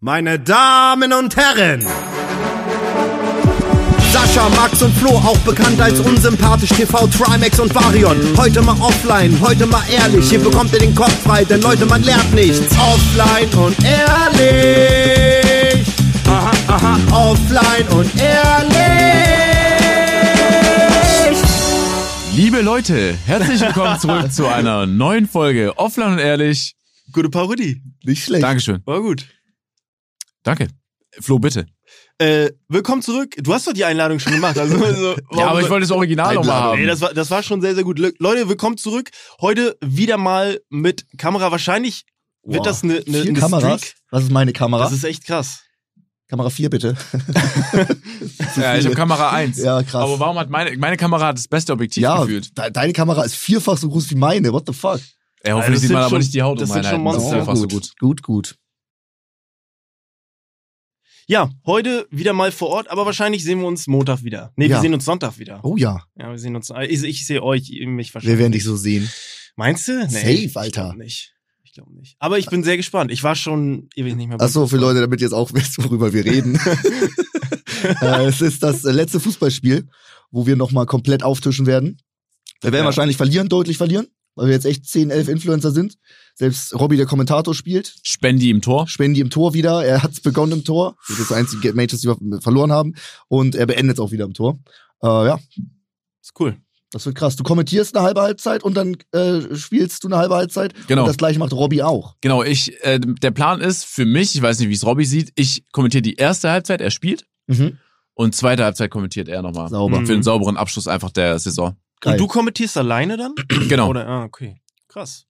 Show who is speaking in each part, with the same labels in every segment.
Speaker 1: Meine Damen und Herren! Sascha, Max und Flo, auch bekannt als unsympathisch TV, Trimax und Varion. Heute mal offline, heute mal ehrlich. Hier bekommt ihr den Kopf frei, denn Leute, man lernt nichts. Offline und ehrlich. Aha, aha, offline und ehrlich.
Speaker 2: Liebe Leute, herzlich willkommen zurück zu einer neuen Folge Offline und Ehrlich.
Speaker 3: Gute Parodie.
Speaker 4: Nicht schlecht.
Speaker 2: Dankeschön.
Speaker 3: War gut.
Speaker 2: Danke. Flo, bitte.
Speaker 3: Äh, willkommen zurück. Du hast doch die Einladung schon gemacht. Also, also,
Speaker 2: Ja, aber ich wollte das Original nochmal
Speaker 4: Einladung.
Speaker 3: Nee,
Speaker 2: haben.
Speaker 3: das war, das war schon sehr, sehr gut. Le Leute, willkommen zurück. Heute wieder mal mit Kamera. Wahrscheinlich wird
Speaker 2: Wow.
Speaker 3: das eine, eine,
Speaker 4: Vier
Speaker 3: eine
Speaker 4: Kameras.
Speaker 3: Streak.
Speaker 4: Was ist meine Kamera?
Speaker 3: Das ist echt krass.
Speaker 4: Kamera 4, bitte.
Speaker 2: Ja, ich habe Kamera 1.
Speaker 4: Ja, krass.
Speaker 2: Aber warum hat meine, meine Kamera hat das beste Objektiv
Speaker 4: ja,
Speaker 2: gefühlt?
Speaker 4: de deine Kamera ist vierfach so groß wie meine. What the
Speaker 2: Ja,
Speaker 4: fuck?
Speaker 3: Also
Speaker 2: hoffentlich
Speaker 3: das
Speaker 2: sieht
Speaker 3: sind
Speaker 2: man aber
Speaker 3: schon-
Speaker 2: nicht die Haut
Speaker 3: das sind schon
Speaker 2: Das ist
Speaker 3: Monster.
Speaker 2: einfach so gut.
Speaker 4: Gut, gut.
Speaker 3: Ja, heute wieder mal vor Ort, aber wahrscheinlich sehen wir uns Montag wieder. Nee, wir
Speaker 4: Ja.
Speaker 3: sehen uns Sonntag wieder.
Speaker 4: Oh ja,
Speaker 3: Ja, wir sehen uns. äh, Ich, ich sehe euch, ihr mich wahrscheinlich.
Speaker 4: wir werden dich so sehen.
Speaker 3: Meinst du? Nee,
Speaker 4: Safe, Alter.
Speaker 3: Ich glaube nicht. Ich glaube nicht. Aber ich bin sehr gespannt. Ich war schon ewig nicht mehr bei
Speaker 4: Achso, für Leute, damit ihr jetzt auch wisst, worüber wir reden. äh, es ist das äh, letzte Fußballspiel, wo wir nochmal komplett auftischen werden. Wir werden
Speaker 3: Ja.
Speaker 4: wahrscheinlich verlieren, deutlich verlieren, weil wir jetzt echt 10, 11 Influencer sind. Selbst Robby, der Kommentator, spielt.
Speaker 2: Spendi im Tor.
Speaker 4: Spendi im Tor wieder. Er hat's begonnen im Tor. Das ist das einzige Matches, die wir verloren haben. Und er beendet auch wieder im Tor. Äh, ja,
Speaker 3: Ist cool.
Speaker 4: das wird krass. Du kommentierst eine halbe Halbzeit und dann äh, spielst du eine halbe Halbzeit.
Speaker 2: Genau.
Speaker 4: Und das gleiche macht Robby auch.
Speaker 2: Genau, ich, äh, der Plan ist für mich, ich weiß nicht, wie es Robby sieht, ich kommentiere die erste Halbzeit, er spielt.
Speaker 4: Mhm.
Speaker 2: Und zweite Halbzeit kommentiert er nochmal.
Speaker 4: Sauber.
Speaker 3: Mhm.
Speaker 2: Für den sauberen Abschluss einfach der Saison.
Speaker 4: Geil.
Speaker 3: Und du kommentierst alleine dann?
Speaker 2: Genau.
Speaker 3: Oder, ah, okay. Krass.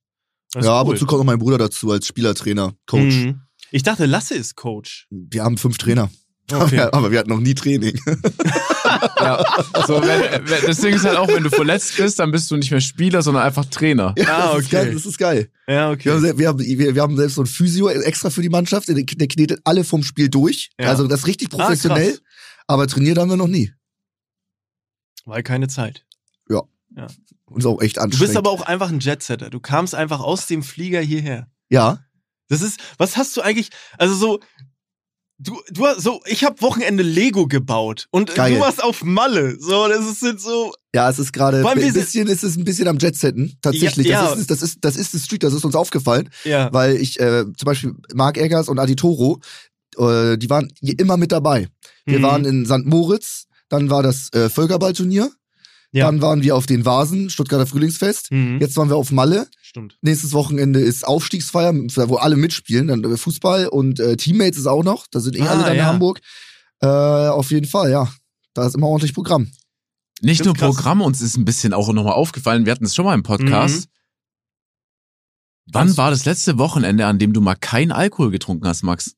Speaker 4: ja,
Speaker 3: Das ist
Speaker 4: ab
Speaker 3: cool.
Speaker 4: und zu kommt noch mein Bruder dazu als Spielertrainer, Coach.
Speaker 3: Mhm. Ich dachte, Lasse ist Coach.
Speaker 4: Wir haben fünf Trainer.
Speaker 3: Okay.
Speaker 4: Aber, aber wir hatten noch nie Training.
Speaker 2: Ja, so, wenn, wenn, das Ding ist halt auch, wenn du verletzt bist, dann bist du nicht mehr Spieler, sondern einfach Trainer.
Speaker 3: Ah,
Speaker 4: Das ist geil.
Speaker 3: okay.
Speaker 4: Das ist geil.
Speaker 3: Ja, okay.
Speaker 4: Wir, haben, se- wir, haben, wir, wir haben selbst so ein Physio extra für die Mannschaft. Der, der knetet alle vom Spiel durch.
Speaker 3: Ja.
Speaker 4: Also das ist richtig
Speaker 3: Ah, krass.
Speaker 4: professionell. aber trainiert haben wir noch nie.
Speaker 3: Weil keine Zeit.
Speaker 4: Und ist auch echt
Speaker 3: Du
Speaker 4: anstrengend.
Speaker 3: bist aber auch einfach ein Jetsetter. Du kamst einfach aus dem Flieger hierher.
Speaker 4: ja.
Speaker 3: Das ist, was hast du eigentlich, also so, du, du hast so, ich habe Wochenende Lego gebaut und
Speaker 4: Geil.
Speaker 3: du warst auf Malle. So, das ist jetzt so,
Speaker 4: Ja, es ist gerade
Speaker 3: Vor allem wir
Speaker 4: ein
Speaker 3: sind-
Speaker 4: bisschen, ist es ein bisschen am Jetsetten, tatsächlich.
Speaker 3: Ja,
Speaker 4: Das,
Speaker 3: ja.
Speaker 4: ist, das, ist, das ist das Street, das ist uns aufgefallen,
Speaker 3: ja.
Speaker 4: weil ich äh, zum Beispiel Marc Eggers und Adi Toro, äh, die waren hier immer mit dabei. Wir
Speaker 3: Mhm.
Speaker 4: waren in St. Moritz, dann war das äh, Völkerballturnier,
Speaker 3: Ja.
Speaker 4: dann waren wir auf den Vasen, Stuttgarter Frühlingsfest,
Speaker 3: Mhm.
Speaker 4: jetzt waren wir auf Malle,
Speaker 3: Stimmt.
Speaker 4: nächstes Wochenende ist Aufstiegsfeier, wo alle mitspielen, dann äh, Fußball und äh, Teammates ist auch noch, da sind eh alle
Speaker 3: Ah,
Speaker 4: dann
Speaker 3: ja.
Speaker 4: in Hamburg. Äh, auf jeden Fall, ja. Da ist immer ordentlich Programm.
Speaker 2: Nicht
Speaker 3: Ganz
Speaker 2: nur
Speaker 3: krass.
Speaker 2: Programm, uns ist ein bisschen auch nochmal aufgefallen, wir hatten es schon mal im
Speaker 3: Mhm.
Speaker 2: Podcast. Wann
Speaker 3: Ganz-
Speaker 2: war das letzte Wochenende, an dem du mal keinen Alkohol getrunken hast, Max?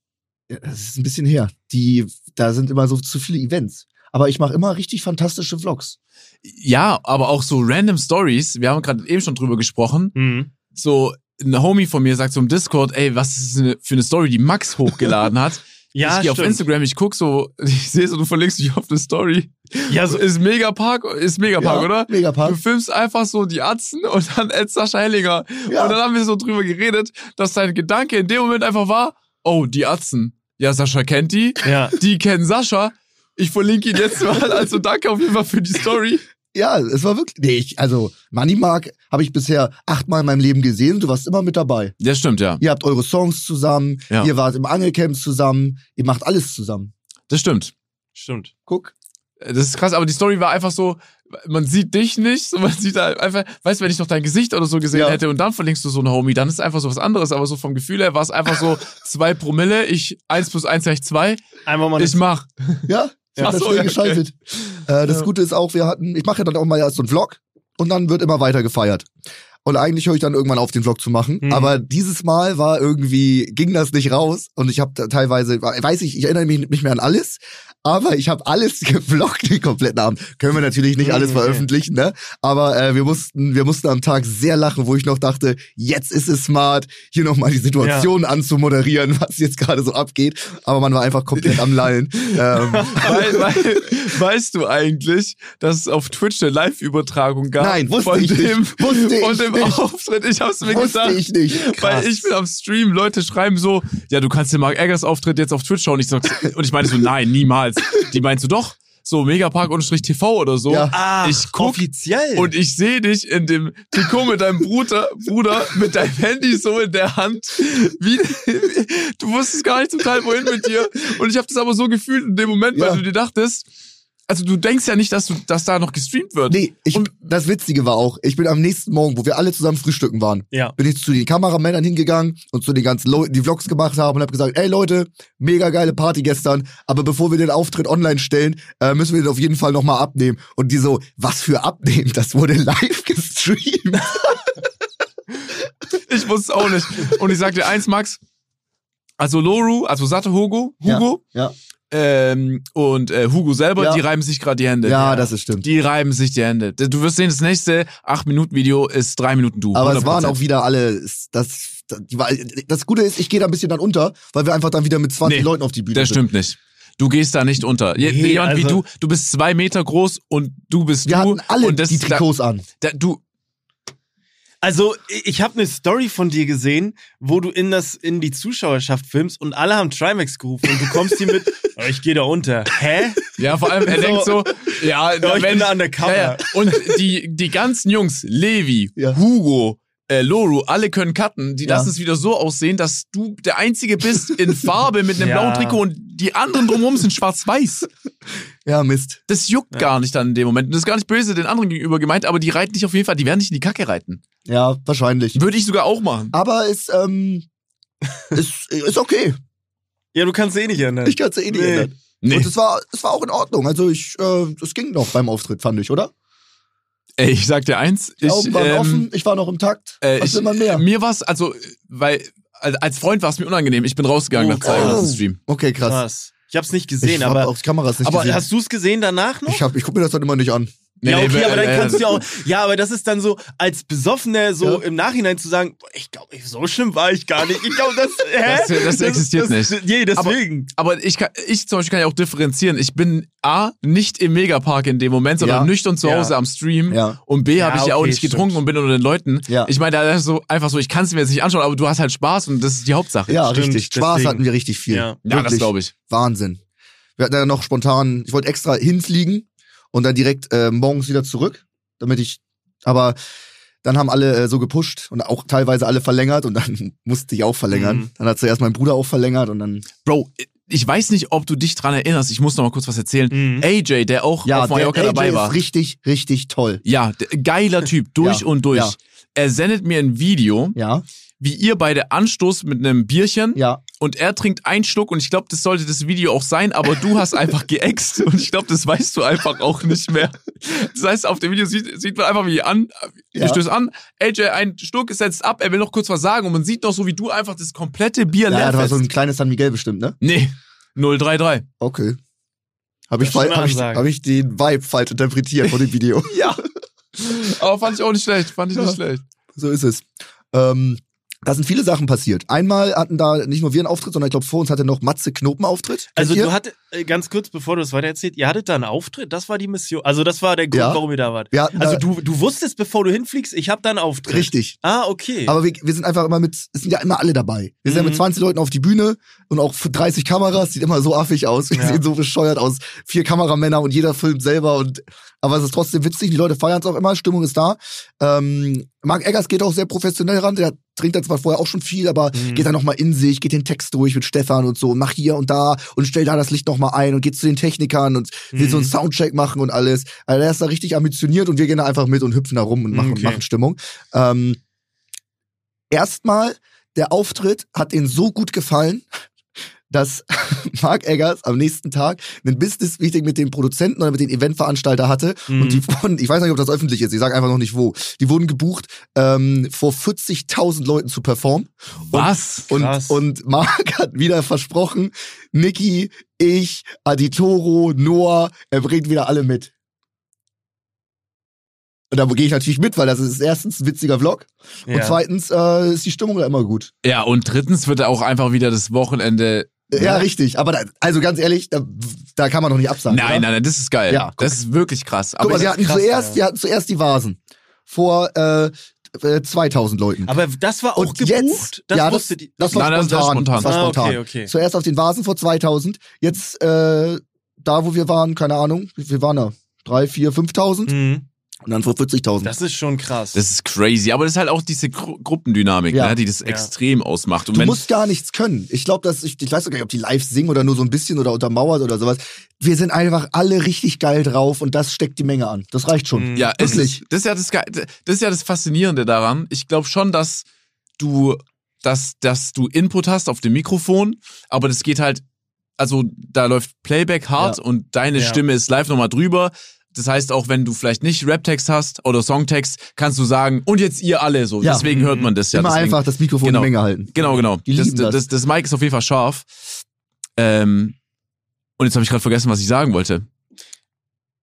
Speaker 4: Ja, das ist ein bisschen her. Die, da sind immer so zu viele Events. Aber ich mache immer richtig fantastische Vlogs.
Speaker 2: Ja, aber auch so random Stories. Wir haben gerade eben schon drüber gesprochen.
Speaker 3: Mhm.
Speaker 2: So ein Homie von mir sagt so im Discord, ey, was ist das für eine Story, die Max hochgeladen hat?
Speaker 3: Ja,
Speaker 2: ich gehe auf
Speaker 3: stimmt.
Speaker 2: Instagram, ich guck so, ich sehe so, du verlinkst dich auf eine Story.
Speaker 3: Ja,
Speaker 2: Also
Speaker 3: so,
Speaker 2: ist Megapark, ist Megapark,
Speaker 4: ja,
Speaker 2: oder? Du
Speaker 4: Megapark.
Speaker 2: filmst einfach so die Atzen und dann Ed Sascha Hellinger. Und dann
Speaker 4: Ja.
Speaker 2: haben wir so drüber geredet, dass sein Gedanke in dem Moment einfach war, oh, die Atzen. Ja, Sascha kennt die,
Speaker 3: ja.
Speaker 2: die kennen Sascha. Ich verlinke ihn jetzt mal, also danke auf jeden Fall für die Story.
Speaker 4: ja, es war wirklich. Nee, ich, also Money Mark habe ich bisher achtmal in meinem Leben gesehen und du warst immer mit dabei.
Speaker 2: Das stimmt, ja.
Speaker 4: Ihr habt eure Songs zusammen,
Speaker 2: Ja.
Speaker 4: ihr wart im Angelcamp zusammen, ihr macht alles zusammen.
Speaker 2: Das stimmt.
Speaker 3: Stimmt.
Speaker 4: Guck.
Speaker 2: Das ist krass, aber die Story war einfach so, man sieht dich nicht, so man sieht halt einfach, weißt du, wenn ich noch dein Gesicht oder so gesehen
Speaker 4: Ja.
Speaker 2: hätte und dann verlinkst du so einen Homie, dann ist einfach so was anderes, aber so vom Gefühl her war es einfach so zwei Promille, ich eins plus eins gleich zwei,
Speaker 3: Einfach mal
Speaker 2: ich mach.
Speaker 4: Ja, ich
Speaker 2: Ja.
Speaker 4: hab das
Speaker 2: Ach so,
Speaker 4: schnell
Speaker 2: ja, okay.
Speaker 4: geschaltet. Äh, das
Speaker 2: Ja.
Speaker 4: Gute ist auch, wir hatten, ich mache ja dann auch mal erst so einen Vlog und dann wird immer weiter gefeiert. Und eigentlich höre ich dann irgendwann auf, den Vlog zu machen.
Speaker 3: Mhm.
Speaker 4: Aber dieses Mal war irgendwie, ging das nicht raus. Und ich habe teilweise, weiß ich, ich erinnere mich nicht mehr an alles. Aber ich habe alles gevloggt den kompletten Abend. Können wir natürlich nicht alles
Speaker 3: Mhm, okay.
Speaker 4: veröffentlichen, ne? Aber äh, wir mussten, wir mussten am Tag sehr lachen, wo ich noch dachte, jetzt ist es smart, hier nochmal die Situation anzumoderieren, was jetzt gerade so abgeht. Aber man war einfach komplett am Lallen. ähm,
Speaker 2: Weil, weil, weißt du eigentlich, dass es auf Twitch eine Live-Übertragung gab?
Speaker 4: Nein, wusste
Speaker 2: von
Speaker 4: ich nicht.
Speaker 2: dem,
Speaker 4: Wusste ich
Speaker 2: von dem
Speaker 4: nicht.
Speaker 2: Auftritt. Ich hab's mir
Speaker 4: wusste
Speaker 2: gedacht.
Speaker 4: ich nicht. Krass.
Speaker 2: Weil ich bin am Stream, Leute schreiben so, ja, du kannst den Mark Eggers Auftritt jetzt auf Twitch schauen. Ich sag's, und ich meine so, nein, niemals. Die meinst du doch, so Megapark-TV oder so.
Speaker 4: Ja.
Speaker 3: Ah,
Speaker 2: Ich guck
Speaker 3: offiziell.
Speaker 2: Und ich sehe dich in dem Trikot mit deinem Bruder, Bruder mit deinem Handy so in der Hand. Wie, du wusstest gar nicht zum Teil, wohin mit dir. Und ich habe das aber so gefühlt in dem Moment,
Speaker 4: Ja.
Speaker 2: weil du dir dachtest, also du denkst ja nicht, dass, du, dass da noch gestreamt wird.
Speaker 4: Nee, ich,
Speaker 2: Und-
Speaker 4: das Witzige war auch, ich bin am nächsten Morgen, wo wir alle zusammen frühstücken waren,
Speaker 3: ja.
Speaker 4: bin ich zu den Kameramännern hingegangen und zu den ganzen Leuten, die Vlogs gemacht haben und habe gesagt, ey Leute, mega geile Party gestern, aber bevor wir den Auftritt online stellen, äh, müssen wir den auf jeden Fall nochmal abnehmen. Und die so, was für abnehmen? Das wurde live gestreamt.
Speaker 2: Ich wusste es auch nicht. Und ich sag dir eins, Max. Also Loru, also Sato Hugo, Hugo
Speaker 4: Ja,
Speaker 2: Ähm, und äh, Hugo selber,
Speaker 4: Ja.
Speaker 2: die reiben sich gerade die Hände.
Speaker 4: ja das ist stimmt.
Speaker 2: Die reiben sich die Hände. Du wirst sehen, das nächste 8-Minuten-Video ist 3 Minuten du.
Speaker 4: Aber es
Speaker 2: 100%.
Speaker 4: waren auch wieder alle, das, das, die war- das Gute ist, ich gehe da ein bisschen dann unter, weil wir einfach dann wieder mit 20
Speaker 2: Nee,
Speaker 4: Leuten auf die Bühne
Speaker 2: Das
Speaker 4: sind.
Speaker 2: stimmt nicht. Du gehst da nicht unter. Je-
Speaker 3: Nee,
Speaker 2: Jemand wie
Speaker 3: also-
Speaker 2: du, du bist zwei Meter groß und du bist
Speaker 4: Wir
Speaker 2: du.
Speaker 4: hatten alle
Speaker 2: und das,
Speaker 4: die Trikots an.
Speaker 2: Da, da, du,
Speaker 3: Also, i- ich habe eine Story von dir gesehen, wo du in das in die Zuschauerschaft filmst und alle haben Trimax gerufen und du kommst hier mit, "Oh, ich gehe da unter. Hä?
Speaker 2: ja, vor allem, er
Speaker 3: So.
Speaker 2: denkt so, ja,
Speaker 3: Ja, ich bin
Speaker 2: wenn,
Speaker 3: da an der
Speaker 2: ja,
Speaker 3: Kamera.
Speaker 2: ja. Und die, die ganzen Jungs, Levi,
Speaker 4: Ja.
Speaker 2: Hugo, äh, Loru, alle können cutten. Die
Speaker 4: Ja.
Speaker 2: lassen es wieder so aussehen, dass du der Einzige bist in Farbe mit einem
Speaker 3: Ja.
Speaker 2: blauen Trikot und die anderen drumherum sind schwarz-weiß.
Speaker 4: Ja, Mist.
Speaker 2: Das juckt gar nicht dann in dem Moment. Und das ist gar nicht böse den anderen gegenüber gemeint, aber die reiten dich auf jeden Fall, die werden dich in die Kacke reiten.
Speaker 4: Ja, wahrscheinlich.
Speaker 2: Würde ich sogar auch machen.
Speaker 4: Aber es ähm, ist, ist okay.
Speaker 3: Ja, du kannst eh nicht ändern.
Speaker 4: Ich kann es eh nicht
Speaker 3: Nee.
Speaker 4: ändern.
Speaker 2: Nee.
Speaker 4: Und es war, es war auch in Ordnung. Also ich, äh, es ging noch beim Auftritt, fand ich, oder?
Speaker 2: Ey, ich sag dir eins.
Speaker 4: Die
Speaker 2: ich,
Speaker 4: Augen waren
Speaker 2: ähm,
Speaker 4: offen, ich war noch im Takt.
Speaker 2: äh,
Speaker 4: Was
Speaker 2: ich-
Speaker 4: will man mehr?
Speaker 2: Mir war's also, weil als als Freund war es mir unangenehm. Ich bin rausgegangen
Speaker 3: Oh,
Speaker 2: nach zwei Uhr nach dem
Speaker 4: krass.
Speaker 2: Stream.
Speaker 4: Okay, krass.
Speaker 3: Krass. Ich hab's nicht
Speaker 4: Ich
Speaker 3: gesehen,
Speaker 4: hab
Speaker 3: aber.
Speaker 4: auch die Kameras nicht
Speaker 3: Aber
Speaker 4: gesehen.
Speaker 3: hast du es gesehen danach noch?
Speaker 4: ich, hab, ich guck mir das dann immer nicht an.
Speaker 3: ja, okay,
Speaker 2: nee,
Speaker 3: aber dann
Speaker 2: äh,
Speaker 3: kannst du ja auch. Ja, aber das ist dann so, als Besoffener so
Speaker 4: Ja.
Speaker 3: im Nachhinein zu sagen, boah, ich glaube, so schlimm war ich gar nicht. Ich glaube, das, hä?
Speaker 2: Das- das existiert
Speaker 3: nicht. Nee,
Speaker 2: Aber-
Speaker 3: deswegen.
Speaker 2: Aber ich, kann, ich zum Beispiel kann ja auch differenzieren. Ich bin A, nicht im Megapark in dem Moment, sondern
Speaker 4: Ja.
Speaker 2: nüchtern zu
Speaker 3: Ja.
Speaker 2: Hause am Stream.
Speaker 4: Ja.
Speaker 2: Und B,
Speaker 3: Ja,
Speaker 2: habe ich ja auch
Speaker 3: okay,
Speaker 2: nicht getrunken
Speaker 3: stimmt.
Speaker 2: und bin unter den Leuten.
Speaker 4: Ja.
Speaker 2: Ich meine, da ist so einfach so, ich kann es mir jetzt nicht anschauen, aber du hast halt Spaß und das ist die Hauptsache.
Speaker 4: Ja,
Speaker 3: Stimmt,
Speaker 4: richtig. Spaß
Speaker 3: deswegen.
Speaker 4: hatten wir richtig viel.
Speaker 3: Ja.
Speaker 2: Ja, das glaube ich.
Speaker 4: Wahnsinn. Wir hatten ja noch spontan, ich wollte extra hinfliegen und dann direkt äh, morgens wieder zurück, damit ich, aber dann haben alle äh, so gepusht und auch teilweise alle verlängert und dann musste ich auch verlängern.
Speaker 3: Mhm.
Speaker 4: Dann hat zuerst mein Bruder auch verlängert und dann,
Speaker 2: Bro, ich weiß nicht, ob du dich dran erinnerst. Ich muss noch mal kurz was erzählen.
Speaker 3: Mhm.
Speaker 2: AJ, der auch
Speaker 4: ja,
Speaker 2: auf Mallorca
Speaker 4: der AJ
Speaker 2: dabei war.
Speaker 4: ist richtig, richtig toll.
Speaker 2: Ja, d- geiler Typ, durch
Speaker 4: Ja,
Speaker 2: und durch.
Speaker 4: ja.
Speaker 2: Er sendet mir ein Video,
Speaker 4: Ja,
Speaker 2: wie ihr beide anstoßt mit einem Bierchen
Speaker 4: ja.
Speaker 2: und er trinkt einen Schluck und ich glaube, das sollte das Video auch sein, aber du hast einfach geäxt und ich glaube, das weißt du einfach auch nicht mehr. Das heißt, auf dem Video sieht, sieht man einfach, wie ihr an, ihr
Speaker 4: Ja.
Speaker 2: stößt an, AJ einen Schluck setzt ab, er will noch kurz was sagen und man sieht noch so, wie du einfach das komplette Bier
Speaker 4: Ja,
Speaker 2: leer
Speaker 4: das war so
Speaker 2: fetzt.
Speaker 4: ein kleines San Miguel bestimmt, ne?
Speaker 2: Nee, 033.
Speaker 4: Okay. Habe
Speaker 3: Das
Speaker 4: ich,
Speaker 3: ist schon
Speaker 4: hab ich,
Speaker 3: eine Ansage.
Speaker 4: hab ich den Vibe falsch interpretiert von dem Video.
Speaker 2: Ja. Aber fand ich auch nicht schlecht, fand ich
Speaker 4: Ja.
Speaker 2: nicht schlecht.
Speaker 4: So ist es. Ähm, da sind viele Sachen passiert. Einmal hatten da nicht nur wir einen Auftritt, sondern ich glaube, vor uns hatte noch Matze Knopen Auftritt. Kennt
Speaker 3: Also
Speaker 4: ihr?
Speaker 3: du hattest, äh, ganz kurz bevor du es weitererzählst, ihr hattet da einen Auftritt, das war die Mission. Also das war der Grund,
Speaker 4: Ja.
Speaker 3: warum ihr da wart.
Speaker 4: wir hatten
Speaker 3: Also
Speaker 4: da,
Speaker 3: du, du wusstest, bevor du hinfliegst, ich habe da einen Auftritt.
Speaker 4: richtig.
Speaker 3: Ah, okay.
Speaker 4: Aber wir, wir sind einfach immer mit, es sind ja immer alle dabei. Wir sind ja
Speaker 3: Mhm.
Speaker 4: mit 20 Leuten auf die Bühne und auch für 30 Kameras, sieht immer so affig aus, wir
Speaker 3: Ja.
Speaker 4: sehen so bescheuert aus. Vier Kameramänner und jeder filmt selber und aber es ist trotzdem witzig, die Leute feiern es auch immer, Stimmung ist da. Ähm, Mark Eggers geht auch sehr professionell ran, der trinkt dann zwar vorher auch schon viel, aber
Speaker 3: Mhm.
Speaker 4: geht dann nochmal in sich, geht den Text durch mit Stefan und so, und macht hier und da und stellt da das Licht nochmal ein und geht zu den Technikern und will
Speaker 3: Mhm.
Speaker 4: so einen Soundcheck machen und alles. Also der ist da richtig ambitioniert und wir gehen da einfach mit und hüpfen da rum und machen,
Speaker 3: Okay.
Speaker 4: machen Stimmung. Ähm, erstmal, der Auftritt hat ihnen so gut gefallen, dass Mark Eggers am nächsten Tag ein Business-Meeting mit den Produzenten oder mit den Eventveranstalter hatte.
Speaker 3: Hm,
Speaker 4: Und die wurden, ich weiß nicht, ob das öffentlich ist, ich sage einfach noch nicht wo, die wurden gebucht, ähm, vor 40.000 Leuten zu performen.
Speaker 2: Was?
Speaker 4: Und,
Speaker 3: Krass.
Speaker 4: und Mark hat wieder versprochen, Niki, ich, Aditoro, Noah, er bringt wieder alle mit. Und da gehe ich natürlich mit, weil das ist erstens ein witziger Vlog und
Speaker 3: ja.
Speaker 4: zweitens äh, ist die Stimmung da immer gut.
Speaker 2: Ja, und drittens wird er auch einfach wieder das Wochenende.
Speaker 4: Ja, richtig. Aber da, also ganz ehrlich, da, da kann man doch nicht absagen.
Speaker 2: nein,
Speaker 4: oder?
Speaker 2: nein, nein, das ist geil.
Speaker 4: Ja, guck.
Speaker 2: das ist wirklich krass.
Speaker 4: Guck
Speaker 2: Aber
Speaker 4: mal,
Speaker 2: ich,
Speaker 4: wir hatten,
Speaker 3: krass,
Speaker 4: zuerst,
Speaker 3: ja.
Speaker 4: wir hatten zuerst die Vasen vor äh, äh, 2000 Leuten.
Speaker 3: Aber das war auch
Speaker 4: Und
Speaker 3: gebucht?
Speaker 4: jetzt-
Speaker 3: das
Speaker 4: ja,
Speaker 3: wusste die.
Speaker 4: Das war
Speaker 2: Nein,
Speaker 4: spontan.
Speaker 2: das war spontan.
Speaker 4: Das war
Speaker 3: Ah, okay,
Speaker 4: spontan.
Speaker 3: okay.
Speaker 4: Zuerst auf den Vasen vor 2000, jetzt äh, da, wo wir waren, keine Ahnung, wie viel waren da? 3, 4, 5000
Speaker 3: Mhm.
Speaker 4: und dann vor 40.000.
Speaker 3: Das ist schon krass.
Speaker 2: Hm. das ist crazy. Aber das ist halt auch diese Gru Gruppendynamik,
Speaker 4: Ja.
Speaker 2: ne, die das
Speaker 3: Ja.
Speaker 2: extrem ausmacht. Und
Speaker 4: Du
Speaker 2: wenn,
Speaker 4: musst gar nichts können. Ich glaube, dass ich, ich weiß auch gar nicht, ob die live singen oder nur so ein bisschen oder untermauert oder sowas. Wir sind einfach alle richtig geil drauf und das steckt die Menge an. Das reicht schon.
Speaker 3: Mhm.
Speaker 2: Ja, es
Speaker 4: Wirklich.
Speaker 2: ist, das, ist ja das, Ge- das ist ja das Faszinierende daran. Ich glaube schon, dass du, dass, dass du Input hast auf dem Mikrofon, aber das geht halt, also da läuft Playback hart und deine
Speaker 3: Ja.
Speaker 2: Stimme ist live nochmal drüber. Das heißt, auch wenn du vielleicht nicht Raptext hast oder Songtext, kannst du sagen, und jetzt ihr alle so.
Speaker 4: Ja.
Speaker 2: Deswegen hört man das ja.
Speaker 4: Immer
Speaker 2: Deswegen,
Speaker 4: einfach das Mikrofon
Speaker 2: Genau.
Speaker 4: die Menge halten.
Speaker 2: Genau, genau.
Speaker 4: Die
Speaker 2: Das,
Speaker 4: lieben das.
Speaker 2: das, das, Mic ist auf jeden Fall scharf. Ähm, und jetzt habe ich gerade vergessen, was ich sagen wollte.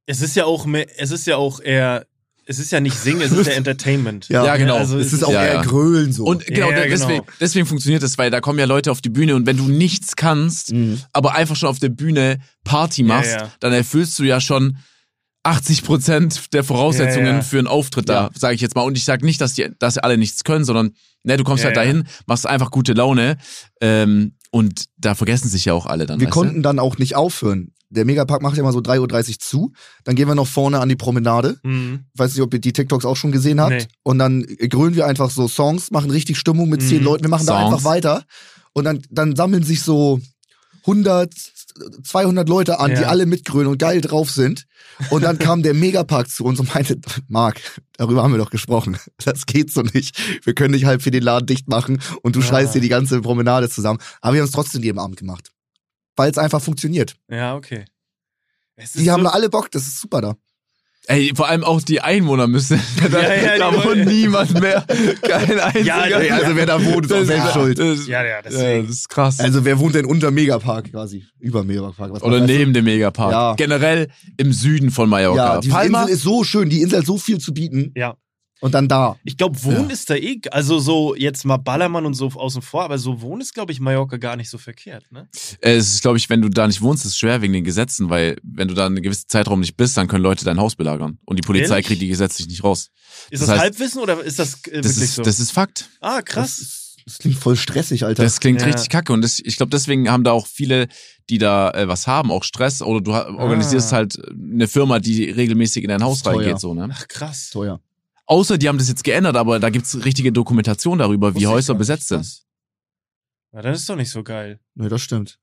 Speaker 3: Es ist ja auch mehr, es ist ja auch eher, es ist ja nicht singen, es ist ja Entertainment. Also
Speaker 4: Ja. Ja,
Speaker 2: genau.
Speaker 4: Es ist auch
Speaker 2: Ja,
Speaker 4: eher
Speaker 2: ja.
Speaker 4: Grölen so.
Speaker 2: Und genau,
Speaker 3: Ja,
Speaker 2: de-
Speaker 3: genau.
Speaker 2: Deswegen, deswegen funktioniert das, weil da kommen ja Leute auf die Bühne und wenn du nichts kannst,
Speaker 4: Mhm.
Speaker 2: aber einfach schon auf der Bühne Party machst,
Speaker 3: ja.
Speaker 2: dann erfüllst du ja schon 80 Prozent der Voraussetzungen
Speaker 3: Ja, ja.
Speaker 2: für einen Auftritt da, sage ich jetzt mal. Und ich sage nicht, dass die, dass alle nichts können, sondern ne, du kommst
Speaker 3: Ja,
Speaker 2: halt
Speaker 3: ja.
Speaker 2: dahin, machst einfach gute Laune ähm, und da vergessen sich ja auch alle dann.
Speaker 4: Wir
Speaker 2: weißt
Speaker 4: konnten dann auch nicht aufhören. Der Megapark macht ja immer so 3.30 Uhr zu. Dann gehen wir noch vorne an die Promenade.
Speaker 3: Mhm.
Speaker 4: Ich weiß nicht, ob ihr die TikToks auch schon gesehen habt.
Speaker 3: Nee.
Speaker 4: Und dann grölen wir einfach so Songs, machen richtig Stimmung mit zehn
Speaker 3: Mhm.
Speaker 4: Leuten. Wir machen da
Speaker 2: Songs.
Speaker 4: einfach weiter. Und dann, dann sammeln sich so 100, 200 Leute an,
Speaker 3: Ja.
Speaker 4: die alle mitgrölen und geil drauf sind. Und dann kam der Megapark zu uns und meinte, Marc, darüber haben wir doch gesprochen. Das geht so nicht. Wir können nicht halb für den Laden dicht machen und du
Speaker 3: Ah.
Speaker 4: scheißt dir die ganze Promenade zusammen. Aber wir haben es trotzdem jeden Abend gemacht. Weil es einfach funktioniert.
Speaker 3: Ja, okay. Es
Speaker 4: Die
Speaker 3: ist
Speaker 4: haben
Speaker 3: so-
Speaker 4: da alle Bock, das ist super da.
Speaker 2: du? Ey, vor allem auch die Einwohner müssen. da
Speaker 3: Ja, ja,
Speaker 2: da
Speaker 3: die
Speaker 2: wohnt
Speaker 3: Leute.
Speaker 2: niemand mehr. Kein einziger.
Speaker 3: Ey, also
Speaker 4: wer da wohnt,
Speaker 2: Das- Das,
Speaker 3: Ja, ja,
Speaker 2: ja,
Speaker 3: deswegen.
Speaker 2: das ist krass.
Speaker 4: Also wer wohnt denn unter Megapark quasi? Über Megapark. Was
Speaker 2: Oder
Speaker 4: man-
Speaker 2: neben dem Megapark.
Speaker 4: Ja.
Speaker 2: Generell im Süden von
Speaker 4: Ja,
Speaker 2: Mallorca.
Speaker 4: die
Speaker 2: Palma,
Speaker 4: Insel ist so schön, die Insel hat so viel zu bieten.
Speaker 3: Ja.
Speaker 4: Und dann da.
Speaker 3: Ich glaube, Wohnen ist da eh, also so jetzt mal Ballermann und so außen vor, aber so Wohnen ist, glaube ich, Mallorca gar nicht so verkehrt, ne?
Speaker 2: äh, es ist, glaube ich, wenn du da nicht wohnst, ist es schwer wegen den Gesetzen, weil wenn du da einen gewissen Zeitraum nicht bist, dann können Leute dein Haus belagern. Und die Polizei
Speaker 3: Ehrlich?
Speaker 2: kriegt die gesetzlich nicht raus.
Speaker 3: Ist
Speaker 2: Das
Speaker 3: das,
Speaker 2: heißt-
Speaker 3: Halbwissen oder ist das äh,
Speaker 2: Das
Speaker 3: wirklich
Speaker 2: ist,
Speaker 3: so?
Speaker 2: das ist Fakt.
Speaker 3: ah,
Speaker 4: Das,
Speaker 3: krass.
Speaker 4: ist- das klingt voll stressig, Alter.
Speaker 2: Das klingt
Speaker 3: Ja.
Speaker 2: richtig kacke. Und das, ich glaube, deswegen haben da auch viele, die da äh, was haben, auch Stress. Oder du ha- organisierst halt eine Firma, die regelmäßig in dein Haus
Speaker 4: Ist teuer.
Speaker 2: reingeht. So, ne?
Speaker 3: Ach, krass.
Speaker 4: teuer.
Speaker 2: Außer die haben das jetzt geändert, aber da gibt's richtige Dokumentation darüber,
Speaker 3: Wusste ich
Speaker 2: wie Häuser
Speaker 3: gar nicht.
Speaker 2: besetzt sind.
Speaker 3: Krass. Na, dann ist doch nicht so geil.
Speaker 4: Ne, das stimmt.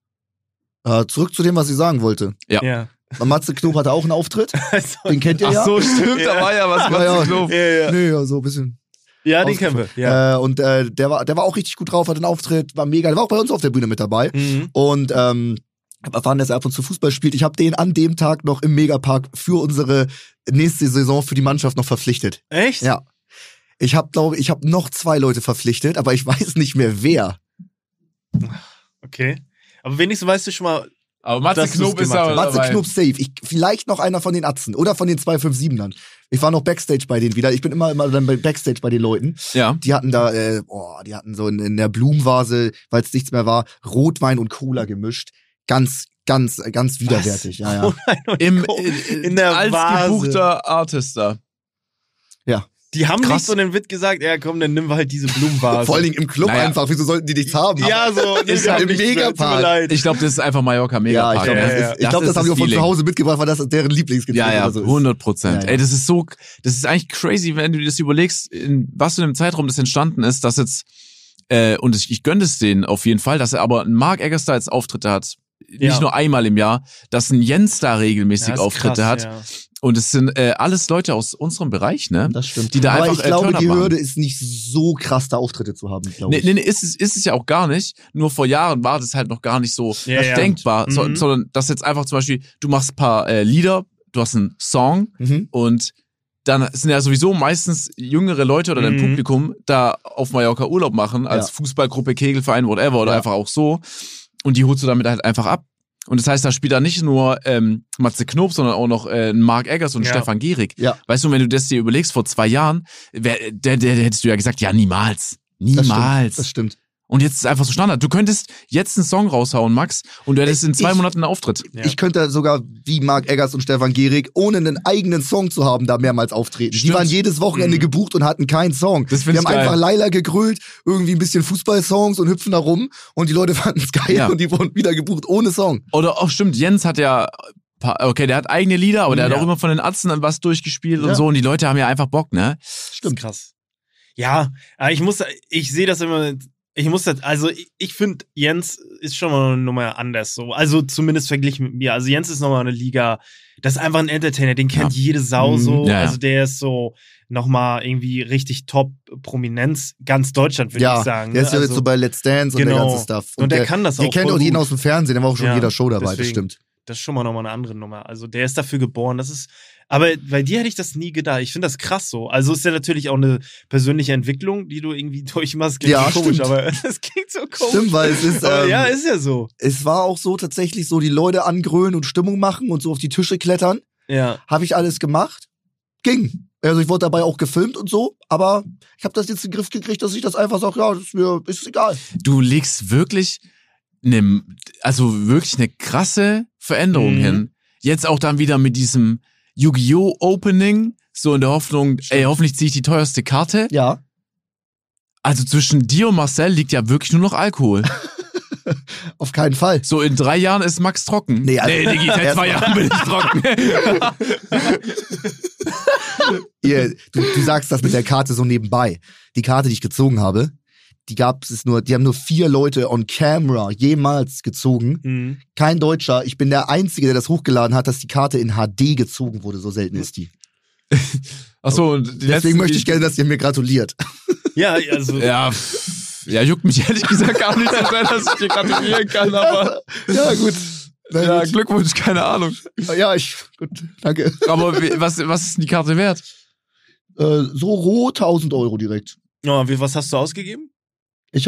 Speaker 4: Äh, zurück zu dem, was ich sagen wollte.
Speaker 2: Ja.
Speaker 4: Matze Knob hatte auch einen Auftritt.
Speaker 3: Also,
Speaker 4: Den kennt ihr ja.
Speaker 2: stimmt,
Speaker 3: da war
Speaker 2: ja was
Speaker 4: Ja, ja.
Speaker 3: ja, ja.
Speaker 4: Nee, ja, so ein bisschen.
Speaker 3: ja, den kennen wir. Ja.
Speaker 4: Äh, und äh, der, war, der war auch richtig gut drauf, hat einen Auftritt, war mega. Der war auch bei uns auf der Bühne mit
Speaker 2: Äh,
Speaker 4: dabei.
Speaker 3: Mhm.
Speaker 4: Und ähm, hab erfahren, dass er ab und zu Fußball spielt. Ich habe den an dem Tag noch im Megapark für unsere nächste Saison für die Mannschaft noch verpflichtet.
Speaker 3: Echt?
Speaker 4: Ja. Ich habe, glaube ich, habe noch zwei Leute verpflichtet, aber ich weiß nicht mehr wer.
Speaker 3: Okay. Aber wenigstens weißt du schon mal,
Speaker 2: Aber Matze
Speaker 3: Dass du's
Speaker 2: Knob ist
Speaker 3: gemacht
Speaker 2: aber
Speaker 3: hast.
Speaker 4: Matze
Speaker 2: dabei.
Speaker 4: Knob safe. Ich, vielleicht noch einer von den Atzen oder von den 257ern. Ich war noch Backstage bei denen wieder. Ich bin immer, immer dann bei Backstage bei den Leuten.
Speaker 2: Ja.
Speaker 4: Die hatten da, äh, oh, die hatten so in, in der Blumenvase, weil es nichts mehr war, Rotwein und Cola gemischt. Ganz, ganz, äh, ganz widerwärtig. Ja, ja.
Speaker 2: Im,
Speaker 3: Co-
Speaker 2: in,
Speaker 3: in der
Speaker 2: als
Speaker 3: Vase.
Speaker 2: gebuchter Artist da.
Speaker 3: die haben
Speaker 2: Krass.
Speaker 3: nicht so einen Witz gesagt, ja komm, dann nimm halt diese Blumenvase.
Speaker 4: Vor allen Dingen im Club
Speaker 2: Also, Naja.
Speaker 4: einfach. Wieso sollten die nichts haben?
Speaker 3: ja, so.
Speaker 4: Ist
Speaker 3: wir
Speaker 4: halt
Speaker 3: haben
Speaker 4: im
Speaker 3: nichts mehr, tut mir
Speaker 4: Megapark.
Speaker 3: leid.
Speaker 2: Ich glaube, das ist einfach Mallorca
Speaker 4: ja, ich
Speaker 2: Megapark.
Speaker 4: glaube,
Speaker 2: ne?
Speaker 3: Ja,
Speaker 4: das,
Speaker 3: ja.
Speaker 4: ist- ich glaub, das,
Speaker 2: ist
Speaker 4: haben die auch von zu
Speaker 2: Feeling.
Speaker 4: Hause mitgebracht, weil das deren Lieblingsgetränk
Speaker 2: Ja, ja,
Speaker 4: oder so ist.
Speaker 2: 100 Prozent.
Speaker 4: Ja, ja.
Speaker 2: Ey, das ist so, das ist eigentlich crazy, wenn du dir das überlegst, in was für einem Zeitraum das entstanden ist, dass jetzt, äh, und ich, ich gönne es denen auf jeden Fall, dass er aber einen Mark Eggers da als Auftritte hat,
Speaker 3: Ja.
Speaker 2: nicht nur einmal im Jahr, dass ein Jens da
Speaker 3: Ja,
Speaker 2: regelmäßig
Speaker 3: ist
Speaker 2: Auftritte
Speaker 3: krass,
Speaker 2: hat.
Speaker 3: ja.
Speaker 2: Und es sind äh, alles Leute aus unserem Bereich, ne?
Speaker 4: Das stimmt.
Speaker 2: Die da
Speaker 4: Aber
Speaker 2: einfach,
Speaker 4: ich
Speaker 2: äh,
Speaker 4: glaube,
Speaker 2: Turn-up
Speaker 4: die
Speaker 2: machen.
Speaker 4: Hürde ist nicht so krass, da Auftritte zu haben, glaube
Speaker 2: Nee,
Speaker 4: ich.
Speaker 2: nee, nee ist, es, ist es ja auch gar nicht. Nur vor Jahren war das halt noch gar nicht so
Speaker 3: Ja, ja.
Speaker 2: denkbar, so,
Speaker 3: Mhm.
Speaker 2: sondern dass jetzt einfach zum Beispiel, du machst ein paar äh, Lieder, du hast einen Song
Speaker 4: Mhm.
Speaker 2: und dann sind ja sowieso meistens jüngere Leute oder dein
Speaker 3: Mhm.
Speaker 2: Publikum da auf Mallorca Urlaub machen, als
Speaker 4: Ja.
Speaker 2: Fußballgruppe, Kegelverein, whatever oder
Speaker 4: Ja.
Speaker 2: einfach auch so. Und die holst du damit halt einfach ab. Und das heißt, da spielt da nicht nur ähm, Matze Knob, sondern auch noch äh, ein Mark Eggers und
Speaker 3: Ja.
Speaker 2: Stefan Gierig.
Speaker 4: Ja.
Speaker 2: Weißt du, wenn du das dir überlegst, vor zwei Jahren, wer, der, der, der hättest du ja gesagt, ja, niemals.
Speaker 4: Das
Speaker 2: Niemals.
Speaker 4: Stimmt. Das stimmt.
Speaker 2: Und jetzt ist es einfach so Standard. Du könntest jetzt einen Song raushauen, Max, und du hättest in zwei
Speaker 4: Ich-
Speaker 2: Monaten einen Auftritt.
Speaker 3: Ja.
Speaker 4: Ich könnte sogar wie Marc Eggers und Stefan Gehrig, ohne einen eigenen Song zu haben, da mehrmals auftreten. Die
Speaker 2: Stimmt.
Speaker 4: waren jedes Wochenende
Speaker 3: Mhm.
Speaker 4: gebucht und hatten keinen Song.
Speaker 2: Das
Speaker 4: Wir
Speaker 2: finde
Speaker 4: haben
Speaker 2: ich geil.
Speaker 4: einfach Laila gegrölt, irgendwie ein bisschen Fußballsongs und hüpfen da rum und die Leute fanden es geil
Speaker 2: Ja.
Speaker 4: und die wurden wieder gebucht ohne Song.
Speaker 2: Oder auch stimmt, Jens hat ja, pa- okay, der hat eigene Lieder, aber der
Speaker 3: Ja.
Speaker 2: hat auch immer von den Atzen dann was durchgespielt
Speaker 4: Ja.
Speaker 2: und so. Und die Leute haben ja einfach Bock, ne?
Speaker 3: Das ist krass. Ja, aber ich muss, ich sehe das immer, ich muss das, also ich, ich finde, Jens ist schon mal eine Nummer anders so. Also zumindest verglichen mit mir. Also Jens ist nochmal eine Liga, das ist einfach ein Entertainer, den kennt jede Sau
Speaker 4: Mhm.
Speaker 3: so.
Speaker 2: Ja, ja.
Speaker 3: Also der ist so nochmal irgendwie richtig top Prominenz, ganz Deutschland, würde ich sagen.
Speaker 4: der
Speaker 3: ne?
Speaker 4: ist ja jetzt
Speaker 3: Also-
Speaker 4: so bei Let's Dance und der
Speaker 3: Genau.
Speaker 4: ganze Stuff.
Speaker 3: und der, kann das
Speaker 4: Ihr
Speaker 3: auch.
Speaker 4: kennt
Speaker 3: voll
Speaker 4: auch jeden
Speaker 3: gut.
Speaker 4: aus dem Fernsehen, der war auch schon
Speaker 3: Ja,
Speaker 4: in jeder Show dabei, das
Speaker 3: deswegen.
Speaker 4: stimmt.
Speaker 3: Das ist schon mal nochmal eine andere Nummer. Also der ist dafür geboren. Das ist, aber bei dir hätte ich das nie gedacht. Ich finde das krass so. Also ist ja natürlich auch eine persönliche Entwicklung, die du irgendwie durchmachst. Klingt
Speaker 4: Ja,
Speaker 3: so komisch,
Speaker 4: stimmt.
Speaker 3: aber das klingt so komisch.
Speaker 4: Stimmt, weil es ist,
Speaker 3: aber
Speaker 4: ähm,
Speaker 3: ja, ist ja so.
Speaker 4: es war auch so tatsächlich so, die Leute angrölen und Stimmung machen und so auf die Tische klettern.
Speaker 3: Ja.
Speaker 4: Habe ich alles gemacht? Ging. Also ich wurde dabei auch gefilmt und so, aber ich habe das jetzt in den Griff gekriegt, dass ich das einfach sage, ja, das ist mir ist egal.
Speaker 2: Du legst wirklich eine, also wirklich eine krasse Veränderung
Speaker 3: Mhm.
Speaker 2: hin. Jetzt auch dann wieder mit diesem Yu-Gi-Oh! Opening, so in der Hoffnung, ey, hoffentlich ziehe ich die teuerste Karte.
Speaker 4: Ja.
Speaker 2: Also zwischen dir und Marcel liegt ja wirklich nur noch Alkohol.
Speaker 4: Auf keinen Fall.
Speaker 2: So in drei Jahren ist Max trocken.
Speaker 4: Nee, also-
Speaker 2: nee Digi, seit zwei Jahren bin ich trocken.
Speaker 4: Ihr, du, du sagst das mit der Karte so nebenbei. Die Karte, die ich gezogen habe, die gab es nur, die haben nur vier Leute on camera jemals gezogen.
Speaker 3: Mhm.
Speaker 4: Kein Deutscher. Ich bin der Einzige, der das hochgeladen hat, dass die Karte in HD gezogen wurde. So selten ist die.
Speaker 2: Achso, und die
Speaker 4: Deswegen
Speaker 2: letzten-
Speaker 4: möchte ich gerne, dass ihr mir gratuliert.
Speaker 3: Ja, also.
Speaker 2: Ja, pff, ja, juckt mich ehrlich gesagt gar nicht so sehr, dass ich dir gratulieren kann, aber
Speaker 4: ja, gut. Na
Speaker 2: ja,
Speaker 4: gut.
Speaker 2: Glückwunsch, keine Ahnung.
Speaker 4: Ja, ich. Gut, danke.
Speaker 2: Aber wie- was, was ist denn die Karte wert?
Speaker 4: Äh, so roh 1000 Euro direkt.
Speaker 3: Ja, oh, wie, was hast du ausgegeben?
Speaker 4: Ich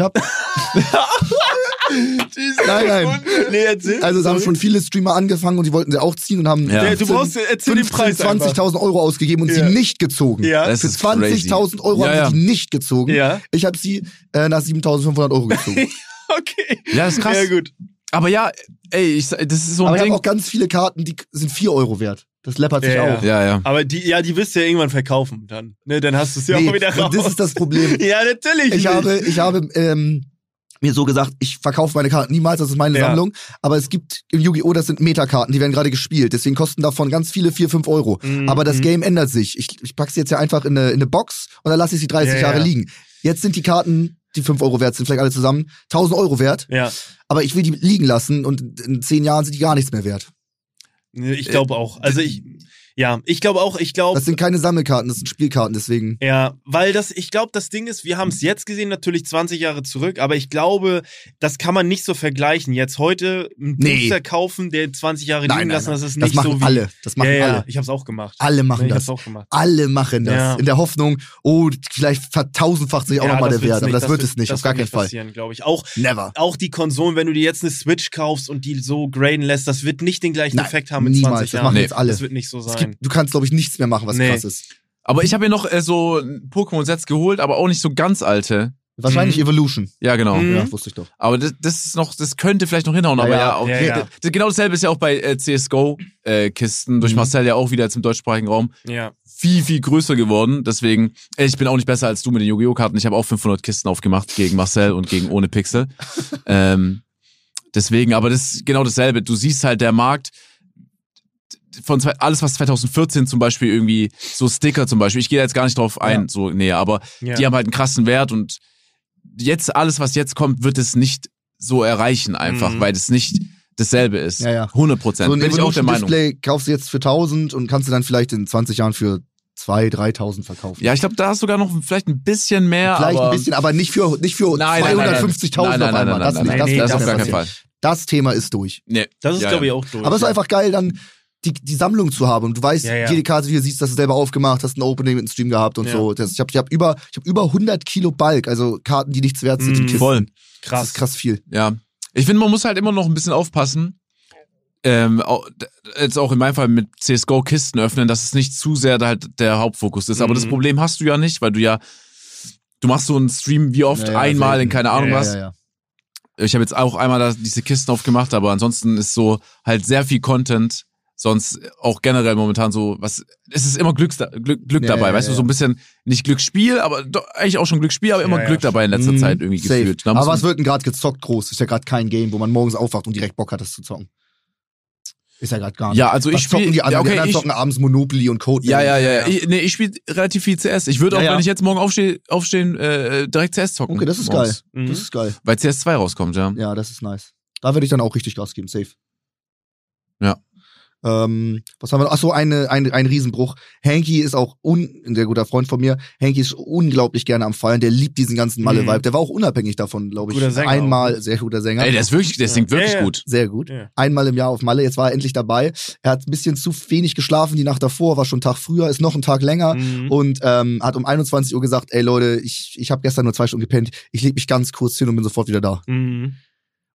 Speaker 4: habe Nein, nein.
Speaker 3: Nee, erzähl.
Speaker 4: Also es haben schon viele Streamer angefangen und die wollten sie auch ziehen und haben
Speaker 2: Ja.
Speaker 3: Ja, du
Speaker 4: 15,
Speaker 3: brauchst, erzähl den
Speaker 4: 15,
Speaker 3: Preis. einfach.
Speaker 4: 20.000 Euro ausgegeben und
Speaker 3: Ja.
Speaker 4: sie nicht gezogen.
Speaker 3: Ja.
Speaker 2: Das
Speaker 4: Für
Speaker 2: ist crazy.
Speaker 4: 20.000 Euro
Speaker 2: ja,
Speaker 4: haben
Speaker 2: ja.
Speaker 4: sie die nicht gezogen.
Speaker 3: Ja.
Speaker 4: Ich habe sie äh, nach 7.500 Euro gezogen.
Speaker 3: Okay.
Speaker 2: Ja, das ist krass.
Speaker 3: Ja, gut.
Speaker 2: Aber ja, ey, ich, das ist so ein
Speaker 4: Aber ich habe
Speaker 2: Ding.
Speaker 4: auch ganz viele Karten, die sind 4 Euro wert. Das läppert sich
Speaker 3: Ja,
Speaker 4: auch.
Speaker 2: Ja, ja.
Speaker 3: Aber die, ja, die wirst du ja irgendwann verkaufen dann. Ne, dann hast du es ja
Speaker 4: Nee,
Speaker 3: auch wieder raus.
Speaker 4: und das ist das Problem.
Speaker 3: ja, natürlich.
Speaker 4: Ich
Speaker 3: nicht.
Speaker 4: habe, ich habe ähm, mir so gesagt, ich verkaufe meine Karten niemals, das ist meine
Speaker 3: Ja.
Speaker 4: Sammlung. Aber es gibt im Yu-Gi-Oh! das sind Metakarten, die werden gerade gespielt. Deswegen kosten davon ganz viele 4, 5 Euro.
Speaker 3: Mhm.
Speaker 4: Aber das Game ändert sich. Ich, ich pack sie jetzt ja einfach in eine, in eine Box und dann lasse ich sie 30
Speaker 3: Ja,
Speaker 4: Jahre
Speaker 3: ja.
Speaker 4: liegen. Jetzt sind die Karten, die 5 Euro wert sind, vielleicht alle zusammen, 1000 Euro wert.
Speaker 3: Ja.
Speaker 4: Aber ich will die liegen lassen und in 10 Jahren sind die gar nichts mehr wert.
Speaker 3: Nee,
Speaker 4: Äh,
Speaker 3: Ich glaube auch. Also ich, ja, ich glaube auch, ich glaube,
Speaker 4: Das sind keine Sammelkarten, das sind Spielkarten, deswegen.
Speaker 3: Oh. ja, weil das, ich glaube, das Ding ist, wir haben
Speaker 4: Hm.
Speaker 3: es jetzt gesehen, natürlich 20 Jahre zurück, aber ich glaube, das kann man nicht so vergleichen. Jetzt heute einen
Speaker 4: Nee.
Speaker 3: Booster kaufen, der 20 Jahre
Speaker 4: Nein,
Speaker 3: liegen
Speaker 4: nein,
Speaker 3: lassen, das ist
Speaker 4: Das
Speaker 3: nicht
Speaker 4: machen
Speaker 3: so wie.
Speaker 4: alle. Das machen
Speaker 3: ja, ja,
Speaker 4: alle.
Speaker 3: ich hab's auch gemacht.
Speaker 4: Alle machen
Speaker 3: ich
Speaker 4: das.
Speaker 3: hab's auch gemacht.
Speaker 4: Alle machen das.
Speaker 3: Ja.
Speaker 4: In der Hoffnung, oh, vielleicht vertausendfacht sich auch
Speaker 3: ja,
Speaker 4: nochmal der
Speaker 3: wird's
Speaker 4: Wert. Aber das, wird
Speaker 3: wird-
Speaker 4: es nicht,
Speaker 3: das
Speaker 4: auf gar
Speaker 3: wird
Speaker 4: keinen
Speaker 3: nicht
Speaker 4: Fall.
Speaker 3: passieren, glaube ich. Auch,
Speaker 4: Never.
Speaker 3: auch die Konsolen, wenn du dir jetzt eine Switch kaufst und die so graden lässt, das wird nicht den gleichen
Speaker 4: Nein,
Speaker 3: Effekt haben in
Speaker 4: niemals.
Speaker 3: 20
Speaker 4: das
Speaker 3: Jahren.
Speaker 4: machen
Speaker 2: Nee.
Speaker 4: jetzt alle.
Speaker 3: Das wird nicht so
Speaker 4: Es
Speaker 3: sein.
Speaker 4: gibt, du kannst, glaube ich, nichts mehr machen, was
Speaker 3: Nee.
Speaker 4: krass ist.
Speaker 2: Aber ich habe mir noch äh, so ein Pokémon-Sets geholt, aber auch nicht so ganz alte.
Speaker 4: Wahrscheinlich
Speaker 3: Mhm.
Speaker 4: Evolution.
Speaker 2: Ja, genau.
Speaker 3: Mhm.
Speaker 4: Ja, wusste ich doch.
Speaker 2: Aber das, das ist noch, das könnte vielleicht noch hinhauen,
Speaker 4: Ja,
Speaker 2: aber
Speaker 4: ja.
Speaker 2: ja, auch,
Speaker 3: Ja, ja.
Speaker 2: Das, genau dasselbe ist ja auch bei äh, CSGO-Kisten, äh, durch
Speaker 4: Mhm.
Speaker 2: Marcel ja auch wieder jetzt im deutschsprachigen Raum.
Speaker 3: ja.
Speaker 2: viel, viel größer geworden. Deswegen, ey, ich bin auch nicht besser als du mit den Yu-Gi-Oh! Karten. Ich habe auch 500 Kisten aufgemacht gegen Marcel und gegen ohne Pixel. ähm, deswegen, aber das ist genau dasselbe. Du siehst halt der Markt von zwei, alles, was 2014 zum Beispiel irgendwie, so Sticker zum Beispiel, ich gehe da jetzt gar nicht drauf ein,
Speaker 4: Ja.
Speaker 2: so näher, aber
Speaker 3: ja.
Speaker 2: die haben halt einen krassen Wert und jetzt alles, was jetzt kommt, wird es nicht so erreichen einfach,
Speaker 3: Mhm.
Speaker 2: weil es nicht dasselbe ist.
Speaker 4: Ja, ja.
Speaker 2: 100 Prozent.
Speaker 4: So ein
Speaker 2: Bin ich auch der Meinung.
Speaker 4: Evolution-Display kaufst du jetzt für 1000 und kannst du dann vielleicht in 20 Jahren für 2.000, 3.000 verkaufen.
Speaker 2: Ja, ich glaube, da ist sogar noch vielleicht ein bisschen mehr.
Speaker 4: vielleicht
Speaker 2: aber
Speaker 4: ein bisschen, aber nicht für, nicht für
Speaker 2: Nein, nein, nein, nein.
Speaker 4: 250.000 auf
Speaker 2: Nein, nein, nein,
Speaker 4: einmal.
Speaker 2: nein,
Speaker 4: das,
Speaker 2: nein,
Speaker 4: nicht,
Speaker 2: nein,
Speaker 4: das,
Speaker 3: nein,
Speaker 4: wird
Speaker 2: das auf
Speaker 4: nicht
Speaker 2: gar keinen
Speaker 4: passieren.
Speaker 2: Fall.
Speaker 4: das Thema ist durch.
Speaker 2: Nee.
Speaker 3: Das ist,
Speaker 2: Ja,
Speaker 3: glaube
Speaker 2: ja.
Speaker 3: ich, auch durch.
Speaker 4: Aber es
Speaker 3: ja.
Speaker 4: war einfach geil, dann die, die Sammlung zu haben. Und du weißt,
Speaker 3: Ja, ja.
Speaker 4: jede Karte, die du siehst, hast du selber aufgemacht, hast ein Opening mit einem Stream gehabt und
Speaker 3: Ja.
Speaker 4: so. Das, ich habe ich hab über, ich hab über 100 Kilo Balk, also Karten, die nichts wert sind.
Speaker 3: Mm,
Speaker 4: in Kisten.
Speaker 2: voll.
Speaker 4: Das
Speaker 3: krass.
Speaker 4: ist krass viel.
Speaker 2: Ja. Ich finde, man muss halt immer noch ein bisschen aufpassen. Ähm, au- d- jetzt auch in meinem Fall mit CSGO Kisten öffnen, dass es nicht zu sehr da halt der Hauptfokus ist. Aber
Speaker 3: Mhm.
Speaker 2: das Problem hast du ja nicht, weil du ja, du machst so einen Stream wie oft
Speaker 4: Ja, ja,
Speaker 2: einmal
Speaker 4: selten.
Speaker 2: in keine Ahnung
Speaker 3: also Ja,
Speaker 2: was. Ich habe jetzt auch einmal da diese Kisten aufgemacht, aber ansonsten ist so halt sehr viel Content. Sonst auch generell momentan so, was, es ist immer Glück, Glück, Glück
Speaker 4: Ja,
Speaker 2: dabei,
Speaker 4: ja,
Speaker 2: weißt
Speaker 4: ja.
Speaker 2: du, so ein bisschen, nicht Glücksspiel, aber doch, eigentlich auch schon Glücksspiel, aber immer
Speaker 3: Ja, Mhm. ja,
Speaker 2: Glück dabei in letzter
Speaker 4: Mm,
Speaker 2: Zeit irgendwie
Speaker 4: safe.
Speaker 2: gefühlt. Da muss
Speaker 4: Aber
Speaker 2: man-
Speaker 4: was wird denn gerade gezockt groß? Ist ja gerade kein Game, wo man morgens aufwacht und direkt Bock hat, das zu zocken. Ist ja gerade gar nicht.
Speaker 2: ja, also
Speaker 4: was
Speaker 2: ich
Speaker 4: zocken
Speaker 2: spiele,
Speaker 4: die anderen?
Speaker 2: ja,
Speaker 4: die
Speaker 2: okay,
Speaker 4: anderen
Speaker 2: ich,
Speaker 4: zocken abends Monopoly und Code.
Speaker 2: Ja, ja, ja. ja. Ich, nee, ich spiele relativ viel CS. Ich würde
Speaker 4: Ja,
Speaker 2: auch,
Speaker 4: ja.
Speaker 2: wenn ich jetzt morgen aufstehe, aufstehen, äh, direkt CS zocken.
Speaker 4: Okay, das ist
Speaker 2: Morgens.
Speaker 3: Mhm.
Speaker 4: Das ist geil.
Speaker 2: Weil CS2 rauskommt, ja.
Speaker 4: Ja, das ist nice. Da würde ich dann auch richtig Gas geben, safe.
Speaker 2: Ja.
Speaker 4: Ähm, was haben wir noch? Achso, eine, ein, ein Riesenbruch. Hanky ist auch un, ein sehr guter Freund von mir. Hanky ist unglaublich gerne am Feiern. Der liebt diesen ganzen Malle-Vibe.
Speaker 3: Mhm.
Speaker 4: Der war auch unabhängig davon, glaube ich.
Speaker 3: Guter Sänger
Speaker 4: Einmal, sehr guter Sänger.
Speaker 2: Ey, der ist wirklich, der
Speaker 3: Ja.
Speaker 2: singt wirklich
Speaker 3: Ja, ja.
Speaker 2: gut.
Speaker 4: sehr gut.
Speaker 3: Ja.
Speaker 4: Einmal im Jahr auf Malle. Jetzt war er endlich dabei. Er hat ein bisschen zu wenig geschlafen. Die Nacht davor war schon einen Tag früher, ist noch einen Tag länger.
Speaker 3: Mhm.
Speaker 4: Und ähm, hat um 21 Uhr gesagt, ey Leute, ich, ich habe gestern nur zwei Stunden gepennt. Ich leg mich ganz kurz hin und bin sofort wieder da.
Speaker 3: Mhm.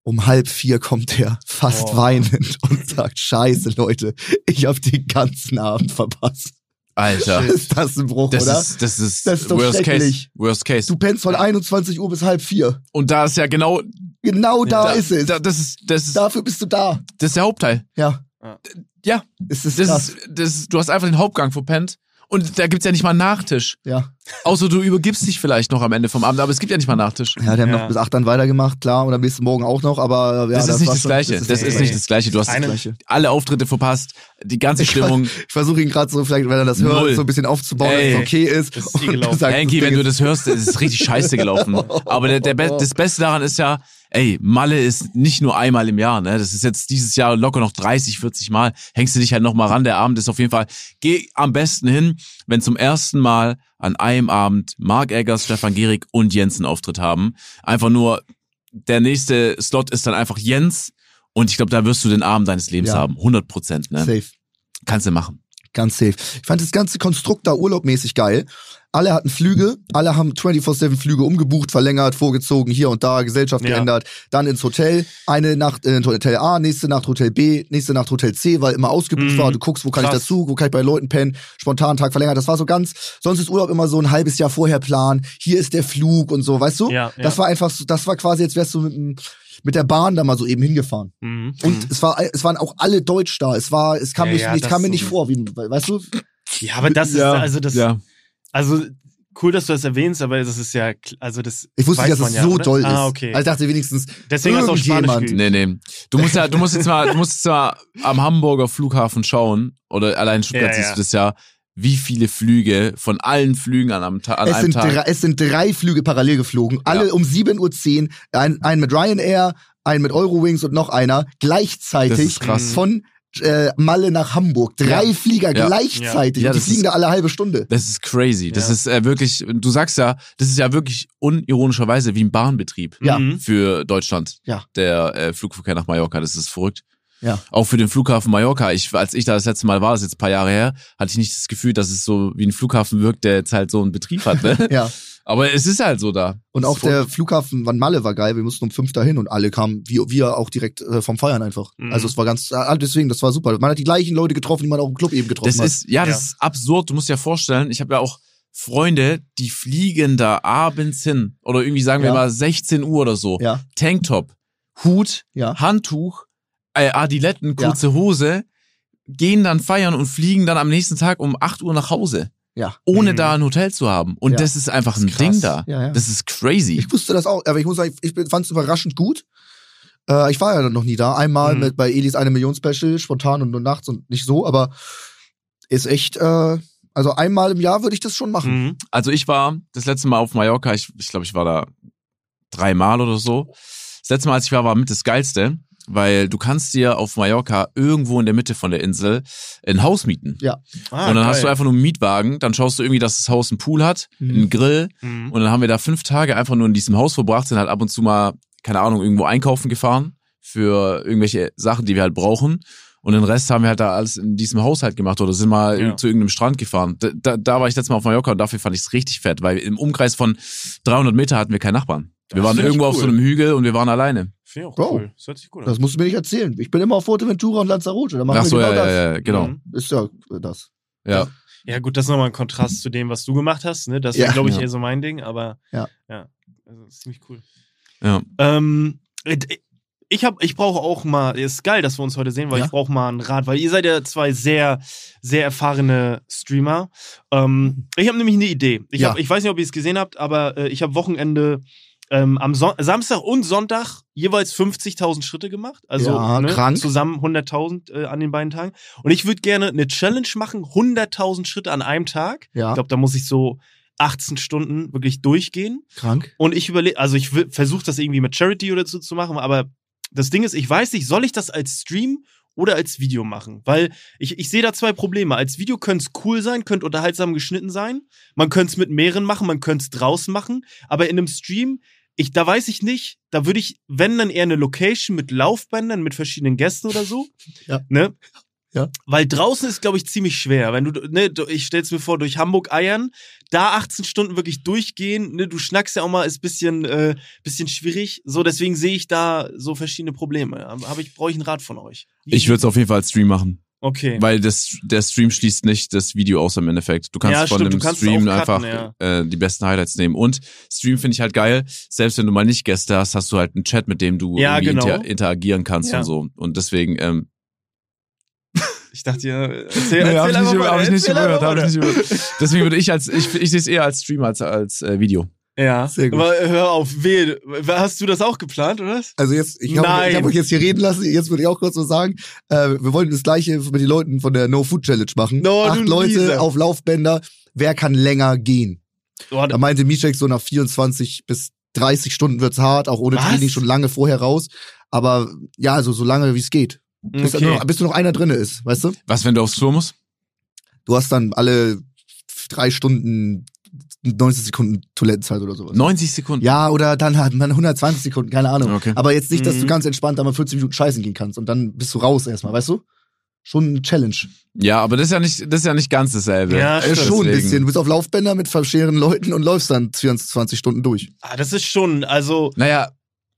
Speaker 4: Um halb vier kommt er fast
Speaker 3: Oh.
Speaker 4: weinend und sagt, scheiße Leute, ich habe den ganzen Abend verpasst.
Speaker 2: Alter.
Speaker 4: Ist das ein Bruch,
Speaker 2: Das
Speaker 4: oder?
Speaker 2: ist, das ist,
Speaker 4: Das ist doch
Speaker 2: worst case.
Speaker 4: schrecklich.
Speaker 2: Worst case.
Speaker 4: du pennst von 21 Uhr bis halb vier.
Speaker 2: Und da ist ja genau,
Speaker 4: Genau da,
Speaker 2: da,
Speaker 4: ist es.
Speaker 2: Da, das ist, das ist,
Speaker 4: Dafür bist du da.
Speaker 2: das ist der Hauptteil.
Speaker 4: Ja.
Speaker 3: Ja.
Speaker 2: Ja.
Speaker 4: Es ist
Speaker 2: Das
Speaker 4: krass.
Speaker 2: ist, das ist, du hast einfach den Hauptgang verpennt. Und da gibt's ja nicht mal einen Nachtisch.
Speaker 4: ja.
Speaker 2: Außer du übergibst dich vielleicht noch am Ende vom Abend, aber es gibt ja nicht mal einen Nachtisch.
Speaker 4: ja, die haben
Speaker 3: Ja.
Speaker 4: noch bis acht dann weitergemacht, klar. Und am nächsten Morgen auch noch, aber ja,
Speaker 2: das, ist nicht
Speaker 4: war
Speaker 2: das
Speaker 4: schon-
Speaker 2: Gleiche. Das,
Speaker 4: das
Speaker 2: ist
Speaker 3: Nee.
Speaker 2: nicht das Gleiche. Du hast
Speaker 3: Eine-
Speaker 4: Gleiche.
Speaker 2: alle Auftritte verpasst, die ganze
Speaker 4: Ich-
Speaker 2: Stimmung.
Speaker 4: Ich versuche ihn gerade so, vielleicht, wenn er das hört,
Speaker 2: Null.
Speaker 4: so ein bisschen aufzubauen,
Speaker 2: Ey.
Speaker 4: dass es okay ist.
Speaker 3: Das ist
Speaker 4: Und
Speaker 3: eh gelaufen.
Speaker 4: sagt,
Speaker 2: Anki,
Speaker 4: das
Speaker 2: wenn
Speaker 4: Ding
Speaker 2: du
Speaker 4: ist-
Speaker 2: das hörst, es ist richtig scheiße gelaufen. Aber der, der Be das Beste daran ist ja, ey, Malle ist nicht nur einmal im Jahr, ne? Das ist jetzt dieses Jahr locker noch 30, 40 Mal. Hängst du dich halt nochmal ran. Der Abend ist auf jeden Fall, geh am besten hin, wenn zum ersten Mal an einem Abend Mark Eggers, Stefan Gehrig und Jens einen Auftritt haben. Einfach nur, der nächste Slot ist dann einfach Jens. Und ich glaube, da wirst du den Abend deines Lebens
Speaker 4: Ja.
Speaker 2: haben. 100 Prozent, ne?
Speaker 4: Safe.
Speaker 2: Kannst du machen.
Speaker 4: Ganz safe. Ich fand das ganze Konstrukt da urlaubmäßig geil. Alle hatten Flüge, alle haben 24-7 Flüge umgebucht, verlängert, vorgezogen, hier und da, Gesellschaft
Speaker 3: Ja.
Speaker 4: geändert, dann ins Hotel, eine Nacht in Hotel A, nächste Nacht Hotel B, nächste Nacht Hotel C, weil immer ausgebucht
Speaker 3: Mhm.
Speaker 4: war. Du guckst, wo kann ich
Speaker 3: Krass.
Speaker 4: dazu, wo kann ich bei Leuten pennen, spontan Tag verlängert. Das war so ganz, sonst ist Urlaub immer so ein halbes Jahr vorher planen, hier ist der Flug und so, weißt du?
Speaker 3: Ja,
Speaker 4: Das
Speaker 3: ja.
Speaker 4: war einfach so, das war quasi, jetzt wärst du mit, dem- mit der Bahn da mal so eben hingefahren.
Speaker 3: Mhm.
Speaker 4: Und es, war, es waren auch alle Deutsch da. Es war, es kam,
Speaker 3: Ja,
Speaker 4: mich,
Speaker 3: ja,
Speaker 4: nicht,
Speaker 3: das
Speaker 4: kam mir
Speaker 3: so-
Speaker 4: nicht vor, wie, weißt du?
Speaker 3: ja, aber das
Speaker 2: Ja,
Speaker 3: ist, also das,
Speaker 2: ja.
Speaker 3: also cool, dass du das erwähnst, aber das ist ja, kl- also das,
Speaker 4: Ich wusste
Speaker 3: Weiß
Speaker 4: nicht, dass
Speaker 3: man
Speaker 4: es
Speaker 3: ja,
Speaker 4: so
Speaker 3: oder?
Speaker 4: doll ist.
Speaker 3: Ah, okay.
Speaker 4: Also ich dachte wenigstens,
Speaker 3: deswegen hast du auch Spanisch
Speaker 4: Irgendjemand.
Speaker 3: geübt.
Speaker 2: Nee, nee. Du musst ja, du musst jetzt mal, du musst jetzt mal am Hamburger Flughafen schauen, oder allein in Stuttgart
Speaker 3: Ja,
Speaker 2: siehst
Speaker 3: ja.
Speaker 2: du das ja, wie viele Flüge von allen Flügen an einem, Ta an
Speaker 4: es
Speaker 2: einem
Speaker 4: sind,
Speaker 2: Tag.
Speaker 4: drei, es sind drei Flüge parallel geflogen. Alle um 7.10 Uhr. Ein, ein mit Ryanair, ein mit Eurowings und noch einer.
Speaker 2: Das
Speaker 4: Gleichzeitig
Speaker 2: ist krass.
Speaker 4: von äh, Malle nach Hamburg. Drei
Speaker 2: Ja.
Speaker 4: Flieger
Speaker 2: Ja.
Speaker 4: gleichzeitig.
Speaker 2: Ja,
Speaker 4: und die
Speaker 2: das
Speaker 4: fliegen
Speaker 2: ist-
Speaker 4: da alle halbe Stunde.
Speaker 2: Das ist crazy. Das
Speaker 3: Ja.
Speaker 2: ist äh, wirklich, du sagst ja, das ist ja wirklich unironischerweise wie ein Bahnbetrieb
Speaker 4: Ja.
Speaker 3: Mhm.
Speaker 2: für Deutschland.
Speaker 4: Ja.
Speaker 2: Der äh, Flugverkehr nach Mallorca, das ist verrückt.
Speaker 4: Ja.
Speaker 2: Auch für den Flughafen Mallorca. Ich, als ich da das letzte Mal war, ist jetzt ein paar Jahre her, hatte ich nicht das Gefühl, dass es so wie ein Flughafen wirkt, der jetzt halt so einen Betrieb hat. Ne?
Speaker 4: Ja.
Speaker 2: Aber es ist halt so da.
Speaker 4: Und
Speaker 2: Das
Speaker 4: auch
Speaker 2: ist verrückt.
Speaker 4: der Flughafen Van Malle war geil. Wir mussten um fünf dahin und alle kamen, wir, wir auch direkt äh, vom Feiern einfach.
Speaker 3: Mhm.
Speaker 4: Also es war ganz, ah, deswegen, das war super. Man hat die gleichen Leute getroffen, die man auch im Club eben getroffen
Speaker 2: Das
Speaker 4: hat.
Speaker 2: ist, ja, das
Speaker 3: Ja.
Speaker 2: ist absurd. Du musst dir ja vorstellen, ich habe ja auch Freunde, die fliegen da abends hin. Oder irgendwie sagen wir
Speaker 4: Ja.
Speaker 2: mal 16 Uhr oder so.
Speaker 4: Ja.
Speaker 2: Tanktop, Hut,
Speaker 4: Ja.
Speaker 2: Handtuch, äh, Adiletten,
Speaker 4: Ja.
Speaker 2: kurze Hose, gehen dann feiern und fliegen dann am nächsten Tag um 8 Uhr nach Hause.
Speaker 4: Ja.
Speaker 2: Ohne
Speaker 3: Mhm.
Speaker 2: da ein Hotel zu haben. Und
Speaker 4: Ja.
Speaker 2: das ist einfach
Speaker 3: Das
Speaker 2: ein
Speaker 3: ist krass.
Speaker 2: Ding da.
Speaker 4: Ja, ja.
Speaker 2: Das ist crazy.
Speaker 4: Ich wusste das auch, aber ich muss sagen, ich fand es überraschend gut. Äh, ich war ja noch nie da. Einmal
Speaker 3: Mhm.
Speaker 4: mit bei Elis eine Million Special, spontan und nur nachts und nicht so, aber ist echt, äh, also einmal im Jahr würde ich das schon machen.
Speaker 3: Mhm.
Speaker 2: Also ich war das letzte Mal auf Mallorca, ich, ich glaube, ich war da dreimal oder so. Das letzte Mal, als ich war, war mit das Geilste. weil du kannst dir auf Mallorca irgendwo in der Mitte von der Insel ein Haus mieten.
Speaker 3: Ah,
Speaker 2: und dann
Speaker 3: geil.
Speaker 2: hast du einfach nur einen Mietwagen, dann schaust du irgendwie, dass das Haus einen Pool hat,
Speaker 4: Mhm.
Speaker 2: einen Grill
Speaker 3: Mhm.
Speaker 2: und dann haben wir da fünf Tage einfach nur in diesem Haus verbracht, sind halt ab und zu mal, keine Ahnung, irgendwo einkaufen gefahren für irgendwelche Sachen, die wir halt brauchen. Und den Rest haben wir halt da alles in diesem Haushalt gemacht oder sind mal
Speaker 3: Ja.
Speaker 2: zu irgendeinem Strand gefahren. Da, da, da war ich letztes Mal auf Mallorca und dafür fand ich es richtig fett, weil im Umkreis von 300 Meter hatten wir keinen Nachbarn. wir
Speaker 3: Das
Speaker 2: waren
Speaker 3: find ich
Speaker 2: irgendwo auf so
Speaker 3: cool.
Speaker 2: einem Hügel und wir waren alleine.
Speaker 3: Finde ich auch
Speaker 4: Wow.
Speaker 3: cool. Das hört sich gut an. Mhm.
Speaker 4: Das musst du mir nicht erzählen. Ich bin immer auf Fuerteventura und Lanzarote. Da machen
Speaker 2: Ach so,
Speaker 4: wir
Speaker 2: ja,
Speaker 4: genau
Speaker 2: ja,
Speaker 4: das.
Speaker 2: ja, ja, genau.
Speaker 3: Mhm.
Speaker 4: Ist ja äh, das.
Speaker 2: Ja.
Speaker 3: Ja, gut, das ist nochmal ein Kontrast zu dem, was du gemacht hast. Ne? Das
Speaker 4: Ja.
Speaker 3: ist, glaube ich,
Speaker 2: Ja.
Speaker 3: eher so mein Ding, aber
Speaker 4: Ja.
Speaker 3: ja. Also, das ist ziemlich cool.
Speaker 2: Ja.
Speaker 3: Ähm, ich hab, ich brauche auch mal, ist geil, dass wir uns heute sehen, weil
Speaker 4: Ja.
Speaker 3: ich brauche mal einen Rat, weil ihr seid ja zwei sehr, sehr erfahrene Streamer. Ähm, ich habe nämlich eine Idee. Ich,
Speaker 4: Mhm. Ja.
Speaker 3: hab, ich weiß nicht, ob ihr es gesehen habt, aber äh, ich habe Wochenende ähm, am Son Samstag und Sonntag jeweils 50.000 Schritte gemacht. Also
Speaker 4: Ja,
Speaker 3: ne,
Speaker 4: krank.
Speaker 3: zusammen 100.000 äh, an den beiden Tagen. Und ich würde gerne eine Challenge machen, 100.000 Schritte an einem Tag.
Speaker 4: Ja,
Speaker 3: Ich glaube, da muss ich so 18 Stunden wirklich durchgehen.
Speaker 4: krank.
Speaker 3: Und ich überlege, also ich versuche das irgendwie mit Charity oder so zu machen, aber das Ding ist, ich weiß nicht, soll ich das als Stream oder als Video machen? Weil ich, ich sehe da zwei Probleme. Als Video könnte es cool sein, könnte unterhaltsam geschnitten sein. Man könnte es mit mehreren machen, man könnte es draußen machen. Aber in einem Stream, ich, da weiß ich nicht, da würde ich, wenn dann eher eine Location mit Laufbändern, mit verschiedenen Gästen oder so.
Speaker 4: Ja.
Speaker 3: Ne?
Speaker 4: Ja.
Speaker 3: Weil draußen ist, glaube ich, ziemlich schwer. Wenn du, ne, du- ich stell's mir vor, durch Hamburg eiern, da 18 Stunden wirklich durchgehen, ne, du schnackst ja auch mal, ist bisschen, äh, bisschen schwierig. So, deswegen sehe ich da so verschiedene Probleme. Aber ich brauche ich einen Rat von euch.
Speaker 2: Ich würde es auf jeden Fall als Stream machen,
Speaker 3: Okay.
Speaker 2: weil das, der Stream schließt nicht das Video aus im Endeffekt. Du kannst
Speaker 3: Ja,
Speaker 2: von
Speaker 3: stimmt,
Speaker 2: dem
Speaker 3: du kannst es
Speaker 2: Stream
Speaker 3: auch cutten,
Speaker 2: einfach äh, die besten Highlights nehmen. Und Stream finde ich halt geil, selbst wenn du mal nicht Gäste hast, hast du halt einen Chat, mit dem du
Speaker 3: Ja,
Speaker 2: irgendwie
Speaker 3: genau.
Speaker 2: inter interagieren kannst
Speaker 3: Ja.
Speaker 2: und so. Und deswegen, ähm,
Speaker 3: Ich dachte, ja, erzähl, erzähl einfach mal, erzähl einfach mal.
Speaker 2: Deswegen würde ich als, ich, ich sehe es eher als Stream als als äh, Video.
Speaker 3: Ja,
Speaker 4: Sehr gut.
Speaker 3: aber äh, hör auf, weh. Hast du das auch geplant, oder? was?
Speaker 4: Also jetzt, ich habe
Speaker 3: Nein.
Speaker 4: hab euch jetzt hier reden lassen, jetzt würde ich auch kurz was sagen. Äh, wir wollten das gleiche mit den Leuten von der No Food Challenge machen.
Speaker 3: No, du
Speaker 4: Acht Leute
Speaker 3: Lisa.
Speaker 4: auf Laufbänder, wer kann länger gehen?
Speaker 3: Oh,
Speaker 4: Da meinte Micek, so nach 24 bis 30 Stunden wird's hart, auch ohne
Speaker 3: Was?
Speaker 4: Training schon lange vorher raus. Aber ja, also so lange wie es geht.
Speaker 3: Mhm.
Speaker 4: Bis, da Ähm, nur noch, bis nur noch einer drinne ist, weißt du?
Speaker 2: Was, wenn du aufs Klo musst?
Speaker 4: Du hast dann alle drei Stunden 90 Sekunden Toilettenzeit oder sowas.
Speaker 2: 90 Sekunden.
Speaker 4: Ja, oder dann hat man 120 Sekunden, keine Ahnung.
Speaker 2: Okay.
Speaker 4: Aber jetzt nicht, dass du
Speaker 3: Mhm.
Speaker 4: ganz entspannt da mal 40 Minuten scheißen gehen kannst und dann bist du raus erstmal, weißt du? Schon eine Challenge.
Speaker 2: Ja, aber das ist ja nicht, das ist ja nicht ganz dasselbe.
Speaker 3: Ja,
Speaker 4: Äh,
Speaker 3: stimmt.
Speaker 4: schon ein
Speaker 2: Deswegen.
Speaker 4: bisschen. Du bist auf Laufbänder mit verschiedenen Leuten und läufst dann 24 Stunden durch.
Speaker 3: Ah, das ist schon, also,
Speaker 2: Naja,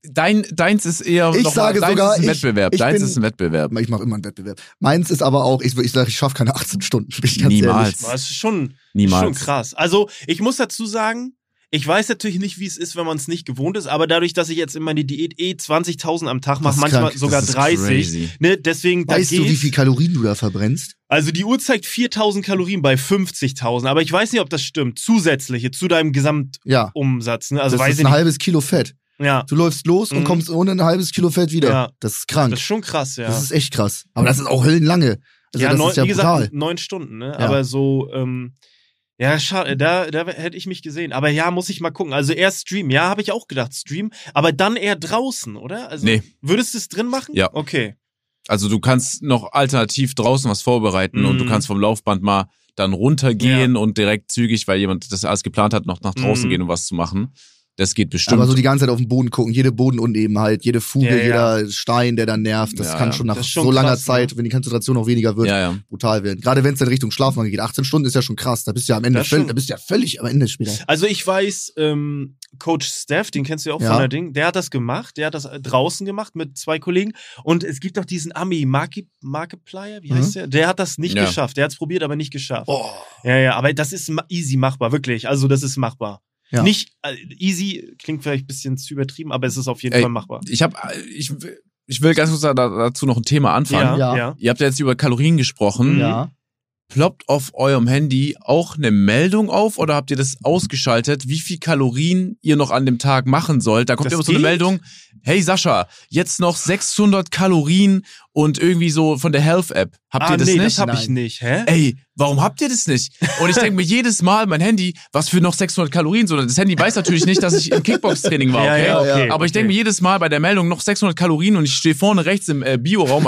Speaker 2: dein, deins ist eher
Speaker 4: Ich
Speaker 2: noch
Speaker 4: sage
Speaker 2: mal, deins
Speaker 4: sogar,
Speaker 2: ist ein
Speaker 4: ich-
Speaker 2: Wettbewerb.
Speaker 4: ich
Speaker 2: deins
Speaker 4: bin-
Speaker 2: ist ein Wettbewerb.
Speaker 4: Ich mache immer einen Wettbeweib. Meins ist aber auch, ich, ich sage, ich schaffe keine 18 Stunden. Bin ich ganz
Speaker 2: Niemals.
Speaker 4: Ehrlich.
Speaker 3: das ist schon, ist schon
Speaker 2: Niemals.
Speaker 3: krass. Also, ich muss dazu sagen, ich weiß natürlich nicht, wie es ist, wenn man es nicht gewohnt ist, aber dadurch, dass ich jetzt in meine Diät eh 20.000 am Tag
Speaker 4: Das
Speaker 3: mache,
Speaker 4: ist
Speaker 3: manchmal
Speaker 4: krank.
Speaker 3: sogar
Speaker 2: Das ist
Speaker 3: 30,
Speaker 2: crazy.
Speaker 3: ne, deswegen, da
Speaker 4: Weißt du, wie
Speaker 3: geht's.
Speaker 4: viel Kalorien du da verbrennst?
Speaker 3: Also die Uhr zeigt 4000 Kalorien bei 50.000, aber ich weiß nicht, ob das stimmt. Zusätzliche zu deinem Gesamtumsatz.
Speaker 4: Ja.
Speaker 3: Ne? Also
Speaker 4: das
Speaker 3: weiß
Speaker 4: ist
Speaker 3: ich
Speaker 4: ein
Speaker 3: nicht.
Speaker 4: halbes Kilo Fett.
Speaker 3: Ja,
Speaker 4: Du läufst los und
Speaker 3: Mhm.
Speaker 4: kommst ohne ein halbes Kilo Fett wieder.
Speaker 3: Ja.
Speaker 4: Das ist krank.
Speaker 3: das ist schon krass, ja.
Speaker 4: Das ist echt krass. Aber das ist auch höllenlange. Also das
Speaker 3: neun,
Speaker 4: ist ja
Speaker 3: wie gesagt,
Speaker 4: brutal.
Speaker 3: neun Stunden, ne?
Speaker 4: Ja.
Speaker 3: Aber so, ähm, ja, schade, da, da hätte ich mich gesehen. Aber ja, muss ich mal gucken. Also erst Stream, ja, habe ich auch gedacht, Stream, aber dann eher draußen, oder? Also,
Speaker 2: Nee.
Speaker 3: Würdest du es drin machen?
Speaker 2: Ja.
Speaker 3: Okay.
Speaker 2: Also du kannst noch alternativ draußen was vorbereiten und du
Speaker 3: Mhm.
Speaker 2: kannst vom Laufband mal dann runtergehen und direkt zügig, weil jemand das alles geplant hat, noch nach draußen
Speaker 3: Mhm.
Speaker 2: gehen, um was zu machen. Das geht bestimmt.
Speaker 4: Aber so die ganze Zeit auf den Boden gucken, jede Bodenunebenheit, jede Fuge,
Speaker 3: Ja, ja.
Speaker 4: jeder Stein, der dann nervt, das
Speaker 2: Ja,
Speaker 4: kann
Speaker 2: ja.
Speaker 4: schon nach
Speaker 3: Das ist schon
Speaker 4: so langer
Speaker 3: krass,
Speaker 4: Zeit,
Speaker 3: ne?
Speaker 4: wenn die Konzentration noch weniger wird,
Speaker 2: ja, ja.
Speaker 4: brutal werden. Gerade wenn es dann Richtung Schlafmangel geht. 18 Stunden ist ja schon krass, da bist du ja am Ende
Speaker 3: Das
Speaker 4: völlig,
Speaker 3: schon.
Speaker 4: da bist du ja völlig am Ende später.
Speaker 3: Also ich weiß, ähm, Coach Steph, den kennst du ja auch
Speaker 4: Ja.
Speaker 3: von der Ding, der hat das gemacht, der hat das äh, draußen gemacht mit zwei Kollegen und es gibt doch diesen Ami Marki- Markiplier, wie
Speaker 4: Mhm.
Speaker 3: heißt der? Der hat das nicht
Speaker 2: Ja.
Speaker 3: geschafft, der hat es probiert, aber nicht geschafft.
Speaker 4: Oh,
Speaker 3: Ja, ja, aber das ist ma- easy machbar, wirklich, also das ist machbar.
Speaker 4: Ja.
Speaker 3: Nicht äh, easy, klingt vielleicht ein bisschen zu übertrieben, aber es ist auf jeden
Speaker 2: Ey,
Speaker 3: Fall machbar.
Speaker 2: Ich habe, ich, ich will ganz kurz da, dazu noch ein Thema anfangen.
Speaker 3: Ja,
Speaker 4: Ja.
Speaker 3: ja.
Speaker 2: Ihr habt ja jetzt über Kalorien gesprochen.
Speaker 3: Mhm.
Speaker 4: ja.
Speaker 2: Ploppt auf eurem Handy auch eine Meldung auf oder habt ihr das ausgeschaltet, wie viel Kalorien ihr noch an dem Tag machen sollt? Da kommt
Speaker 3: Das
Speaker 2: immer so eine
Speaker 3: geht?
Speaker 2: Meldung, hey Sascha, jetzt noch 600 Kalorien und irgendwie so von der Health App. Habt
Speaker 3: ah,
Speaker 2: ihr das
Speaker 3: nee,
Speaker 2: nicht?
Speaker 3: das habe ich
Speaker 4: Nein.
Speaker 3: nicht. Hä?
Speaker 2: Ey, warum habt ihr das nicht? Und ich denke mir jedes Mal, mein Handy, was für noch 600 Kalorien, sondern das Handy weiß natürlich nicht, dass ich im Kickbox-Training war, okay?
Speaker 4: ja, okay,
Speaker 2: Aber ich denke mir jedes Mal bei der Meldung noch 600 Kalorien und ich stehe vorne rechts im äh, Bioraum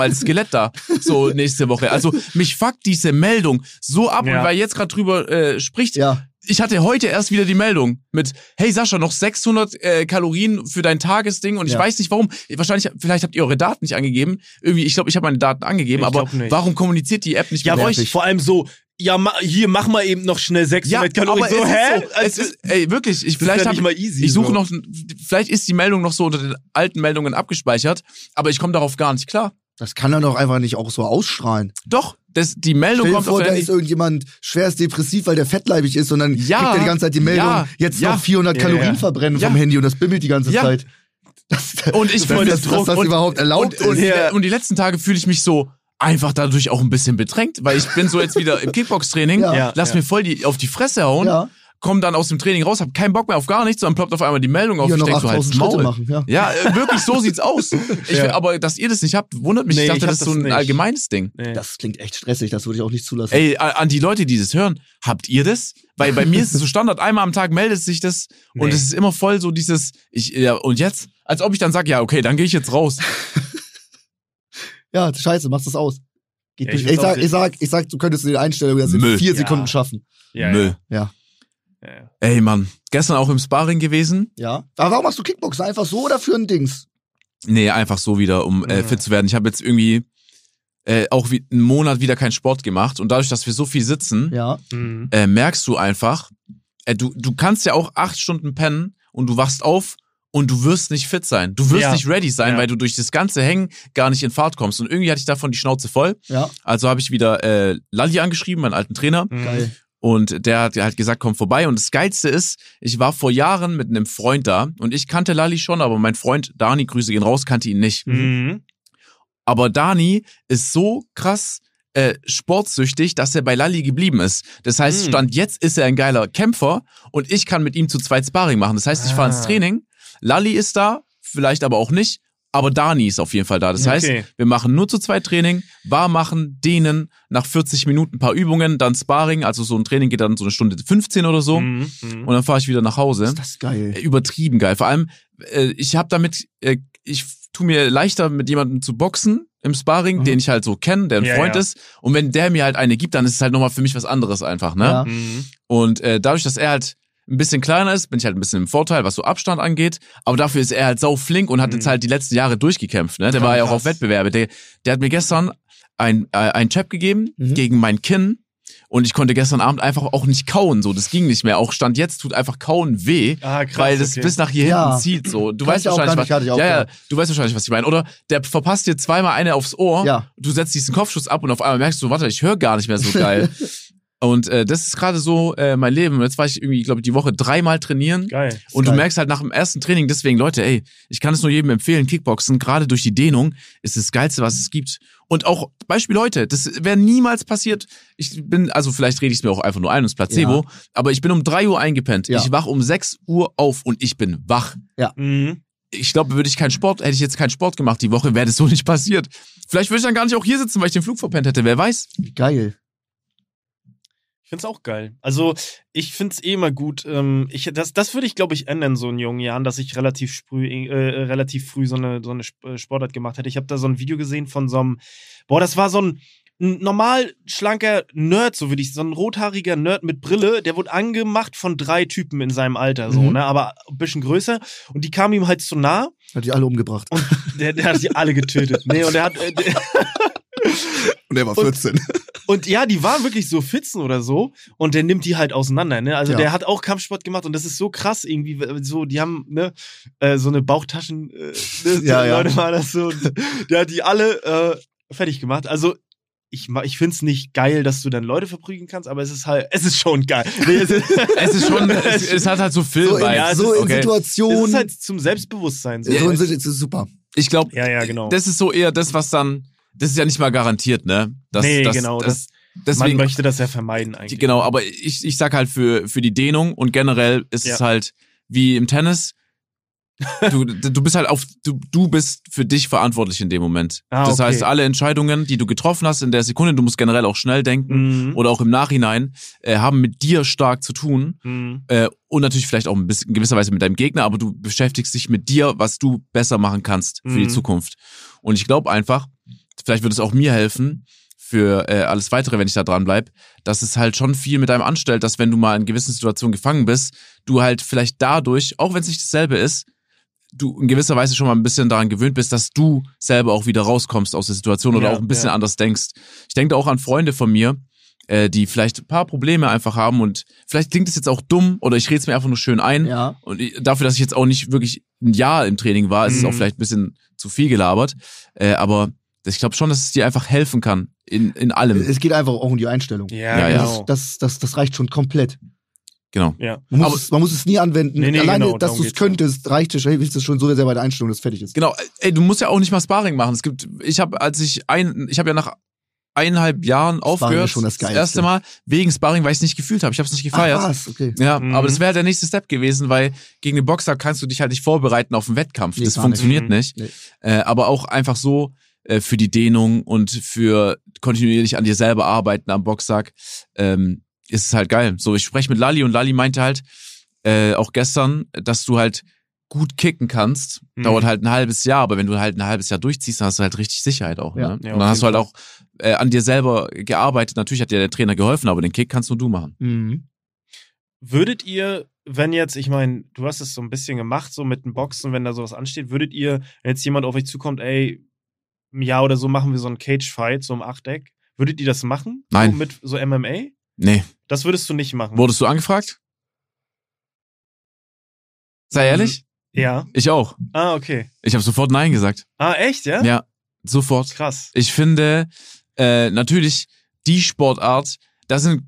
Speaker 2: als Skelett da, so nächste Woche. Also mich fuckt diese Meldung so ab
Speaker 3: Ja.
Speaker 2: und weil jetzt gerade drüber äh, spricht,
Speaker 4: Ja.
Speaker 2: ich hatte heute erst wieder die Meldung mit, hey Sascha, noch 600 äh, Kalorien für dein Tagesding und ich
Speaker 4: Ja.
Speaker 2: weiß nicht warum. Wahrscheinlich, vielleicht habt ihr eure Daten nicht angegeben. Irgendwie, ich glaube, ich habe meine Daten angegeben,
Speaker 3: Ich
Speaker 2: aber
Speaker 3: glaub nicht.
Speaker 2: warum kommuniziert die App nicht
Speaker 3: ja,
Speaker 2: mit
Speaker 3: aber
Speaker 2: euch?
Speaker 3: ich, vor allem so, ja, ma, hier mach mal eben noch schnell 600 Kalorien.
Speaker 2: aber
Speaker 3: so,
Speaker 2: es
Speaker 3: hä? Also,
Speaker 2: Ist so,
Speaker 3: Als-
Speaker 2: es ist, ey, wirklich, ich, vielleicht
Speaker 3: ja
Speaker 2: hab,
Speaker 3: nicht mal easy,
Speaker 2: ich suche
Speaker 3: so.
Speaker 2: noch, vielleicht ist die Meldung noch so unter den alten Meldungen abgespeichert, aber ich komme darauf gar nicht klar.
Speaker 4: Das kann er doch einfach nicht auch so ausstrahlen.
Speaker 2: Doch, das, die Meldung
Speaker 4: Stell dir
Speaker 2: kommt auf
Speaker 4: vor, da
Speaker 2: der
Speaker 4: ist irgendjemand schwerst depressiv, weil der fettleibig ist und dann
Speaker 2: Ja.
Speaker 4: kriegt er die ganze Zeit die Meldung,
Speaker 2: Ja.
Speaker 4: jetzt
Speaker 2: Ja.
Speaker 4: noch 400
Speaker 3: Ja,
Speaker 4: Kalorien
Speaker 3: ja.
Speaker 4: verbrennen vom
Speaker 2: Ja.
Speaker 4: Handy und das bimmelt die ganze
Speaker 2: Ja.
Speaker 4: Zeit.
Speaker 2: Und ich
Speaker 4: Wenn
Speaker 2: fühle
Speaker 4: das, dass das
Speaker 2: und,
Speaker 4: überhaupt erlaubt
Speaker 2: und, und,
Speaker 4: ist.
Speaker 3: Ja.
Speaker 2: und die letzten Tage fühle ich mich so einfach dadurch auch ein bisschen bedrängt, weil ich bin so jetzt wieder im Kickbox-Training,
Speaker 4: Ja.
Speaker 3: Ja,
Speaker 2: lass
Speaker 3: ja.
Speaker 2: mir voll die auf die Fresse hauen,
Speaker 4: Ja.
Speaker 2: komm dann aus dem Training raus, hab keinen Bock mehr auf gar nichts, dann ploppt auf einmal die Meldung auf.
Speaker 4: Hier
Speaker 2: ich
Speaker 4: noch
Speaker 2: denk so halt
Speaker 4: 8000 Schritte
Speaker 2: Maul.
Speaker 4: machen. Ja.
Speaker 2: Ja, äh, wirklich, so sieht's aus. Ich,
Speaker 3: Ja.
Speaker 2: Aber dass ihr das nicht habt, wundert mich.
Speaker 3: Nee,
Speaker 2: ich dachte,
Speaker 3: ich hab
Speaker 2: das ist so
Speaker 3: das
Speaker 2: ein
Speaker 3: nicht.
Speaker 2: allgemeines Ding.
Speaker 3: Nee.
Speaker 4: Das klingt echt stressig, das würde ich auch nicht zulassen.
Speaker 2: Ey, a- an die Leute, die das hören, habt ihr das? Weil bei mir ist es so Standard, einmal am Tag meldet sich das und
Speaker 3: Nee.
Speaker 2: es ist immer voll so dieses, ich, ja, und jetzt? Als ob ich dann sage, ja, okay, dann gehe ich jetzt raus.
Speaker 4: Ja, scheiße, machst das aus. Geht
Speaker 3: Ja,
Speaker 4: nicht.
Speaker 3: ich würd's
Speaker 4: ich, sag,
Speaker 3: auch-
Speaker 4: ich, sag, ich sag, du könntest in den Einstellungen das in
Speaker 2: Müll.
Speaker 4: vier
Speaker 3: Ja.
Speaker 4: Sekunden schaffen.
Speaker 3: ja,
Speaker 2: Müll.
Speaker 3: Ja, ja.
Speaker 2: Ey, Mann. Gestern auch im Sparring gewesen?
Speaker 4: Ja. Aber warum machst du Kickboxen? Einfach so oder für ein Dings?
Speaker 2: Nee, einfach so wieder, um äh,
Speaker 3: Mhm.
Speaker 2: fit zu werden. Ich habe jetzt irgendwie äh, auch wie einen Monat wieder keinen Sport gemacht und dadurch, dass wir so viel sitzen,
Speaker 4: Ja.
Speaker 3: Mhm.
Speaker 2: äh, merkst du einfach, äh, du, du kannst ja auch acht Stunden pennen und du wachst auf und du wirst nicht fit sein. Du wirst
Speaker 3: Ja.
Speaker 2: nicht ready sein,
Speaker 3: Ja.
Speaker 2: weil du durch das ganze Hängen gar nicht in Fahrt kommst. Und irgendwie hatte ich davon die Schnauze voll.
Speaker 4: Ja.
Speaker 2: Also habe ich wieder äh, Lalli angeschrieben, meinen alten Trainer.
Speaker 3: Mhm.
Speaker 4: Geil.
Speaker 2: Und der hat halt gesagt, komm vorbei. Und das Geilste ist, ich war vor Jahren mit einem Freund da und ich kannte Lalli schon, aber mein Freund Dani, Grüße gehen raus, kannte ihn nicht.
Speaker 3: Mhm.
Speaker 2: Aber Dani ist so krass äh, sportsüchtig, dass er bei Lalli geblieben ist. Das heißt,
Speaker 3: Mhm.
Speaker 2: Stand jetzt ist er ein geiler Kämpfer und ich kann mit ihm zu zweit Sparring machen. Das heißt, ich fahre ins
Speaker 3: Ah.
Speaker 2: Training, Lalli ist da, vielleicht aber auch nicht, aber Dani ist auf jeden Fall da. Das heißt,
Speaker 3: Mhm. Okay.
Speaker 2: wir machen nur zu zweit Training, Bar machen, dehnen, nach 40 Minuten ein paar Übungen, dann Sparring, also so ein Training geht dann so eine Stunde 15 oder so
Speaker 3: Mhm. Mhm.
Speaker 2: und dann fahre ich wieder nach Hause
Speaker 4: Ist das geil.
Speaker 2: äh, übertrieben geil. Vor allem, äh, ich habe damit, äh, ich tu mir leichter mit jemandem zu boxen im Sparring,
Speaker 4: Mhm.
Speaker 2: den ich halt so kenne, der ein
Speaker 3: Ja,
Speaker 2: Freund
Speaker 3: ja.
Speaker 2: ist. Und wenn der mir halt eine gibt, dann ist es halt nochmal für mich was anderes einfach, ne?
Speaker 4: Ja.
Speaker 3: Mhm.
Speaker 2: Und äh, dadurch, dass er halt ein bisschen kleiner ist, bin ich halt ein bisschen im Vorteil, was so Abstand angeht. Aber dafür ist er halt sau flink und hat
Speaker 3: Mhm.
Speaker 2: jetzt halt die letzten Jahre durchgekämpft. Ne? Der war ja auch
Speaker 3: krass.
Speaker 2: auf Wettbewerbe. Der, der hat mir gestern ein, äh, ein Chap gegeben
Speaker 4: Mhm.
Speaker 2: gegen mein Kinn. Und ich konnte gestern Abend einfach auch nicht kauen. So, das ging nicht mehr. Auch Stand jetzt tut einfach kauen weh
Speaker 3: Ah, krass.
Speaker 2: weil das
Speaker 3: okay.
Speaker 2: bis nach hier hinten
Speaker 4: Ja.
Speaker 2: zieht. So, du
Speaker 4: Kann
Speaker 2: weißt
Speaker 4: ich auch,
Speaker 2: wahrscheinlich,
Speaker 4: kann ich, kann
Speaker 2: was,
Speaker 4: ich auch,
Speaker 2: ja, ja,
Speaker 4: ja.
Speaker 2: du weißt wahrscheinlich, was ich meine. Oder der verpasst dir zweimal eine aufs Ohr.
Speaker 4: Ja.
Speaker 2: Du setzt diesen Kopfschuss ab und auf einmal merkst du, warte, ich höre gar nicht mehr so geil. und äh, das ist gerade so äh, mein Leben. Jetzt war ich irgendwie, glaube ich, die Woche dreimal trainieren.
Speaker 3: Geil.
Speaker 2: Und du
Speaker 4: geil.
Speaker 2: merkst halt nach dem ersten Training, deswegen, Leute, ey, ich kann es nur jedem empfehlen, Kickboxen, gerade durch die Dehnung, ist das Geilste, was es gibt. Und auch, Beispiel heute, das wäre niemals passiert. Ich bin, also vielleicht rede ich es mir auch einfach nur ein, und es ist Placebo, aber ich bin um 3 Uhr eingepennt.
Speaker 4: Ja.
Speaker 2: Ich wach um 6 Uhr auf und ich bin wach.
Speaker 3: Mhm.
Speaker 2: Ich glaube, würde ich keinen Sport, hätte ich jetzt keinen Sport gemacht die Woche, wäre das so nicht passiert. Vielleicht würde ich dann gar nicht auch hier sitzen, weil ich den Flug verpennt hätte, wer weiß.
Speaker 4: Geil.
Speaker 3: Ich find's auch geil. Also, ich find's eh immer gut. Ähm, ich, das das würde ich, glaube ich, ändern so in jungen Jahren, dass ich relativ früh, äh, relativ früh so eine, so eine Sp- äh, Sportart gemacht hätte. Ich habe da so ein Video gesehen von so einem, boah, das war so ein, ein normal schlanker Nerd, so würde ich, so ein rothaariger Nerd mit Brille, der wurde angemacht von drei Typen in seinem Alter, so,
Speaker 4: Mhm.
Speaker 3: ne? Aber ein bisschen größer. Und die kamen ihm halt zu nah
Speaker 4: Hat die alle umgebracht.
Speaker 3: und der, der hat sie alle getötet. Nee, und der hat. Äh, der,
Speaker 4: Und er war
Speaker 3: Und-
Speaker 4: 14.
Speaker 3: Und ja, die waren wirklich so Fitzen oder so. Und der nimmt die halt auseinander, ne? Also
Speaker 4: Ja.
Speaker 3: der hat auch Kampfsport gemacht und das ist so krass irgendwie. w- So, die haben, ne, äh, so eine Bauchtaschen, äh, ne,
Speaker 4: Ja,
Speaker 3: so,
Speaker 4: ja.
Speaker 3: Leute war das so. Und der hat die alle äh, fertig gemacht. Also ich, ma- ich find's nicht geil, dass du dann Leute verprügeln kannst, aber es ist halt, es ist schon geil. Nee, es, ist,
Speaker 2: Es ist schon, es, es hat halt so Film
Speaker 4: So in,
Speaker 3: Ja,
Speaker 4: so in
Speaker 2: okay.
Speaker 3: es
Speaker 4: Situationen.
Speaker 3: ist halt zum Selbstbewusstsein. So.
Speaker 4: so in, Situ- es ist super.
Speaker 2: Ich glaube,
Speaker 3: ja, ja, genau.
Speaker 2: das ist so eher das, was dann, das ist ja nicht mal garantiert, ne? Das,
Speaker 3: Nee, genau,
Speaker 2: Das,
Speaker 3: Man
Speaker 2: deswegen,
Speaker 3: möchte das ja vermeiden eigentlich.
Speaker 2: genau, aber ich, ich sag halt für, für die Dehnung und generell ist
Speaker 3: Ja.
Speaker 2: es halt wie im Tennis, Du, du bist halt auf, du, du bist für dich verantwortlich in dem Moment.
Speaker 3: Ah,
Speaker 2: das
Speaker 3: okay.
Speaker 2: heißt, alle Entscheidungen, die du getroffen hast in der Sekunde, du musst generell auch schnell denken
Speaker 3: Mhm.
Speaker 2: oder auch im Nachhinein, äh, haben mit dir stark zu tun.
Speaker 3: Mhm.
Speaker 2: Äh, und natürlich vielleicht auch ein bisschen, in gewisser Weise mit deinem Gegner, aber du beschäftigst dich mit dir, was du besser machen kannst für die
Speaker 3: Mhm.
Speaker 2: Zukunft. Und ich glaube einfach, vielleicht wird es auch mir helfen für äh, alles weitere, wenn ich da dran bleib, dass es halt schon viel mit einem anstellt, dass wenn du mal in gewissen Situationen gefangen bist, du halt vielleicht dadurch, auch wenn es nicht dasselbe ist, du in gewisser Weise schon mal ein bisschen daran gewöhnt bist, dass du selber auch wieder rauskommst aus der Situation oder
Speaker 3: Ja,
Speaker 2: auch ein bisschen
Speaker 3: ja.
Speaker 2: anders denkst. Ich denke da auch an Freunde von mir, äh, die vielleicht ein paar Probleme einfach haben und vielleicht klingt es jetzt auch dumm oder ich rede es mir einfach nur schön ein.
Speaker 4: Ja.
Speaker 2: Und ich, dafür, dass ich jetzt auch nicht wirklich ein Jahr im Training war, ist es
Speaker 3: Mhm.
Speaker 2: auch vielleicht ein bisschen zu viel gelabert. Äh, aber das, ich glaube schon, dass es dir einfach helfen kann in, in allem.
Speaker 4: Es geht einfach auch um die Einstellung.
Speaker 3: Ja,
Speaker 2: Ja, ja.
Speaker 3: genau.
Speaker 4: Das, das, das reicht schon komplett.
Speaker 2: Genau.
Speaker 3: ja.
Speaker 4: Man muss,
Speaker 2: Aber-
Speaker 4: es, man muss es nie anwenden.
Speaker 3: Nee, nee,
Speaker 4: Alleine,
Speaker 3: genau,
Speaker 4: dass
Speaker 3: darum
Speaker 4: du es
Speaker 3: geht's ja.
Speaker 4: könntest, reicht dir schon, hey, willst du schon so sehr bei der Einstellung, dass es fertig ist.
Speaker 2: Genau. Äh, Ey, du musst ja auch nicht mal Sparring machen. Es gibt, ich habe, als ich ein, ich habe ja nach eineinhalb Jahren aufgehört,
Speaker 4: ist schon das Geilste.
Speaker 2: erste Mal wegen Sparring, weil ich es nicht gefühlt habe. Ich habe es nicht gefeiert.
Speaker 4: Ach, was? Okay.
Speaker 2: Ja,
Speaker 3: Mhm.
Speaker 2: aber das wäre halt der nächste Step gewesen, weil gegen den Boxer kannst du dich halt nicht vorbereiten auf einen Wettkampf.
Speaker 4: Nee,
Speaker 2: das
Speaker 4: gar
Speaker 2: funktioniert nicht.
Speaker 4: nicht.
Speaker 2: Äh, aber auch einfach so äh, für die Dehnung und für kontinuierlich an dir selber arbeiten am Boxsack ähm, ist es halt geil. So, ich spreche mit Lali und Lali meinte halt äh, auch gestern, dass du halt gut kicken kannst.
Speaker 3: Mhm.
Speaker 2: Dauert halt ein halbes Jahr, aber wenn du halt ein halbes Jahr durchziehst, dann hast du halt richtig Sicherheit auch.
Speaker 4: Ja.
Speaker 2: Ne?
Speaker 3: Ja,
Speaker 2: und
Speaker 3: auf
Speaker 2: dann hast du
Speaker 3: jeden
Speaker 2: halt auch äh, an dir selber gearbeitet. Natürlich hat dir der Trainer geholfen, aber den Kick kannst nur du machen.
Speaker 4: Mhm.
Speaker 3: Würdet ihr, wenn jetzt, ich meine, du hast es so ein bisschen gemacht, so mit dem Boxen, wenn da sowas ansteht, würdet ihr, wenn jetzt jemand auf euch zukommt, ey, im Jahr oder so machen wir so einen Cage-Fight, so im Achteck, würdet ihr das machen?
Speaker 2: Nein.
Speaker 3: So mit so MMA?
Speaker 2: Nee.
Speaker 3: Das würdest du nicht machen.
Speaker 2: Wurdest du angefragt? Sei
Speaker 3: Mhm.
Speaker 2: ehrlich?
Speaker 3: ja.
Speaker 2: Ich auch.
Speaker 3: Ah, okay.
Speaker 2: Ich habe sofort Nein gesagt.
Speaker 3: Ah, echt, ja?
Speaker 2: Ja, sofort.
Speaker 3: Krass.
Speaker 2: Ich finde, äh, natürlich, die Sportart, da sind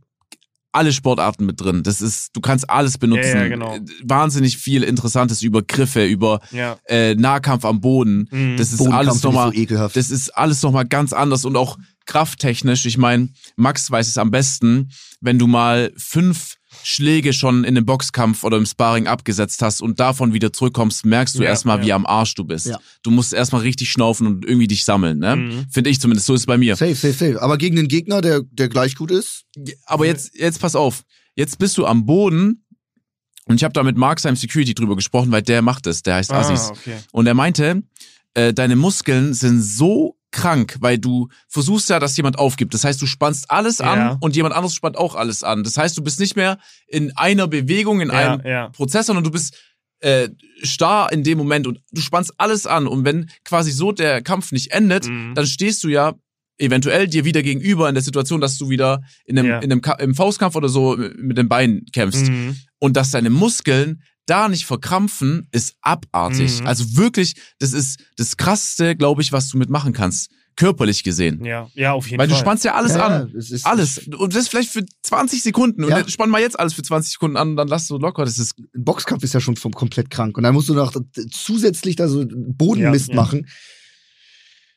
Speaker 2: alle Sportarten mit drin. Das ist, du kannst alles benutzen.
Speaker 3: Ja, ja, genau.
Speaker 2: Äh, Wahnsinnig viel Interessantes über Griffe, über
Speaker 3: Ja.
Speaker 2: äh, Nahkampf am Boden.
Speaker 3: Mhm.
Speaker 2: Das ist
Speaker 4: Bodenkampf
Speaker 2: alles
Speaker 4: finde ich
Speaker 2: nochmal
Speaker 4: so ekelhaft.
Speaker 2: das ist alles nochmal ganz anders und auch krafttechnisch. Ich meine, Max weiß es am besten, wenn du mal fünf Schläge schon in einem Boxkampf oder im Sparring abgesetzt hast und davon wieder zurückkommst, merkst du
Speaker 3: Ja,
Speaker 2: erstmal,
Speaker 3: ja.
Speaker 2: wie am Arsch du bist.
Speaker 4: Ja.
Speaker 2: Du musst erstmal richtig schnaufen und irgendwie dich sammeln, ne?
Speaker 3: Mhm.
Speaker 2: Finde ich zumindest, so ist es bei mir.
Speaker 4: safe, safe, safe. Aber gegen den Gegner, der, der gleich gut ist,
Speaker 2: Aber jetzt, jetzt pass auf. Jetzt bist du am Boden und ich habe da mit Mark seinem Security drüber gesprochen, weil der macht es, der heißt Assis.
Speaker 3: Ah, okay.
Speaker 2: Und er meinte, äh, deine Muskeln sind so krank, weil du versuchst ja, dass jemand aufgibt. Das heißt, du spannst alles
Speaker 3: Ja.
Speaker 2: an und jemand anderes spannt auch alles an. Das heißt, du bist nicht mehr in einer Bewegung, in einem
Speaker 3: Ja, ja.
Speaker 2: Prozess, sondern du bist äh, starr in dem Moment und du spannst alles an. Und wenn quasi so der Kampf nicht endet,
Speaker 3: Mhm.
Speaker 2: dann stehst du ja eventuell dir wieder gegenüber in der Situation, dass du wieder in einem,
Speaker 3: Ja.
Speaker 2: in einem Ka im Faustkampf oder so mit den Beinen kämpfst
Speaker 3: Mhm.
Speaker 2: und dass deine Muskeln da nicht verkrampfen, ist abartig.
Speaker 3: Mhm.
Speaker 2: Also wirklich, das ist das Krasseste, glaube ich, was du mitmachen kannst, körperlich gesehen.
Speaker 3: Ja, ja, auf jeden
Speaker 2: Weil du
Speaker 3: Fall.
Speaker 2: spannst ja alles
Speaker 4: Ja,
Speaker 2: an.
Speaker 4: ja, es ist-
Speaker 2: Alles. Und das vielleicht für 20 Sekunden. Und
Speaker 4: Ja.
Speaker 2: dann spann mal jetzt alles für 20 Sekunden an und dann lass so locker. Das ist
Speaker 4: ein Boxkampf ist ja schon vom komplett krank. Und dann musst du noch zusätzlich da so Bodenmist
Speaker 3: Ja, ja.
Speaker 4: machen.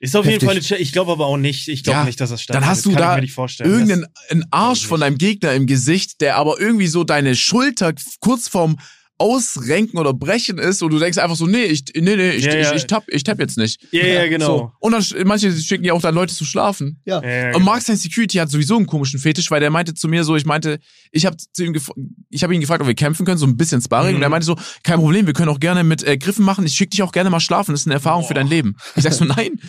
Speaker 3: Ist auf jeden
Speaker 4: Heftig.
Speaker 3: Fall eine Challenge. Ich glaube aber auch nicht. Ich glaube
Speaker 2: Ja,
Speaker 3: nicht, dass das
Speaker 2: dann
Speaker 3: stattfindet.
Speaker 2: hast du
Speaker 3: Kann
Speaker 2: da
Speaker 3: ich mir nicht vorstellen.
Speaker 2: irgendein ein Arsch
Speaker 3: Weiß
Speaker 2: von
Speaker 3: nicht.
Speaker 2: deinem Gegner im Gesicht, der aber irgendwie so deine Schulter kurz vorm Ausrenken oder Brechen ist und du denkst einfach so, nee, ich, nee, nee, ich,
Speaker 3: Ja, ja.
Speaker 2: ich, ich, tapp, ich tapp jetzt nicht.
Speaker 3: Ja, ja, genau.
Speaker 2: So. Und dann sch- manche schicken ja auch dann Leute zu schlafen.
Speaker 4: Ja.
Speaker 3: Das- Ja, ja,
Speaker 2: Und
Speaker 3: genau.
Speaker 2: Mark sein Security hat sowieso einen komischen Fetisch, weil der meinte zu mir so, ich meinte, ich habe zu ihm gef- ich habe ihn gefragt, ob wir kämpfen können, so ein bisschen Sparring
Speaker 3: Mhm.
Speaker 2: und er meinte so, kein Problem, wir können auch gerne mit äh, Griffen machen, ich schicke dich auch gerne mal schlafen, das ist eine Erfahrung für dein
Speaker 3: Boah.
Speaker 2: Leben. Ich sag so nein.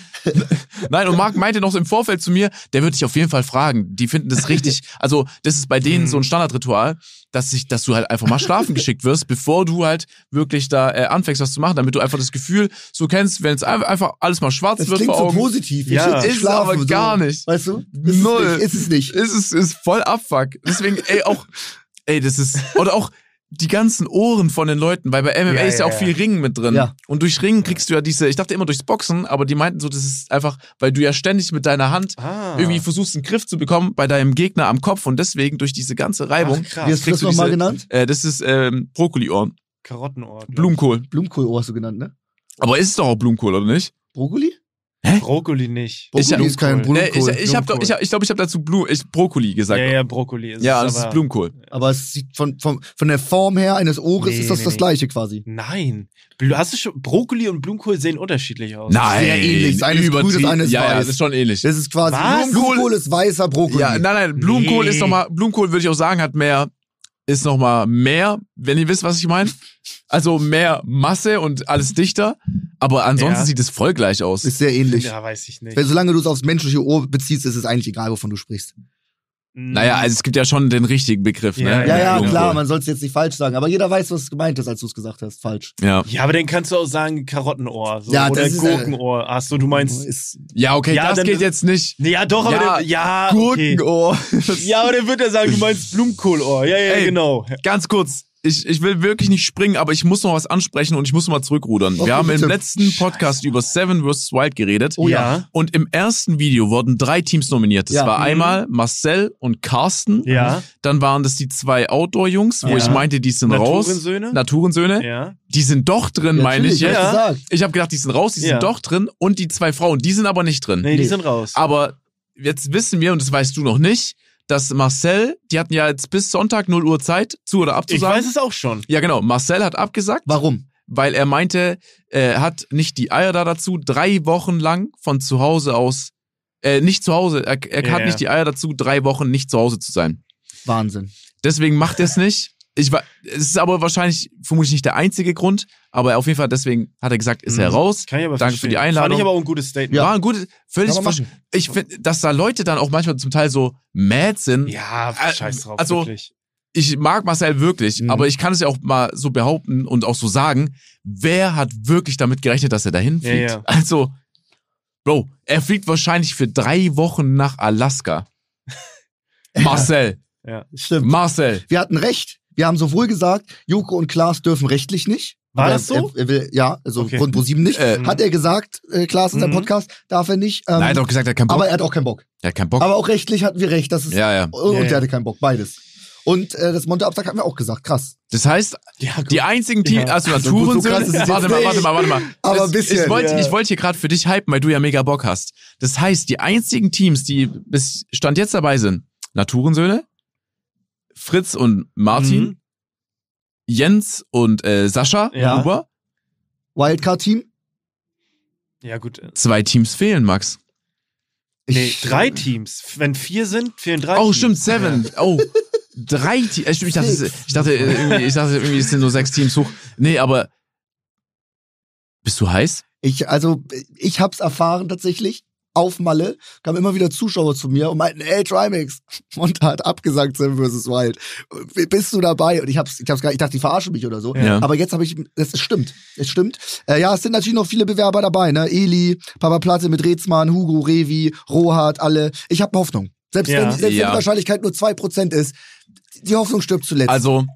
Speaker 2: nein, und Mark meinte noch so im Vorfeld zu mir, der wird dich auf jeden Fall fragen. Die finden das richtig, also das ist bei denen
Speaker 3: Mhm.
Speaker 2: so ein Standardritual, dass sich dass du halt einfach mal schlafen geschickt wirst, bevor du halt wirklich da äh, anfängst was zu machen, damit du einfach das Gefühl so kennst, wenn es ein- einfach alles mal schwarz
Speaker 4: Das
Speaker 2: wird
Speaker 4: klingt
Speaker 2: vor
Speaker 4: so
Speaker 2: Augen.
Speaker 4: positiv. Ich
Speaker 3: Ja.
Speaker 4: will
Speaker 2: Ist aber
Speaker 4: so.
Speaker 2: gar nicht.
Speaker 4: Weißt du?
Speaker 2: Null.
Speaker 4: Ist es nicht. Ist
Speaker 2: ist es
Speaker 4: es nicht.
Speaker 2: ist voll Abfuck. Deswegen, ey, auch, ey, das ist, oder auch die ganzen Ohren von den Leuten, weil bei MMA
Speaker 3: Ja,
Speaker 2: ist ja
Speaker 3: ja,
Speaker 2: auch viel
Speaker 3: ja.
Speaker 2: Ringen mit drin.
Speaker 4: Ja.
Speaker 2: Und durch Ringen kriegst du ja diese, ich dachte immer durchs Boxen, aber die meinten so, das ist einfach, weil du ja ständig mit deiner Hand
Speaker 3: Ah.
Speaker 2: irgendwie versuchst, einen Griff zu bekommen bei deinem Gegner am Kopf und deswegen durch diese ganze
Speaker 3: Ach,
Speaker 2: Reibung.
Speaker 4: Wie hast
Speaker 3: krass.
Speaker 4: du das
Speaker 2: kriegst du
Speaker 4: nochmal
Speaker 2: diese-
Speaker 4: genannt?
Speaker 2: Äh, das ist ähm, Brokkoliohren,
Speaker 3: Karottenohr. glaub ich.
Speaker 2: Blumenkohl.
Speaker 4: Blumenkohl hast du genannt, ne?
Speaker 2: Aber ist es doch auch Blumenkohl, oder nicht?
Speaker 4: Brokkoli?
Speaker 3: Brokkoli nicht.
Speaker 2: Ich-
Speaker 4: Brokkoli ist kein
Speaker 3: Blumenkohl.
Speaker 2: Nee, Äh, ich
Speaker 4: Blumenkohl.
Speaker 2: ich habe glaub, ich, hab- ich glaub, ich hab dazu Blu ich, Brokkoli gesagt.
Speaker 3: Ja,
Speaker 2: Ja,
Speaker 3: ja, Brokkoli ist es,
Speaker 2: das ist
Speaker 3: aber-
Speaker 2: Blumenkohl.
Speaker 4: Aber es sieht von, von, von der Form her eines Ohres
Speaker 3: Nee,
Speaker 4: ist das
Speaker 3: nee,
Speaker 4: das
Speaker 3: nee.
Speaker 4: gleiche quasi.
Speaker 3: Nein. Blu- Hast du schon. Brokkoli und Blumenkohl sehen unterschiedlich aus.
Speaker 2: Nein,
Speaker 4: sehr ähnlich. Das eine ist grün, das
Speaker 2: übertrieben.
Speaker 4: eine ist
Speaker 2: ja, ja,
Speaker 4: weiß.
Speaker 2: das ist schon ähnlich.
Speaker 4: Das ist quasi
Speaker 3: Was?
Speaker 4: Blumenkohl ist weißer Brokkoli.
Speaker 2: Ja, nein, nein, Blumenkohl
Speaker 3: Nee.
Speaker 2: ist nochmal, Blumenkohl würde ich auch sagen, hat mehr, ist nochmal mehr, wenn ihr wisst, was ich meine. Also mehr Masse und alles dichter, aber ansonsten
Speaker 3: Ja.
Speaker 2: sieht es voll gleich aus.
Speaker 4: ist sehr ähnlich.
Speaker 3: Ja, weiß ich nicht.
Speaker 4: Wenn solange du es aufs menschliche Ohr beziehst, ist es eigentlich egal, wovon du sprichst.
Speaker 3: Hm.
Speaker 2: naja, also es gibt ja schon den richtigen Begriff,
Speaker 3: Ja,
Speaker 2: ne?
Speaker 4: Ja, ja,
Speaker 2: Blumenkohl.
Speaker 4: klar, man soll es jetzt nicht falsch sagen, aber jeder weiß, was gemeint ist, als du es gesagt hast. Falsch.
Speaker 2: Ja.
Speaker 3: Ja, aber dann kannst du auch sagen Karottenohr so,
Speaker 4: Ja,
Speaker 3: oder
Speaker 4: das ist, äh,
Speaker 3: Gurkenohr. Ach so, du meinst.
Speaker 4: Ist,
Speaker 2: ja, okay,
Speaker 3: Ja,
Speaker 2: das
Speaker 3: dann
Speaker 2: geht
Speaker 3: ist-
Speaker 2: jetzt nicht.
Speaker 3: Nee, ja, doch, aber
Speaker 2: Ja,
Speaker 3: dann, ja okay.
Speaker 2: Gurkenohr.
Speaker 3: Ja, aber dann wird er sagen, du meinst Blumenkohlohr. Ja, ja,
Speaker 2: Ey.
Speaker 3: genau.
Speaker 2: Ganz kurz. Ich, ich will wirklich nicht springen, aber ich muss noch was ansprechen und ich muss mal zurückrudern.
Speaker 4: Okay,
Speaker 2: Wir haben im
Speaker 4: bitte.
Speaker 2: letzten Podcast über Seven vs. Wild geredet.
Speaker 4: Oh ja.
Speaker 2: Und im ersten Video wurden drei Teams nominiert. Das
Speaker 4: Ja.
Speaker 2: war
Speaker 3: Mhm.
Speaker 2: einmal Marcel und Carsten.
Speaker 3: Ja.
Speaker 2: Dann waren das die zwei Outdoor-Jungs, wo
Speaker 3: Ja.
Speaker 2: ich meinte, die sind raus.
Speaker 3: Naturensöhne?
Speaker 2: Naturensöhne.
Speaker 3: ja.
Speaker 2: Die sind doch drin, meine ich
Speaker 4: natürlich,
Speaker 2: jetzt.
Speaker 4: hast du gesagt.
Speaker 2: Ich habe gedacht, die sind raus, die
Speaker 3: Ja.
Speaker 2: sind doch drin. Und die zwei Frauen, die sind aber nicht drin.
Speaker 3: Nee, die
Speaker 4: Nee.
Speaker 3: sind raus.
Speaker 2: Aber jetzt wissen wir, und das weißt du noch nicht, dass Marcel, die hatten ja jetzt bis Sonntag 0 Uhr Zeit, zu oder
Speaker 3: ich
Speaker 2: abzusagen.
Speaker 3: weiß es auch schon.
Speaker 2: Ja, genau. Marcel hat abgesagt,
Speaker 4: Warum?
Speaker 2: weil er meinte, er hat nicht die Eier da dazu, drei Wochen lang von zu Hause aus, äh, nicht zu Hause, er, er
Speaker 3: Ja,
Speaker 2: hat
Speaker 3: ja.
Speaker 2: nicht die Eier dazu, drei Wochen nicht zu Hause zu sein.
Speaker 4: Wahnsinn.
Speaker 2: Deswegen macht er es nicht. Ich war, es ist aber wahrscheinlich vermutlich nicht der einzige Grund, aber auf jeden Fall deswegen hat er gesagt, ist er
Speaker 3: Mhm.
Speaker 2: raus.
Speaker 3: Kann ich aber
Speaker 2: Danke
Speaker 3: verstehen.
Speaker 2: für die Einladung.
Speaker 3: Fand ich aber auch ein gutes Statement.
Speaker 2: War ein gutes, völlig,
Speaker 4: Kann man
Speaker 2: versch-
Speaker 4: machen.
Speaker 2: ich finde, dass da Leute dann auch manchmal zum Teil so mad
Speaker 3: Hm.
Speaker 2: sind.
Speaker 3: Ja,
Speaker 2: Äh,
Speaker 3: scheiß drauf,
Speaker 2: also-
Speaker 3: wirklich.
Speaker 2: Ich mag Marcel wirklich,
Speaker 4: Mhm.
Speaker 2: aber ich kann es ja auch mal so behaupten und auch so sagen, wer hat wirklich damit gerechnet, dass er dahin
Speaker 3: Ja,
Speaker 2: fliegt?
Speaker 3: ja.
Speaker 2: Also, Bro, er fliegt wahrscheinlich für drei Wochen nach Alaska. Marcel,
Speaker 3: Ja.
Speaker 4: Stimmt.
Speaker 2: Marcel.
Speaker 4: Wir hatten recht. Wir haben sowohl gesagt, Joko und Klaas dürfen rechtlich nicht.
Speaker 3: War
Speaker 4: Aber
Speaker 3: das
Speaker 4: er-
Speaker 3: so?
Speaker 4: Er, er will, ja, also
Speaker 3: Okay.
Speaker 4: Grund pro sieben nicht.
Speaker 2: Äh,
Speaker 4: Hat er gesagt, äh, Klaas in seinem
Speaker 3: Mhm.
Speaker 4: Podcast, darf er nicht. Ähm,
Speaker 2: Nein, er hat auch gesagt, er hat keinen Bock.
Speaker 4: aber er hat auch keinen Bock.
Speaker 2: er hat keinen Bock.
Speaker 4: Aber auch rechtlich hatten wir recht. Das ist,
Speaker 2: ja, ja.
Speaker 4: Und
Speaker 3: Ja, ja.
Speaker 4: er hatte keinen Bock, beides. Und äh, das Monte-Absag hatten wir auch gesagt, krass.
Speaker 2: Das heißt,
Speaker 3: Ja, gut.
Speaker 2: die einzigen Teams,
Speaker 3: Ja.
Speaker 2: also
Speaker 4: So gut, so
Speaker 2: Naturen sind.
Speaker 4: krass ist es jetzt
Speaker 2: warte mal,
Speaker 4: nicht.
Speaker 2: warte mal, warte mal.
Speaker 4: Aber
Speaker 2: Das-
Speaker 4: ein bisschen.
Speaker 2: Ich wollte
Speaker 3: Ja.
Speaker 2: ich wollte hier gerade für dich hypen, weil du ja mega Bock hast. Das heißt, die einzigen Teams, die bis Stand jetzt dabei sind, Naturensöhne, Fritz und Martin,
Speaker 3: Mhm.
Speaker 2: Jens und äh, Sascha,
Speaker 3: Ja.
Speaker 2: Huber,
Speaker 4: Wildcard-Team?
Speaker 3: Ja, gut. äh,
Speaker 2: zwei Teams fehlen, Max.
Speaker 3: Nee,
Speaker 4: Ich-
Speaker 3: drei Teams. Wenn vier sind, fehlen drei
Speaker 2: Oh,
Speaker 3: Teams.
Speaker 2: stimmt, Seven. Oh, drei Teams. Ich dachte, es- ich dachte, äh, irgendwie, ich dachte irgendwie, es sind nur sechs Teams hoch. Nee, aber bist du heiß?
Speaker 4: Ich, also, ich hab's erfahren tatsächlich. Auf Malle kamen immer wieder Zuschauer zu mir und meinten, ey, Trimax, Monta hat abgesagt Seven vs. Wild. Bist du dabei? Und ich hab's, ich hab's gar ich dachte, die verarschen mich oder so.
Speaker 3: Ja.
Speaker 4: Aber jetzt habe ich, es stimmt, es stimmt. Äh, ja, es sind natürlich noch viele Bewerber dabei, ne? Eli, Papa Platte mit Rezmann, Hugo, Revi, Rohat, alle. Ich habe Hoffnung. Selbst,
Speaker 3: Ja.
Speaker 4: wenn, selbst wenn
Speaker 2: Ja.
Speaker 4: die Wahrscheinlichkeit nur 2% ist, die Hoffnung stirbt zuletzt.
Speaker 2: Also,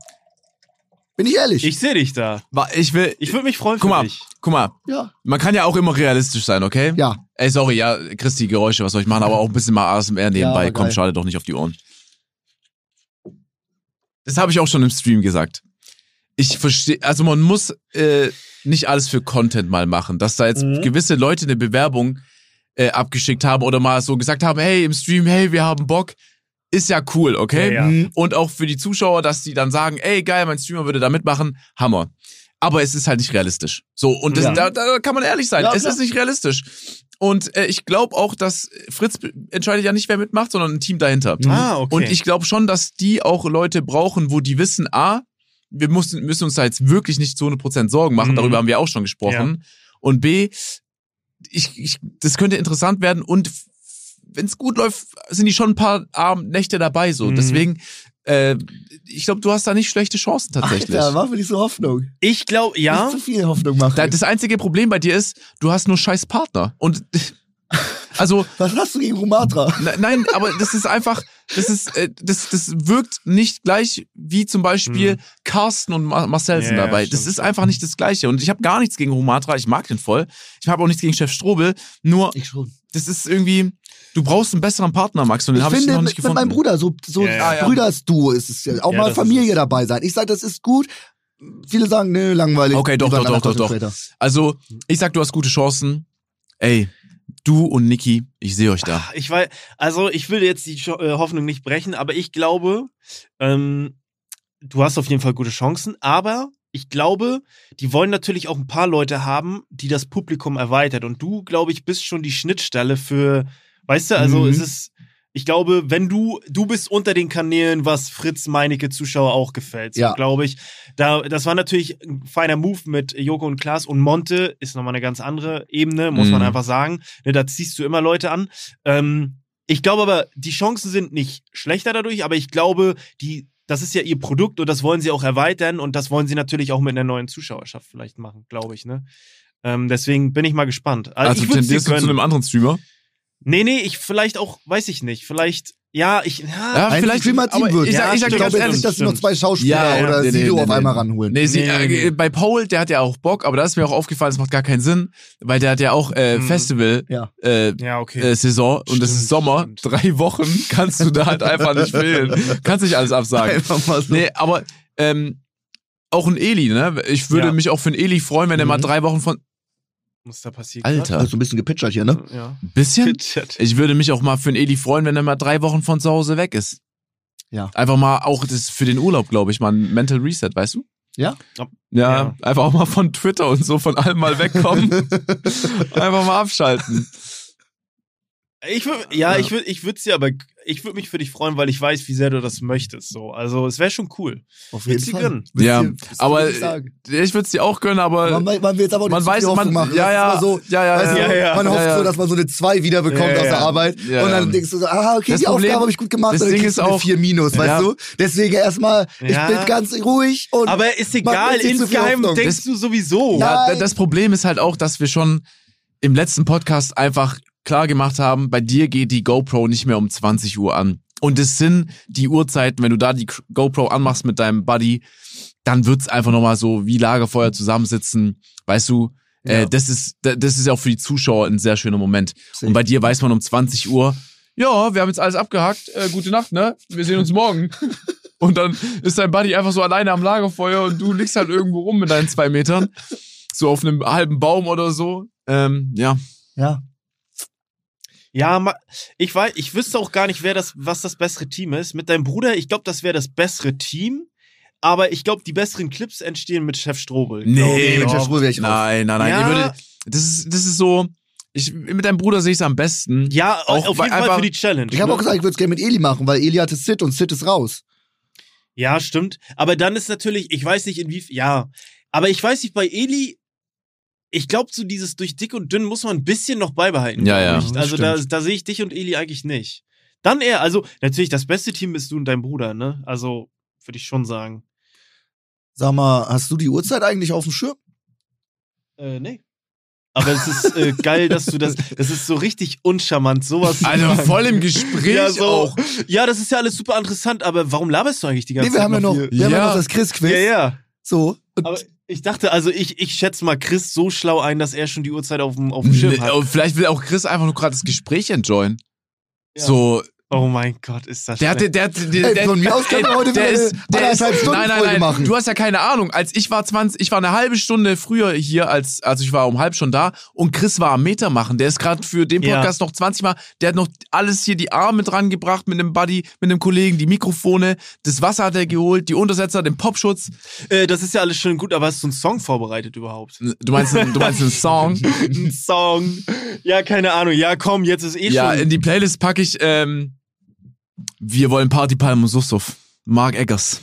Speaker 4: Bin ich ehrlich?
Speaker 3: Ich sehe dich da.
Speaker 2: wa- ich will.
Speaker 3: Ich würde mich freuen
Speaker 2: guck
Speaker 3: für
Speaker 2: mal,
Speaker 3: dich.
Speaker 2: guck mal.
Speaker 4: ja.
Speaker 2: Man kann ja auch immer realistisch sein, okay?
Speaker 4: Ja.
Speaker 2: Ey, sorry, ja, Christi, Geräusche, was soll ich machen? Aber auch ein bisschen mal ASMR nebenbei.
Speaker 4: aber
Speaker 2: Komm,
Speaker 4: geil.
Speaker 2: schade doch nicht auf die Ohren. Das habe ich auch schon im Stream gesagt. Ich verstehe, also man muss äh, nicht alles für Content mal machen, dass da jetzt
Speaker 3: Mhm.
Speaker 2: gewisse Leute eine Bewerbung äh, abgeschickt haben oder mal so gesagt haben, hey, im Stream, hey, wir haben Bock, ist ja cool, okay?
Speaker 3: Ja, ja.
Speaker 4: Mhm.
Speaker 2: Und auch für die Zuschauer, dass die dann sagen, ey, geil, mein Streamer würde da mitmachen, Hammer. Aber es ist halt nicht realistisch. So, und das,
Speaker 4: Ja.
Speaker 2: da, da kann man ehrlich sein,
Speaker 4: Ja,
Speaker 2: es
Speaker 4: klar.
Speaker 2: ist nicht realistisch. Und äh, ich glaube auch, dass Fritz be- entscheidet ja nicht, wer mitmacht, sondern ein Team dahinter.
Speaker 3: Ah, okay.
Speaker 2: Und ich glaube schon, dass die auch Leute brauchen, wo die wissen, ah, wir müssen, müssen uns da jetzt wirklich nicht zu 100% Sorgen machen,
Speaker 3: Mhm.
Speaker 2: darüber haben wir auch schon gesprochen. Und B, ich, ich, das könnte interessant werden und wenn es gut läuft, sind die schon ein paar Abend, Nächte dabei so.
Speaker 3: Mhm.
Speaker 2: Deswegen, äh, ich glaube, du hast da nicht schlechte Chancen tatsächlich.
Speaker 4: Alter, war für dich so Hoffnung.
Speaker 3: Ich glaube, ja.
Speaker 4: Nicht zu viel Hoffnung machen.
Speaker 2: Da- Das einzige Problem bei dir ist, du hast nur scheiß Partner. Und also,
Speaker 4: Was hast du gegen Rumatra?
Speaker 2: Ne- Nein, aber das ist einfach, das ist, äh, das, das wirkt nicht gleich wie zum Beispiel Carsten und Ma Marcel sind
Speaker 3: Hm. Ja, ja,
Speaker 2: dabei. das
Speaker 3: stimmt,
Speaker 2: ist einfach nicht das Gleiche. Und ich habe gar nichts gegen Romatra, ich mag den voll. Ich habe auch nichts gegen Chef Strobel. Nur,
Speaker 4: Ich schon.
Speaker 2: das ist irgendwie, du brauchst einen besseren Partner, Max, und
Speaker 4: Ich
Speaker 2: den habe ich
Speaker 4: finde,
Speaker 2: noch nicht
Speaker 4: mit, mit
Speaker 2: gefunden.
Speaker 4: meinem Bruder, so, so
Speaker 3: Ja, ja.
Speaker 4: Brüdersduo ist es ja. Auch
Speaker 3: Ja, das
Speaker 4: mal
Speaker 3: ist
Speaker 4: Familie dabei sein. Ich sage, das ist gut. Viele sagen, nee, langweilig.
Speaker 2: Okay, doch,
Speaker 4: Lieber
Speaker 2: doch,
Speaker 4: ein
Speaker 2: doch, doch,
Speaker 4: anderer
Speaker 2: Also, ich sag, du hast gute Chancen. Ey, Du und Niki, ich sehe euch da.
Speaker 3: Ich weiß, also ich will jetzt die Scho- äh, Hoffnung nicht brechen, aber ich glaube, ähm, du hast auf jeden Fall gute Chancen, aber ich glaube, die wollen natürlich auch ein paar Leute haben, die das Publikum erweitert. Und du, glaube ich, bist schon die Schnittstelle für, weißt du, also
Speaker 2: Mhm.
Speaker 3: es ist, ich glaube, wenn du, du bist unter den Kanälen, was Fritz Meinecke Zuschauer auch gefällt, so,
Speaker 4: Ja.
Speaker 3: glaube ich. Da, das war natürlich ein feiner Move mit Joko und Klaas und Monte ist nochmal eine ganz andere Ebene, muss man
Speaker 2: Mhm.
Speaker 3: einfach sagen. Ne, da ziehst du immer Leute an. Ähm, ich glaube aber, die Chancen sind nicht schlechter dadurch, aber ich glaube, die, das ist ja ihr Produkt und das wollen sie auch erweitern und das wollen sie natürlich auch mit einer neuen Zuschauerschaft vielleicht machen, glaube ich, ne? Ähm, deswegen bin ich mal gespannt. Also,
Speaker 2: Also
Speaker 3: ich würd's dir
Speaker 2: tendierst du zu
Speaker 3: gönnen.
Speaker 2: einem anderen Streamer?
Speaker 3: Nee, nee, ich vielleicht auch, weiß ich nicht. Vielleicht, ja, ich, ja,
Speaker 2: Ja,
Speaker 4: Ein
Speaker 2: vielleicht.
Speaker 4: Streamer
Speaker 2: aber
Speaker 4: Teamwork.
Speaker 2: ich sag, ich sag
Speaker 4: Ich
Speaker 3: Ja,
Speaker 2: dir ganz
Speaker 4: glaube jetzt
Speaker 2: ehrlich,
Speaker 4: nicht, dass sie noch
Speaker 3: stimmt.
Speaker 4: zwei Schauspieler
Speaker 2: Ja, ja,
Speaker 4: oder
Speaker 2: nee, nee,
Speaker 4: Sido
Speaker 2: nee,
Speaker 4: auf
Speaker 2: nee.
Speaker 4: einmal ranholen.
Speaker 2: Nee, sie,
Speaker 3: Nee,
Speaker 2: äh,
Speaker 3: nee.
Speaker 2: bei Paul, der hat ja auch Bock, aber da ist mir auch aufgefallen, es macht gar keinen Sinn, weil der hat ja auch äh,
Speaker 3: Mhm.
Speaker 2: Festival
Speaker 4: Ja.
Speaker 2: äh,
Speaker 3: ja okay.
Speaker 2: äh, Saison und es ist
Speaker 3: Stimmt,
Speaker 2: Sommer.
Speaker 3: stimmt.
Speaker 2: Drei Wochen kannst du da halt einfach nicht filmen. Kannst nicht alles absagen.
Speaker 4: Einfach mal so.
Speaker 2: Nee, aber ähm, auch ein Eli, ne? Ich würde
Speaker 3: Ja.
Speaker 2: mich auch für einen Eli freuen, wenn er
Speaker 4: Mhm.
Speaker 2: mal drei Wochen von.
Speaker 3: Muss da passieren.
Speaker 2: Alter,
Speaker 4: Hast du ein bisschen gepitchert hier, ne?
Speaker 3: Ja.
Speaker 2: ein bisschen?
Speaker 3: Fidget.
Speaker 2: Ich würde mich auch mal für einen Eli freuen, wenn er mal drei Wochen von zu Hause weg ist.
Speaker 4: Ja.
Speaker 2: Einfach mal auch das für den Urlaub, glaube ich, mal ein Mental Reset, weißt du?
Speaker 4: Ja.
Speaker 2: Ja,
Speaker 3: Ja.
Speaker 2: einfach auch mal von Twitter und so von allem mal wegkommen. einfach mal abschalten.
Speaker 3: Ich würd, ja, ich würde, ich würde dir aber, ich würde mich für dich freuen, weil ich weiß, wie sehr du das möchtest. So, also es wäre schon cool.
Speaker 4: Auf
Speaker 3: Willst du gönnen?
Speaker 4: Willst
Speaker 2: Ja,
Speaker 4: du- willst du
Speaker 2: aber-
Speaker 4: nicht sagen.
Speaker 2: Ich würde es dir auch gönnen, aber
Speaker 4: man, man will jetzt aber auch nicht
Speaker 2: man
Speaker 4: zu viel
Speaker 2: weiß, man,
Speaker 4: Hoffnung machen.
Speaker 2: ja,
Speaker 4: Das ist
Speaker 2: ja,
Speaker 4: immer so,
Speaker 2: ja, ja,
Speaker 4: Weißt
Speaker 2: ja,
Speaker 4: du,
Speaker 3: ja, ja.
Speaker 4: man hofft
Speaker 2: Ja, ja.
Speaker 4: so, dass man so eine 2 wiederbekommt
Speaker 3: Ja,
Speaker 4: aus der
Speaker 3: ja.
Speaker 4: Arbeit.
Speaker 2: Ja,
Speaker 4: und dann
Speaker 2: ja.
Speaker 4: denkst du so, ah, okay,
Speaker 2: Das
Speaker 4: die
Speaker 2: Problem-
Speaker 4: Aufgabe habe ich gut gemacht.
Speaker 2: das
Speaker 4: und dann
Speaker 2: Ding
Speaker 4: kriegst
Speaker 2: ist
Speaker 4: du eine
Speaker 2: auch-
Speaker 4: 4 Minus, weißt
Speaker 2: Ja.
Speaker 4: du? Deswegen erstmal,
Speaker 3: Ja.
Speaker 4: ich bin ganz ruhig und
Speaker 3: Aber ist
Speaker 4: Man
Speaker 3: egal,
Speaker 4: will sich zu viel
Speaker 3: insgeheim
Speaker 4: Hoffnung.
Speaker 3: denkst du sowieso.
Speaker 4: Ja.
Speaker 2: Ja, da-
Speaker 4: Nein.
Speaker 2: das Problem ist halt auch, dass wir schon im letzten Podcast einfach klar gemacht haben, bei dir geht die GoPro nicht mehr um 20 Uhr an. Und es sind die Uhrzeiten, wenn du da die K- GoPro anmachst mit deinem Buddy, dann wird's einfach nochmal so wie Lagerfeuer zusammensitzen. Weißt du, äh,
Speaker 4: Ja.
Speaker 2: das ist da- das ist ja auch für die Zuschauer ein sehr schöner Moment.
Speaker 4: Safe.
Speaker 2: Und bei dir weiß man um 20 Uhr, ja, wir haben jetzt alles abgehakt, äh, gute Nacht, ne? Wir sehen uns morgen. Und dann ist dein Buddy einfach so alleine am Lagerfeuer und du liegst halt irgendwo rum mit deinen zwei Metern. So auf einem halben Baum oder so. Ähm, ja.
Speaker 4: ja.
Speaker 3: Ja, ma- ich weiß, ich wüsste auch gar nicht, wer das, was das bessere Team ist. Mit deinem Bruder, ich glaube, das wäre das bessere Team. Aber ich glaube, die besseren Clips entstehen mit Chef Strobel. glaub ich.
Speaker 4: Nee, mit Chef Strobel wäre ich raus.
Speaker 2: Nein, nein, nein.
Speaker 3: Ja.
Speaker 2: Ich würde, das ist, das ist so, ich, mit deinem Bruder sehe ich es am besten.
Speaker 3: Ja,
Speaker 2: Auch
Speaker 3: auch auf
Speaker 2: weil
Speaker 3: jeden Fall
Speaker 2: einfach-
Speaker 3: für die Challenge.
Speaker 4: Ich habe
Speaker 3: ne?
Speaker 4: auch gesagt, ich würde es gerne mit Eli machen, weil Eli hatte Sid und Sid ist raus.
Speaker 3: Ja, stimmt. Aber dann ist natürlich, ich weiß nicht inwiefern, ja. Aber ich weiß nicht, bei Eli, ich glaube, so dieses durch dick und dünn muss man ein bisschen noch beibehalten.
Speaker 2: Ja,
Speaker 3: glaub
Speaker 2: ja.
Speaker 3: ich.
Speaker 4: Das
Speaker 3: Also da, da sehe ich dich und Eli eigentlich nicht. Dann eher, also natürlich, das beste Team bist du und dein Bruder, ne? Also würde ich schon sagen.
Speaker 4: Sag mal, hast du die Uhrzeit eigentlich auf dem Schirm?
Speaker 3: Äh, nee. Aber es ist äh, geil, dass du das, das ist so richtig uncharmant, sowas. zu
Speaker 2: Also
Speaker 3: sagen.
Speaker 2: voll im Gespräch
Speaker 3: Ja, so.
Speaker 2: auch.
Speaker 3: Ja, das ist ja alles super interessant, aber warum laberst du eigentlich die ganze
Speaker 4: Nee, wir
Speaker 3: Zeit
Speaker 4: haben ja noch,
Speaker 3: hier?
Speaker 4: wir haben ja
Speaker 2: Ja.
Speaker 4: noch das Chris-Quiz.
Speaker 3: Ja, ja.
Speaker 4: So. Und
Speaker 3: Aber ich dachte, also ich, ich schätze mal Chris so schlau ein, dass er schon die Uhrzeit auf dem, auf dem Schirm halt.
Speaker 2: Nee,
Speaker 3: hat.
Speaker 2: oh, Vielleicht will auch Chris einfach nur gerade das Gespräch enjoyen.
Speaker 3: Ja.
Speaker 2: So,
Speaker 3: Oh mein Gott, ist das
Speaker 2: der hat,
Speaker 3: schlecht.
Speaker 2: der, der, der,
Speaker 4: ey,
Speaker 2: Äh, der
Speaker 4: von mir aus können wir heute wieder
Speaker 2: der ist,
Speaker 4: eine
Speaker 2: der ist,
Speaker 4: anderthalb Stunden
Speaker 2: nein,
Speaker 4: Folge
Speaker 2: nein, nein.
Speaker 4: machen.
Speaker 2: Du hast ja keine Ahnung. Als ich war 20, ich war eine halbe Stunde früher hier, als, also ich war um halb schon da und Chris war am Meter machen. Der ist gerade für den
Speaker 3: Ja.
Speaker 2: Podcast noch 20 Mal, der hat noch alles hier, die Arme dran gebracht mit einem Buddy, mit einem Kollegen, die Mikrofone, das Wasser hat er geholt, die Untersetzer, den Popschutz.
Speaker 3: äh, das ist ja alles schön gut, aber hast du einen Song vorbereitet überhaupt?
Speaker 2: Du meinst, du meinst einen Song?
Speaker 3: Ein Song. Ja, keine Ahnung. Ja, komm, jetzt ist eh
Speaker 2: ja,
Speaker 3: schon.
Speaker 4: äh,
Speaker 2: in die Playlist packe ich, ähm, wir wollen Party Palm und Susuf. Mark Eggers.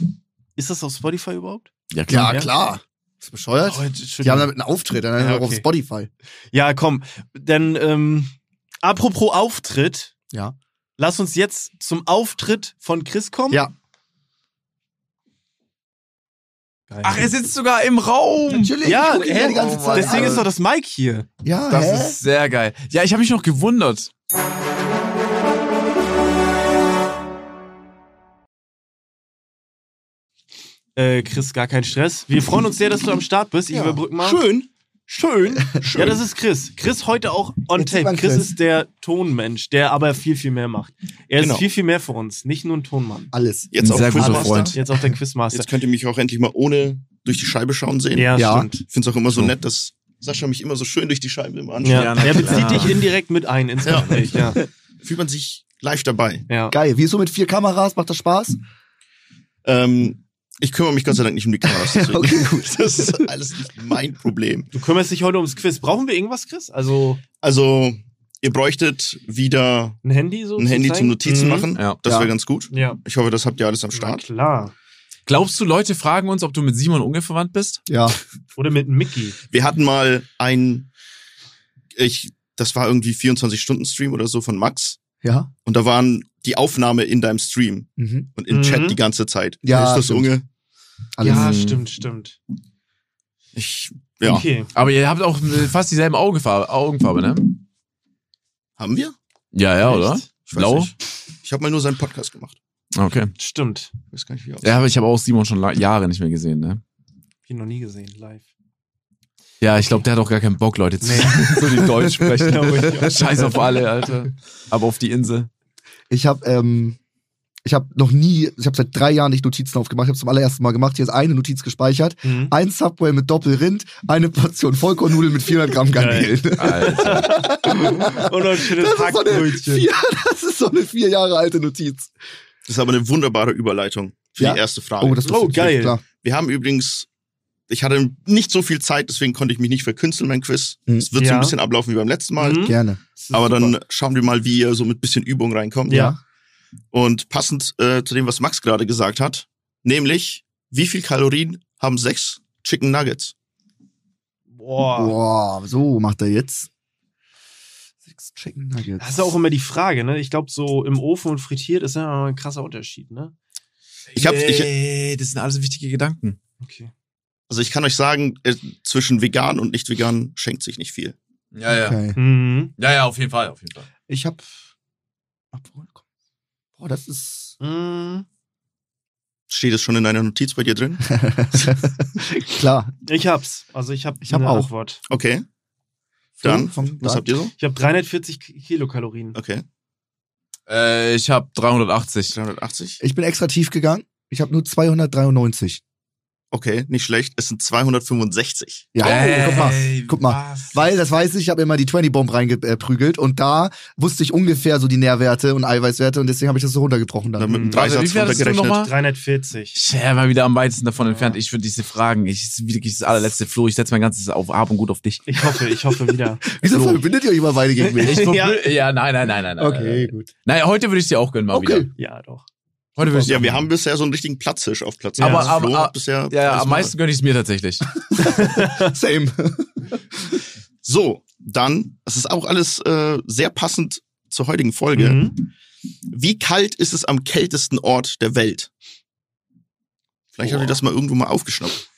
Speaker 3: ist das auf Spotify überhaupt?
Speaker 2: Ja,
Speaker 4: ja,
Speaker 3: Ja.
Speaker 4: klar. Ist bescheuert.
Speaker 3: Oh, Entschuldigung.
Speaker 4: Die haben damit einen Auftritt, dann
Speaker 3: Ja,
Speaker 4: auch auf
Speaker 3: okay.
Speaker 4: Spotify.
Speaker 3: Ja, komm. Denn ähm, apropos Auftritt.
Speaker 4: Ja.
Speaker 3: Lass uns jetzt zum Auftritt von Chris kommen.
Speaker 4: Ja.
Speaker 3: Geil.
Speaker 2: Ach, er sitzt sogar im Raum.
Speaker 4: Natürlich, ich
Speaker 3: ja,
Speaker 4: guck ihn ja
Speaker 3: hä?
Speaker 4: die ganze
Speaker 2: Oh,
Speaker 4: Zeit.
Speaker 3: deswegen
Speaker 4: an.
Speaker 3: ist doch das Mike hier.
Speaker 4: ja,
Speaker 2: Das
Speaker 4: hä?
Speaker 2: ist sehr geil. Ja, ich habe mich noch gewundert.
Speaker 3: Äh, Chris, gar kein Stress. Wir freuen uns sehr, dass du am Start bist. Ich
Speaker 4: Ja.
Speaker 3: überbrück mal.
Speaker 4: Schön.
Speaker 3: Schön. Schön. Ja, das ist Chris. Chris heute auch on
Speaker 4: Jetzt sieht
Speaker 3: tape.
Speaker 4: man
Speaker 3: Chris
Speaker 4: Chris.
Speaker 3: ist der Tonmensch, der aber viel, viel mehr macht. Er
Speaker 5: Genau.
Speaker 3: ist viel, viel mehr für uns. Nicht nur ein Tonmann.
Speaker 4: Alles.
Speaker 5: Jetzt
Speaker 2: Ein
Speaker 5: auch
Speaker 2: sehr
Speaker 5: Quizmaster.
Speaker 2: guter Freund.
Speaker 3: Jetzt auch der Quizmaster.
Speaker 5: Jetzt könnt ihr mich auch endlich mal ohne durch die Scheibe schauen sehen.
Speaker 3: Ja,
Speaker 4: Ja.
Speaker 3: stimmt.
Speaker 5: Ich finde es auch immer so
Speaker 2: So.
Speaker 5: nett, dass Sascha mich immer so schön durch die Scheibe immer anschaut.
Speaker 3: Ja,
Speaker 2: na
Speaker 3: er bezieht
Speaker 2: klar.
Speaker 3: dich indirekt mit ein ins
Speaker 5: Ja.
Speaker 3: Gespräch. Ja.
Speaker 5: Fühlt man sich live dabei.
Speaker 3: Ja.
Speaker 4: Geil. Wie ist so mit vier Kameras? Macht das Spaß?
Speaker 5: Ähm, ich kümmere mich Gott sei Dank nicht um die Kameras. deswegen-
Speaker 4: Okay, gut.
Speaker 5: Das ist alles nicht mein Problem.
Speaker 3: Du kümmerst dich heute ums Quiz. Brauchen wir irgendwas, Chris? Also
Speaker 5: Also, ihr bräuchtet wieder
Speaker 3: ein Handy so?
Speaker 5: ein Handy
Speaker 3: zeigen?
Speaker 5: zum Notizen
Speaker 3: Mhm.
Speaker 5: machen.
Speaker 2: Ja.
Speaker 5: Das
Speaker 4: Ja.
Speaker 5: wäre ganz gut.
Speaker 3: Ja.
Speaker 5: Ich hoffe, das habt ihr alles am
Speaker 3: Na
Speaker 5: Start.
Speaker 3: klar.
Speaker 2: Glaubst du, Leute fragen uns, ob du mit Simon Unge verwandt bist?
Speaker 4: Ja.
Speaker 3: Oder mit Mickey.
Speaker 5: Wir hatten mal ein, ich, das war irgendwie 24-Stunden-Stream oder so von Max.
Speaker 4: Ja.
Speaker 5: Und da waren die Aufnahme in deinem Stream
Speaker 4: Mhm.
Speaker 5: und im
Speaker 3: Mhm.
Speaker 5: Chat die ganze Zeit.
Speaker 4: Ja,
Speaker 5: Ist das
Speaker 4: stimmt.
Speaker 5: Unge?
Speaker 4: Alles.
Speaker 3: Ja,
Speaker 2: Mhm.
Speaker 3: stimmt, stimmt.
Speaker 5: Ich, ja.
Speaker 3: Okay.
Speaker 2: Aber ihr habt auch äh, fast dieselben Augenfarbe, Augenfarbe ne?
Speaker 5: Haben wir?
Speaker 2: Ja, ja, oder?
Speaker 3: Echt?
Speaker 5: Ich weiß
Speaker 2: Blau?
Speaker 5: nicht. Ich habe mal nur seinen Podcast gemacht.
Speaker 2: Okay.
Speaker 3: Stimmt.
Speaker 5: Ich weiß gar nicht, wie er aussieht.
Speaker 2: Ja, aber ich habe auch Simon schon la- Jahre nicht mehr gesehen, ne?
Speaker 3: Hab ihn noch nie gesehen, live.
Speaker 2: Ja, ich glaube, der hat auch gar keinen Bock, Leute zu so die Deutsch sprechen. Scheiß auf alle, Alter. Aber auf die Insel.
Speaker 4: Ich habe ähm, ich habe noch nie, ich habe seit drei Jahren nicht Notizen aufgemacht. Ich habe zum allerersten Mal gemacht. Hier ist eine Notiz gespeichert.
Speaker 3: Mhm.
Speaker 4: Ein Subway mit Doppelrind, eine Portion Vollkornnudeln mit 400 Gramm Garnelen.
Speaker 2: Alter.
Speaker 3: Und ein schönes
Speaker 4: Das ist, so eine
Speaker 3: Hackbrötchen.
Speaker 4: vier, das ist so eine vier Jahre alte Notiz.
Speaker 5: Das ist aber eine wunderbare Überleitung für
Speaker 4: Ja.
Speaker 5: die erste Frage.
Speaker 4: Oh, das ist
Speaker 3: Oh, geil.
Speaker 4: Klar.
Speaker 5: Wir haben übrigens, ich hatte nicht so viel Zeit, deswegen konnte ich mich nicht verkünsteln, mein Quiz.
Speaker 4: Mhm.
Speaker 5: Es wird so
Speaker 3: Ja.
Speaker 5: ein bisschen ablaufen wie beim letzten Mal.
Speaker 3: Mhm.
Speaker 4: Gerne.
Speaker 5: Aber dann schauen wir mal, wie ihr so mit bisschen Übung reinkommt.
Speaker 3: Ja.
Speaker 5: Und passend äh, zu dem, was Max gerade gesagt hat, nämlich, wie viel Kalorien haben sechs Chicken Nuggets?
Speaker 3: Boah.
Speaker 4: Boah, so macht er jetzt. Sechs Chicken Nuggets.
Speaker 3: Das ist auch immer die Frage, ne? Ich glaube, so im Ofen und frittiert ist ja immer ein krasser Unterschied, ne?
Speaker 5: Ich hab- ich-
Speaker 2: Ey, das sind alles wichtige Gedanken.
Speaker 3: Okay.
Speaker 5: Also ich kann euch sagen, äh, zwischen vegan und nicht vegan schenkt sich nicht viel.
Speaker 2: Ja, ja.
Speaker 4: Okay.
Speaker 3: Mhm.
Speaker 2: Ja, ja, auf jeden Fall, auf jeden Fall.
Speaker 4: Ich hab. hab vollkommen- Boah, das ist.
Speaker 3: Mhm.
Speaker 5: Steht es schon in deiner Notiz bei dir drin?
Speaker 4: Klar.
Speaker 3: Ich hab's. Also ich hab
Speaker 4: Ich hab
Speaker 3: eine
Speaker 4: auch.
Speaker 3: Antwort.
Speaker 5: Okay, Dann,
Speaker 4: Vom-
Speaker 5: was habt ihr so?
Speaker 3: Ich habe 340 K- Kilokalorien.
Speaker 5: Okay,
Speaker 2: Äh, ich habe 380.
Speaker 5: 380.
Speaker 4: Ich bin extra tief gegangen. Ich habe nur 293.
Speaker 5: Okay, nicht schlecht. Es sind 265.
Speaker 4: Ja, oh,
Speaker 2: Ey,
Speaker 4: guck mal. Guck mal.
Speaker 2: was?
Speaker 4: Weil, das weiß ich, ich habe immer die 20-Bomb reingeprügelt und da wusste ich ungefähr so die Nährwerte und Eiweißwerte und deswegen habe ich das so runtergebrochen
Speaker 5: Dann
Speaker 4: dann.
Speaker 5: mit einem
Speaker 3: Mhm.
Speaker 2: Warte, also wie
Speaker 5: Dreisatz
Speaker 2: viel hattest du
Speaker 5: runtergerechnet.
Speaker 2: nochmal?
Speaker 3: 340.
Speaker 2: Ich war wieder am weitesten davon
Speaker 3: Ja.
Speaker 2: entfernt. Ich finde diese Fragen, ich das ist wirklich das allerletzte Flo. Ich setze mein ganzes auf Ab und gut auf dich.
Speaker 3: Ich hoffe, ich hoffe wieder.
Speaker 4: Wieso
Speaker 2: So.
Speaker 4: verbindet ihr euch immer beide gegen mich?
Speaker 2: Ich
Speaker 3: Ja.
Speaker 2: verbrü- ja, nein, nein, nein, nein. nein,
Speaker 4: Okay,
Speaker 2: Nein,
Speaker 4: gut.
Speaker 2: nein heute würde ich dir auch gönnen, mal wieder.
Speaker 4: Okay.
Speaker 3: Ja, doch.
Speaker 2: Heute würde ich
Speaker 5: Ja,
Speaker 2: dir
Speaker 5: wir
Speaker 2: auch
Speaker 5: haben bisher so einen richtigen Platzhirsch auf Platz
Speaker 2: Ja.
Speaker 5: eins.
Speaker 2: Aber- aber-
Speaker 5: Flo
Speaker 2: aber-
Speaker 5: hat bisher
Speaker 2: gönnen. Ja, ja,
Speaker 5: alles
Speaker 2: am
Speaker 5: mal.
Speaker 2: meisten gönne ich es mir tatsächlich.
Speaker 4: Same.
Speaker 5: So, dann, es ist auch alles äh, sehr passend zur heutigen Folge.
Speaker 3: Mhm.
Speaker 5: Wie kalt ist es am kältesten Ort der Welt? Vielleicht habt ihr das mal irgendwo mal aufgeschnappt.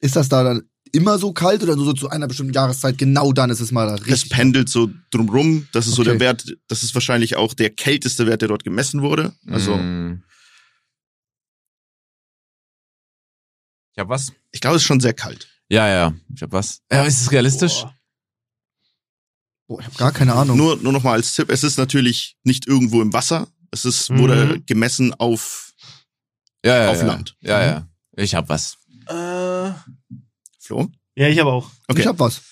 Speaker 4: Ist das da dann immer so kalt oder nur so zu einer bestimmten Jahreszeit? Genau dann ist es mal da
Speaker 5: Es
Speaker 4: richtig.
Speaker 5: pendelt so drumrum. Das ist so
Speaker 4: Okay.
Speaker 5: der Wert, das ist wahrscheinlich auch der kälteste Wert, der dort gemessen wurde. Also,
Speaker 4: Mhm.
Speaker 2: Mm. Ich hab was?
Speaker 5: ich glaube, es ist schon sehr kalt.
Speaker 2: Ja, ja, ich hab was. Ja, ist es realistisch?
Speaker 3: Boah.
Speaker 4: Boah, ich habe gar keine Ahnung.
Speaker 5: Nur, nur nochmal als Tipp, es ist natürlich nicht irgendwo im Wasser. Es ist, wurde
Speaker 3: Mhm.
Speaker 5: gemessen auf
Speaker 2: Ja, ja.
Speaker 5: Auf
Speaker 2: ja.
Speaker 5: Land.
Speaker 2: Ja, ja. Ich hab was.
Speaker 3: Äh,
Speaker 5: Flo.
Speaker 3: ja, ich habe auch.
Speaker 5: Okay.
Speaker 4: Ich hab was.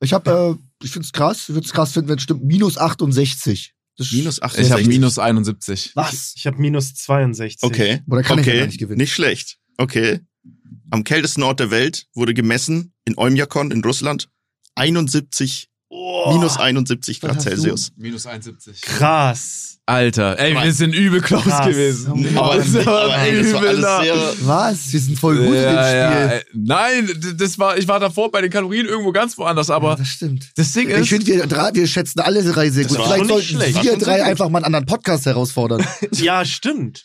Speaker 4: Ich hab, äh, ich find's krass, ich würde es krass finden, wenn es stimmt, minus 68. Das ist-
Speaker 5: Minus 68.
Speaker 2: Ich hab minus 71.
Speaker 4: Was?
Speaker 3: Ich habe minus 62.
Speaker 5: Okay.
Speaker 4: Oder kann ich ja
Speaker 5: okay.
Speaker 4: gar nicht gewinnen.
Speaker 5: Nicht schlecht. Okay. Am kältesten Ort der Welt wurde gemessen in Oymyakon in Russland 71,
Speaker 3: Oh,
Speaker 5: minus 71 Grad
Speaker 4: hast du?
Speaker 5: Celsius.
Speaker 2: Minus 71.
Speaker 3: Krass.
Speaker 2: Alter, ey, wir
Speaker 5: Mann.
Speaker 2: sind übel close
Speaker 3: Krass.
Speaker 2: gewesen. Also,
Speaker 4: Oh,
Speaker 5: Aber,
Speaker 2: Das war
Speaker 5: aber hey, das war
Speaker 2: übel nah.
Speaker 5: alles sehr.
Speaker 4: Was? Wir sind voll gut in dem
Speaker 2: Ja,
Speaker 4: Spiel.
Speaker 2: ja, ey. Nein, d- das war, ich war davor bei den Kalorien irgendwo ganz woanders,
Speaker 4: Ja,
Speaker 2: aber
Speaker 4: das stimmt.
Speaker 2: das Ding
Speaker 4: Ich
Speaker 2: ist,
Speaker 4: finde, wir, drei- wir schätzen alle drei sehr
Speaker 5: Das
Speaker 4: gut.
Speaker 5: war
Speaker 4: Vielleicht
Speaker 3: schon nicht
Speaker 4: sollten
Speaker 3: schlecht.
Speaker 4: wir
Speaker 5: War schon sehr
Speaker 4: drei
Speaker 5: gut.
Speaker 4: einfach mal einen anderen Podcast herausfordern.
Speaker 3: Ja, stimmt.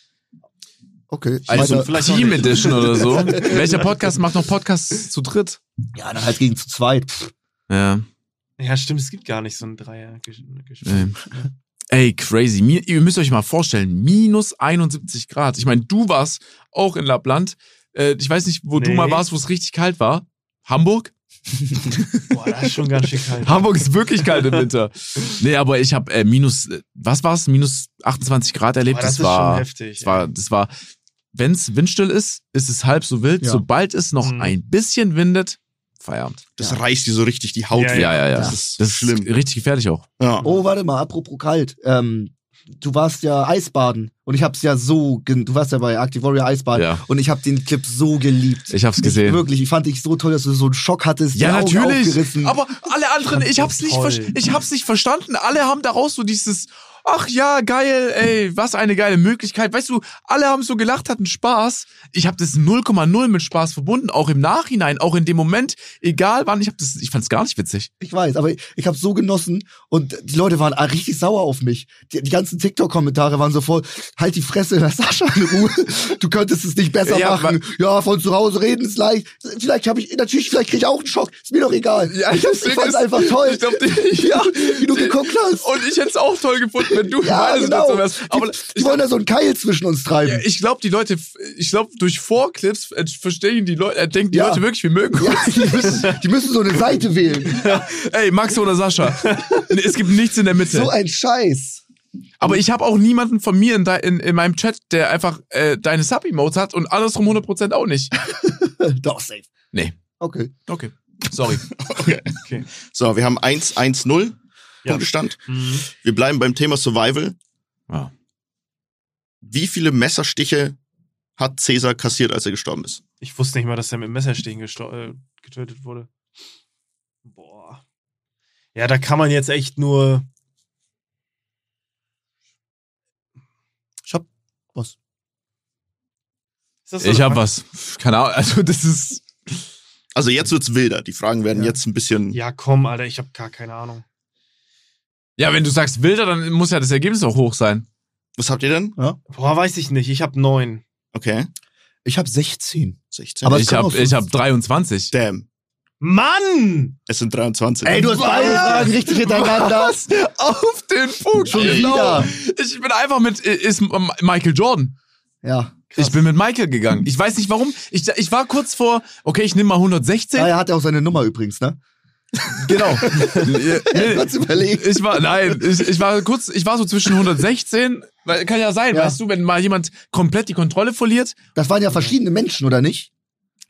Speaker 4: Okay.
Speaker 2: also
Speaker 4: weiter.
Speaker 3: vielleicht
Speaker 2: Team
Speaker 3: auch nicht.
Speaker 2: Edition oder so. Welcher Podcast macht noch Podcasts zu dritt?
Speaker 4: ja, dann halt gegen zu zweit. Pff,
Speaker 2: Ja,
Speaker 3: Ja, stimmt, es gibt gar nicht so ein Dreier. Gesch- Gesch-
Speaker 2: ey. Ey, crazy. Mi- Ihr müsst euch mal vorstellen, minus 71 Grad. Ich meine, du warst auch in Lappland. Äh, Ich weiß nicht, wo du
Speaker 3: Nee.
Speaker 2: mal warst, wo es richtig kalt war. Hamburg?
Speaker 3: Boah, das ist schon ganz schön kalt.
Speaker 2: Hamburg ist wirklich kalt im Winter. Nee, aber ich habe äh, minus, äh, was war's? Minus 28 Grad erlebt.
Speaker 3: Boah, das
Speaker 2: das
Speaker 3: ist
Speaker 2: war,
Speaker 3: schon heftig.
Speaker 2: Das war, das war, wenn's windstill ist, ist es halb so wild.
Speaker 4: Ja.
Speaker 2: Sobald es noch
Speaker 3: Mhm.
Speaker 2: ein bisschen windet, Feierabend.
Speaker 5: Das reißt dir so richtig die Haut
Speaker 3: Ja,
Speaker 5: weg.
Speaker 2: Ja, ja, ja.
Speaker 5: Das ist schlimm.
Speaker 2: richtig gefährlich auch.
Speaker 5: Ja.
Speaker 4: Oh, warte mal, apropos kalt. Ähm, du warst ja Eisbaden und ich hab's ja so, gen- du warst ja bei Arctic Warrior Eisbaden
Speaker 2: Ja.
Speaker 4: und ich hab den Clip so geliebt.
Speaker 2: Ich hab's gesehen.
Speaker 4: wirklich, ich fand dich so toll, dass du so einen Schock hattest. die
Speaker 2: Ja,
Speaker 4: Augen
Speaker 2: natürlich.
Speaker 4: Aufgerissen.
Speaker 2: Aber alle anderen, ich hab's nicht,
Speaker 3: Toll.
Speaker 2: ver ich hab's nicht verstanden. Alle haben daraus so dieses, ach ja, geil, ey, was eine geile Möglichkeit. Weißt du, alle haben so gelacht, hatten Spaß. Ich habe das 0,0 mit Spaß verbunden, auch im Nachhinein, auch in dem Moment, egal wann. Ich hab das, ich fand's gar nicht witzig.
Speaker 4: Ich weiß, aber ich, ich habe so genossen und die Leute waren ah, richtig sauer auf mich. Die, die ganzen TikTok-Kommentare waren so voll, halt die Fresse, lass Sascha in Ruhe. Du könntest es nicht besser
Speaker 2: Ja,
Speaker 4: machen. Ja, von zu Hause reden ist leicht. Vielleicht habe ich, natürlich, vielleicht kriege ich auch einen Schock. Ist mir doch egal.
Speaker 2: Ja,
Speaker 4: ich hab's- ich
Speaker 2: deswegen
Speaker 4: fand's
Speaker 2: ist-
Speaker 4: einfach toll.
Speaker 2: ich glaub, die-
Speaker 4: ja, wie du geguckt hast.
Speaker 2: Und ich hätte es auch toll gefunden, wenn du in meiner
Speaker 4: ja, genau.
Speaker 2: Situation wärst. Aber
Speaker 4: die, die
Speaker 2: ich,
Speaker 4: wollen da so einen Keil zwischen uns treiben.
Speaker 2: ja, ich glaube, die Leute, ich glaube, durch Vorclips äh, verstehen die Leute, äh, denken die
Speaker 4: Ja.
Speaker 2: Leute wirklich, wir mögen
Speaker 4: Ja, die, müssen, die müssen so eine Seite wählen.
Speaker 2: Ey, Max oder Sascha. es gibt nichts in der Mitte.
Speaker 4: So ein Scheiß.
Speaker 2: Aber ich habe auch niemanden von mir in, de in, in meinem Chat, der einfach äh, deine Sub-Emotes hat und andersrum 100% auch nicht.
Speaker 4: Doch, safe.
Speaker 2: Nee.
Speaker 4: Okay.
Speaker 2: Okay. Sorry.
Speaker 5: So, wir haben 1-1-0
Speaker 3: Ja.
Speaker 5: Punktestand.
Speaker 3: Mhm.
Speaker 5: Wir bleiben beim Thema Survival.
Speaker 2: Ja.
Speaker 5: Wie viele Messerstiche hat Cäsar kassiert, als er gestorben ist?
Speaker 3: Ich wusste nicht mal, dass der mit Messerstichen gesto- äh, getötet wurde. Boah. Ja, da kann man jetzt echt nur.
Speaker 4: Ich hab was.
Speaker 3: Ist das so
Speaker 2: Ich
Speaker 3: eine
Speaker 2: habe
Speaker 3: Frage?
Speaker 2: was. Keine Ahnung. Also das ist.
Speaker 5: Also jetzt wird's wilder. Die Fragen werden
Speaker 4: Ja.
Speaker 5: jetzt ein bisschen.
Speaker 3: Ja, komm, Alter, ich habe gar keine Ahnung.
Speaker 2: Ja, wenn du sagst wilder, dann muss ja das Ergebnis auch hoch sein.
Speaker 5: Was habt ihr denn?
Speaker 3: Boah, weiß ich nicht. Ich habe neun.
Speaker 5: Okay.
Speaker 4: Ich habe 16.
Speaker 5: 16.
Speaker 4: Aber- Was
Speaker 2: ich
Speaker 4: kann auch
Speaker 2: habe
Speaker 4: so-
Speaker 2: ich hab 23.
Speaker 5: Damn.
Speaker 3: Mann!
Speaker 5: Es sind 23.
Speaker 4: Ey, du hast beide Fragen richtig hintereinander.
Speaker 2: Was? Auf den Punkt.
Speaker 4: Schon wieder.
Speaker 2: Ich bin einfach mit äh, ist ähm, Michael Jordan.
Speaker 4: Ja.
Speaker 2: Ich bin mit Michael gegangen. Ich weiß nicht warum. Ich, ich war kurz vor, okay, ich nehme mal 116.
Speaker 5: Ah,
Speaker 4: Daher hat er auch seine Nummer übrigens, ne?
Speaker 2: Genau.
Speaker 4: Kurz überlegt.
Speaker 2: Ich war, nein, ich, ich war kurz, ich war so zwischen 116, weil kann ja sein,
Speaker 4: Ja.
Speaker 2: weißt du, wenn mal jemand komplett die Kontrolle verliert.
Speaker 4: Das waren ja verschiedene Menschen, oder nicht?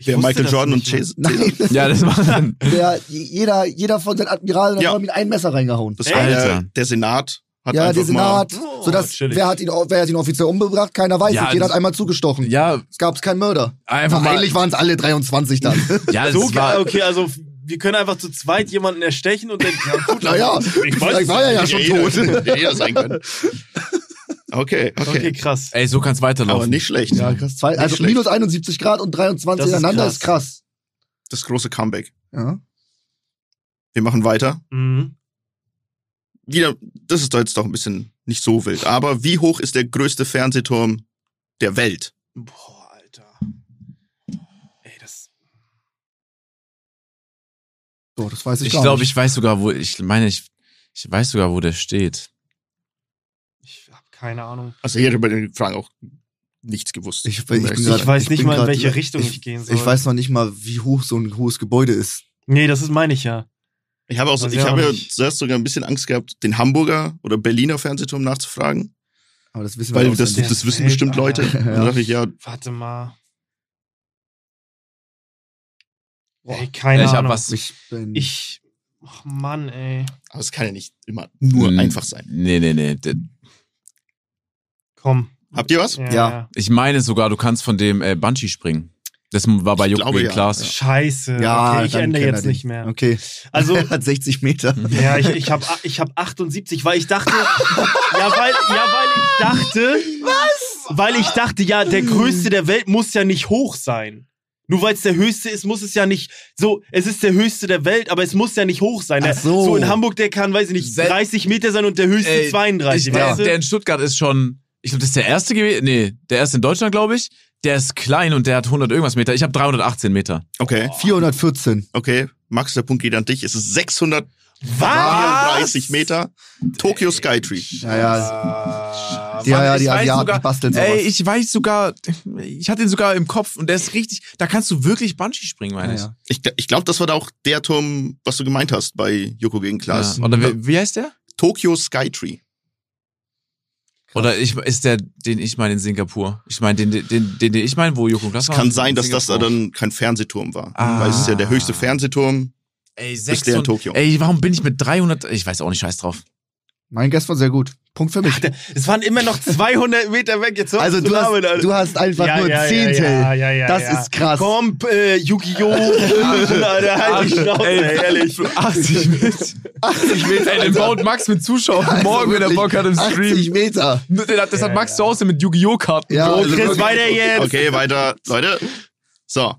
Speaker 3: Ich
Speaker 5: Der
Speaker 3: wusste
Speaker 5: Michael
Speaker 3: das
Speaker 5: Jordan und
Speaker 3: nicht, Mann.
Speaker 5: Cäsar.
Speaker 4: Nein.
Speaker 2: Ja, das war dann.
Speaker 4: Der, jeder, jeder von seinen Admiralen
Speaker 5: Ja.
Speaker 4: hat ihm ein Messer reingehauen.
Speaker 5: Das
Speaker 3: Ey,
Speaker 5: war
Speaker 2: Alter.
Speaker 5: der, der Senat. Hat
Speaker 4: ja,
Speaker 5: einfach
Speaker 4: der Senat,
Speaker 3: Oh,
Speaker 4: sodass,
Speaker 3: chillig.
Speaker 4: wer hat, ihn, wer hat ihn offiziell umgebracht? Keiner weiß
Speaker 2: Ja,
Speaker 4: es. Jeder
Speaker 2: das-
Speaker 4: hat einmal zugestochen.
Speaker 2: Ja,
Speaker 4: Es gab keinen Mörder.
Speaker 2: einfach
Speaker 4: Na,
Speaker 2: mal.
Speaker 4: eigentlich waren es alle 23 dann.
Speaker 2: Ja, das
Speaker 3: So
Speaker 2: war,
Speaker 3: geil. Okay, also f- wir können einfach zu zweit jemanden erstechen und dann. Ja, gut,
Speaker 4: Naja,
Speaker 3: ich
Speaker 4: vielleicht war er ja
Speaker 5: mal.
Speaker 4: schon
Speaker 5: Ja,
Speaker 4: tot.
Speaker 5: jeder, ja, jeder sein können. Okay, okay.
Speaker 3: Okay, krass.
Speaker 2: Ey, so kann's
Speaker 5: Aber
Speaker 2: weiterlaufen.
Speaker 5: nicht schlecht.
Speaker 4: Ja, krass. Zwei, also
Speaker 5: schlecht.
Speaker 4: minus 71 Grad und 23
Speaker 3: Das ist
Speaker 4: ineinander
Speaker 3: krass.
Speaker 4: ist krass.
Speaker 5: Das große Comeback.
Speaker 4: Ja.
Speaker 5: Wir machen weiter.
Speaker 3: Mhm.
Speaker 5: Wieder, das ist doch jetzt doch ein bisschen nicht so wild. Aber wie hoch ist der größte Fernsehturm der Welt?
Speaker 3: Boah, Alter. Ey, das.
Speaker 4: So, das weiß ich,
Speaker 2: ich
Speaker 4: gar
Speaker 2: glaube,
Speaker 4: nicht.
Speaker 2: ich weiß sogar, wo, ich meine, ich, ich weiß sogar, wo der steht.
Speaker 3: Ich habe keine Ahnung.
Speaker 5: Also hier über den Fragen auch nichts gewusst. um
Speaker 4: Ich- ich bin grad-
Speaker 3: Ich weiß
Speaker 4: ich
Speaker 3: nicht
Speaker 4: bin
Speaker 3: mal, in
Speaker 4: grad-
Speaker 3: welche Richtung ich,
Speaker 4: ich-
Speaker 3: gehen soll.
Speaker 4: Ich weiß noch nicht mal, wie hoch so ein hohes Gebäude ist.
Speaker 3: Nee, das ist meine ich ja.
Speaker 5: Ich habe auch,
Speaker 3: Weiß
Speaker 5: ich
Speaker 3: ich auch
Speaker 5: habe ja
Speaker 3: nicht.
Speaker 5: zuerst sogar ein bisschen Angst gehabt, den Hamburger oder Berliner Fernsehturm nachzufragen,
Speaker 4: Aber das wissen wir
Speaker 5: weil
Speaker 4: auch
Speaker 5: das,
Speaker 4: nicht.
Speaker 5: das wissen
Speaker 3: Welt,
Speaker 5: bestimmt Leute.
Speaker 3: Alter.
Speaker 5: Und dann dachte ich, ja,
Speaker 3: Warte mal.
Speaker 4: Boah.
Speaker 3: Ey, keine
Speaker 2: ich hab
Speaker 3: Ahnung.
Speaker 2: was.
Speaker 4: Ich bin
Speaker 3: Ich. Ach Mann, ey.
Speaker 5: aber es kann ja nicht immer nur
Speaker 2: Hm,
Speaker 5: einfach sein.
Speaker 2: Nee, nee, nee. Der-
Speaker 3: Komm.
Speaker 5: Habt ihr was?
Speaker 4: Ja.
Speaker 2: Ich meine sogar, du kannst von dem äh, Bungee springen. Das war bei
Speaker 5: Ich
Speaker 2: Jupp
Speaker 5: glaube,
Speaker 2: gegen
Speaker 5: ja.
Speaker 2: Klaas.
Speaker 3: Scheiße.
Speaker 4: Ja,
Speaker 3: äh, okay, ich
Speaker 4: dann
Speaker 3: ende
Speaker 4: kennt er
Speaker 3: jetzt
Speaker 4: den.
Speaker 3: nicht mehr.
Speaker 4: Okay.
Speaker 3: Also, Hm.
Speaker 4: Er hat 60 Meter.
Speaker 3: ja, ich, ich habe ich hab 78, weil ich dachte. ja, weil, ja, weil ich dachte. Was? Weil ich dachte, ja, der größte der Welt muss ja nicht hoch sein. Nur weil es der höchste ist, muss es ja nicht so, es ist der höchste der Welt, aber es muss ja nicht hoch sein. Der,
Speaker 4: Ach so.
Speaker 3: in Hamburg, der kann, weiß ich nicht,
Speaker 2: Sel-
Speaker 3: 30 Meter sein und der höchste
Speaker 2: Ey,
Speaker 3: 32.
Speaker 2: Ich
Speaker 3: weißt
Speaker 2: weiß,
Speaker 3: du?
Speaker 2: der in Stuttgart ist schon, ich glaube, das ist der erste gewesen. Nee, der erste in Deutschland, glaube ich. Der ist klein und der hat 100 irgendwas Meter. Ich habe 318 Meter.
Speaker 5: Okay,
Speaker 4: 414.
Speaker 5: okay. Max, der Punkt geht an dich. Es ist 634
Speaker 2: Was?
Speaker 5: Meter. Tokyo Skytree.
Speaker 4: Ja, ja,
Speaker 3: Ah,
Speaker 4: ja, ja
Speaker 2: ich
Speaker 4: die
Speaker 2: weiß
Speaker 4: Asiaten
Speaker 2: sogar-
Speaker 4: basteln sowas.
Speaker 2: Ey, ich weiß sogar, ich hatte ihn sogar im Kopf und der ist richtig, da kannst du wirklich Bungee springen, meine
Speaker 4: ja,
Speaker 2: ich.
Speaker 4: ja.
Speaker 5: Ich, gl- ich glaube, das war da auch der Turm, was du gemeint hast bei Joko gegen Klaas.
Speaker 2: Ja. Oder wie, wie heißt der?
Speaker 5: Tokyo Skytree.
Speaker 2: Oder ich, ist der, den ich meine in Singapur? Ich meine, den, den, den, den ich meine, wo Joko
Speaker 5: Es
Speaker 2: Klaas war?
Speaker 5: kann sein, dass das da
Speaker 2: Oh, Singapur.
Speaker 5: dann kein Fernsehturm war.
Speaker 2: Ah.
Speaker 5: Weil es ist ja der höchste Fernsehturm.
Speaker 2: Ey,
Speaker 5: Ist der in
Speaker 2: 600,
Speaker 5: Tokio.
Speaker 2: Ey, warum bin ich mit 300? Ich weiß auch nicht, scheiß drauf.
Speaker 4: Mein Gast war sehr gut. Punkt für mich.
Speaker 3: Es waren immer noch 200 Meter weg. Jetzt hör auf
Speaker 4: Also
Speaker 3: zu
Speaker 4: du hast,
Speaker 3: labern, Alter.
Speaker 4: du hast einfach
Speaker 3: Ja,
Speaker 4: nur
Speaker 3: ja, ja,
Speaker 4: Zehntel.
Speaker 3: ja, ja, ja,
Speaker 4: das
Speaker 3: ja.
Speaker 4: ist krass.
Speaker 3: Komm, äh, Yu-Gi-Oh! Alter, halt die Schnauze, ey, ehrlich.
Speaker 2: 80 mit.
Speaker 4: 80 Meter.
Speaker 2: Ey, den baut Max mit Zuschauern morgen, wenn er Bock hat im Stream.
Speaker 4: 80 Also Meter.
Speaker 2: Den hat- Das hat
Speaker 3: Ja,
Speaker 2: Max
Speaker 3: ja.
Speaker 2: zu Hause mit Yu-Gi-Oh! Karten.
Speaker 4: Ja,
Speaker 2: gebaut.
Speaker 4: also
Speaker 3: Chris,
Speaker 4: wirklich-
Speaker 3: weiter jetzt!
Speaker 5: Okay, weiter. Leute. So.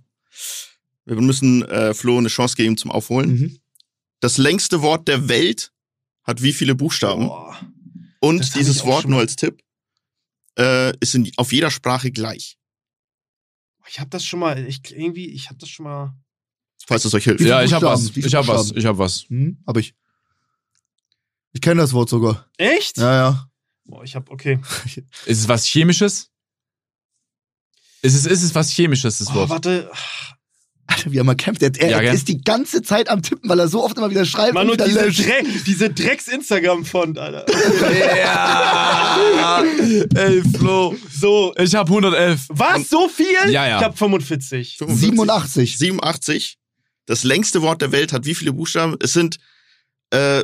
Speaker 5: Wir müssen äh, Flo eine Chance geben zum Aufholen.
Speaker 4: Mhm.
Speaker 5: Das längste Wort der Welt hat wie viele Buchstaben?
Speaker 3: das
Speaker 5: Und
Speaker 3: hab ich
Speaker 5: dieses
Speaker 3: auch
Speaker 5: Wort
Speaker 3: schon
Speaker 5: nur als Tipp äh, ist in, auf jeder Sprache gleich,
Speaker 3: Ich hab das schon mal, ich, irgendwie, ich hab das schon mal.
Speaker 5: falls es euch hilft.
Speaker 4: Ja,
Speaker 2: Ja, ich hab
Speaker 4: Buchstaben,
Speaker 2: was.
Speaker 4: wie viele
Speaker 2: Ich hab was.
Speaker 4: Buchstaben?
Speaker 2: Ich hab was.
Speaker 4: Hm, hab ich. Ich kenne das Wort sogar.
Speaker 3: Echt?
Speaker 4: Ja, ja.
Speaker 3: Boah, ich hab, okay.
Speaker 2: Ist es was Chemisches? Ist es, ist es was Chemisches, das
Speaker 3: Oh,
Speaker 2: Wort?
Speaker 3: warte.
Speaker 4: Alter, wie er mal kämpft. Er, er
Speaker 2: Ja, gell?
Speaker 4: ist die ganze Zeit am Tippen, weil er so oft immer wieder schreibt
Speaker 3: Mann,
Speaker 4: und
Speaker 3: und diese,
Speaker 4: wieder löscht.
Speaker 3: Dreck, diese Drecks-Instagram-Font, Alter.
Speaker 2: Ja! Ey, Flo.
Speaker 3: So.
Speaker 2: Ich hab 111.
Speaker 3: Was? So viel?
Speaker 2: Ja, ja.
Speaker 3: Ich hab 45.
Speaker 4: 87.
Speaker 5: 87. Das längste Wort der Welt hat wie viele Buchstaben? Es sind äh,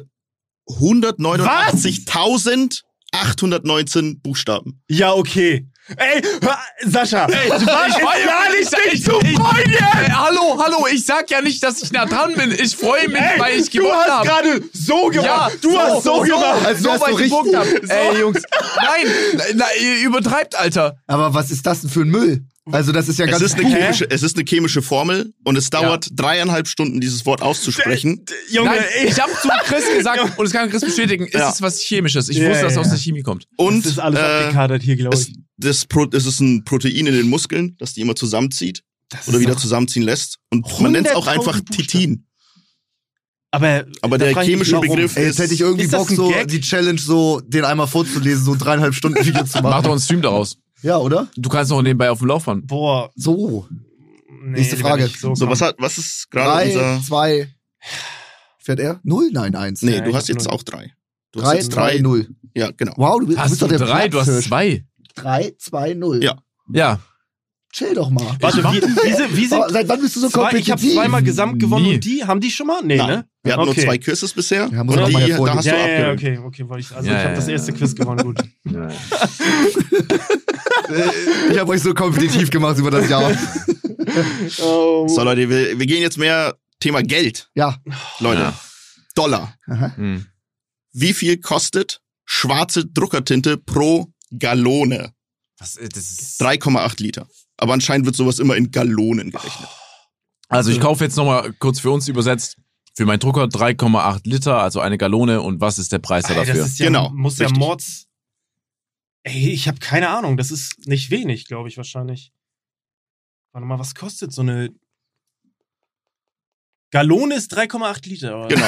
Speaker 5: 189.819 Buchstaben.
Speaker 3: Ja, okay. Ey, hör- Sascha. Ey, du warst gar nicht
Speaker 2: ich, zu freuen jetzt! Hallo, hallo, ich sag ja nicht, dass ich nah dran bin. Ich freue mich, weil ich
Speaker 3: Du
Speaker 2: gewonnen
Speaker 3: hast
Speaker 2: habe.
Speaker 3: gerade so
Speaker 2: Ja,
Speaker 3: gemacht. du hast so, gemacht.
Speaker 4: als
Speaker 2: so
Speaker 4: wärst
Speaker 2: weit
Speaker 4: du
Speaker 2: ich
Speaker 4: richtig.
Speaker 2: gepunkt hab. Ey, Jungs. Nein, nein, ihr übertreibt, Alter.
Speaker 4: Aber was ist das denn für ein Müll? Also, das ist ja
Speaker 5: Es
Speaker 4: ganz.
Speaker 5: ist, eine
Speaker 3: Hä?
Speaker 5: chemische, es ist eine chemische Formel und es dauert dreieinhalb Stunden, dieses Wort auszusprechen.
Speaker 3: Junge,
Speaker 2: Nein,
Speaker 3: ey.
Speaker 2: ich hab zu Chris gesagt, und es kann Chris bestätigen, ist
Speaker 5: Ja.
Speaker 2: es was Chemisches. Ich
Speaker 3: Ja,
Speaker 2: wusste, dass es
Speaker 3: ja,
Speaker 2: aus
Speaker 3: ja.
Speaker 2: der Chemie kommt.
Speaker 5: Und
Speaker 3: das ist alles
Speaker 5: äh,
Speaker 3: abgekadert hier, glaube
Speaker 5: es,
Speaker 3: ich.
Speaker 5: das Pro, es ist ein Protein in den Muskeln, das die immer zusammenzieht
Speaker 3: Das
Speaker 5: oder
Speaker 3: ist
Speaker 5: wieder
Speaker 3: doch-
Speaker 5: zusammenziehen lässt. Und man nennt es auch einfach
Speaker 3: 100.000 Buchstaben.
Speaker 5: Titin.
Speaker 3: Aber,
Speaker 5: Aber
Speaker 3: da
Speaker 5: der
Speaker 3: frag ich mich,
Speaker 5: chemische
Speaker 3: warum?
Speaker 5: Begriff
Speaker 4: Ey, jetzt hätte ich irgendwie
Speaker 3: Ist das
Speaker 4: Bock,
Speaker 3: ein
Speaker 4: so
Speaker 3: Gag?
Speaker 4: die Challenge so den einmal vorzulesen, so ein dreieinhalb Stunden Video zu
Speaker 2: Mach doch
Speaker 4: machen.
Speaker 2: einen Stream daraus.
Speaker 4: Ja, oder?
Speaker 2: Du kannst noch nebenbei auf dem Laufband.
Speaker 3: Boah.
Speaker 4: So.
Speaker 3: Nee,
Speaker 4: Nächste
Speaker 3: wenn
Speaker 4: Frage.
Speaker 3: ich So,
Speaker 5: So,
Speaker 3: komm.
Speaker 5: was, hat, was ist gerade
Speaker 4: Drei,
Speaker 5: unser.
Speaker 4: zwei. Fährt er? Null? Nein, eins.
Speaker 5: Nee,
Speaker 3: Ja,
Speaker 5: du
Speaker 3: ich
Speaker 5: hast
Speaker 3: hab
Speaker 5: jetzt
Speaker 3: null.
Speaker 5: auch drei. Du hast
Speaker 4: drei,
Speaker 5: jetzt drei.
Speaker 4: drei, null.
Speaker 5: Ja, genau.
Speaker 4: Wow, du bist, du
Speaker 2: Hast
Speaker 4: bist
Speaker 2: du
Speaker 4: doch der
Speaker 2: drei, du hast
Speaker 4: Platzhirsch.
Speaker 2: zwei.
Speaker 4: Drei, zwei, null.
Speaker 5: Ja.
Speaker 2: Ja.
Speaker 4: Chill doch mal.
Speaker 3: Warte, wie, wie sind, wie sind
Speaker 4: Aber Seit wann bist du Oh, so
Speaker 3: zwei, ich
Speaker 4: kompetitiv?
Speaker 3: habe zweimal gesamt gewonnen
Speaker 2: Nie.
Speaker 3: und die, haben die schon mal? Nee,
Speaker 5: Nein.
Speaker 3: ne?
Speaker 5: Wir hatten
Speaker 3: Okay.
Speaker 5: nur zwei Kürzes bisher.
Speaker 4: Ja, muss
Speaker 5: und
Speaker 4: man
Speaker 5: die,
Speaker 4: mal
Speaker 5: da
Speaker 4: hervorheben.
Speaker 5: hast
Speaker 3: ja,
Speaker 5: du
Speaker 3: ja, ja,
Speaker 5: abgehört.
Speaker 3: okay, okay, wollte ich, also
Speaker 2: Ja,
Speaker 3: ich habe
Speaker 2: ja,
Speaker 3: das
Speaker 2: ja.
Speaker 3: erste Quiz gewonnen, gut.
Speaker 4: Ich habe euch so kompetitiv gemacht über das Jahr.
Speaker 3: Oh,
Speaker 5: So, Leute, wir, wir gehen jetzt mehr Thema Geld,
Speaker 4: Ja.
Speaker 5: Leute.
Speaker 2: Ja.
Speaker 5: Dollar.
Speaker 2: Hm.
Speaker 5: Wie viel kostet schwarze Druckertinte pro Gallone?
Speaker 2: Was, äh, das ist
Speaker 5: 3,8 Liter. Aber anscheinend wird sowas immer in Gallonen gerechnet.
Speaker 2: Also ich kaufe jetzt nochmal kurz für uns übersetzt. Für meinen Drucker 3,8 Liter, also eine Gallone. Und was ist der Preis da
Speaker 3: Alter,
Speaker 2: dafür?
Speaker 3: das ist ja,
Speaker 5: Genau,
Speaker 3: muss ja
Speaker 5: richtig.
Speaker 3: Mords. Ey, ich habe keine Ahnung, das ist nicht wenig, glaube ich wahrscheinlich. Warte mal, was kostet so eine Gallone ist 3,8 Liter. Oder?
Speaker 5: Genau.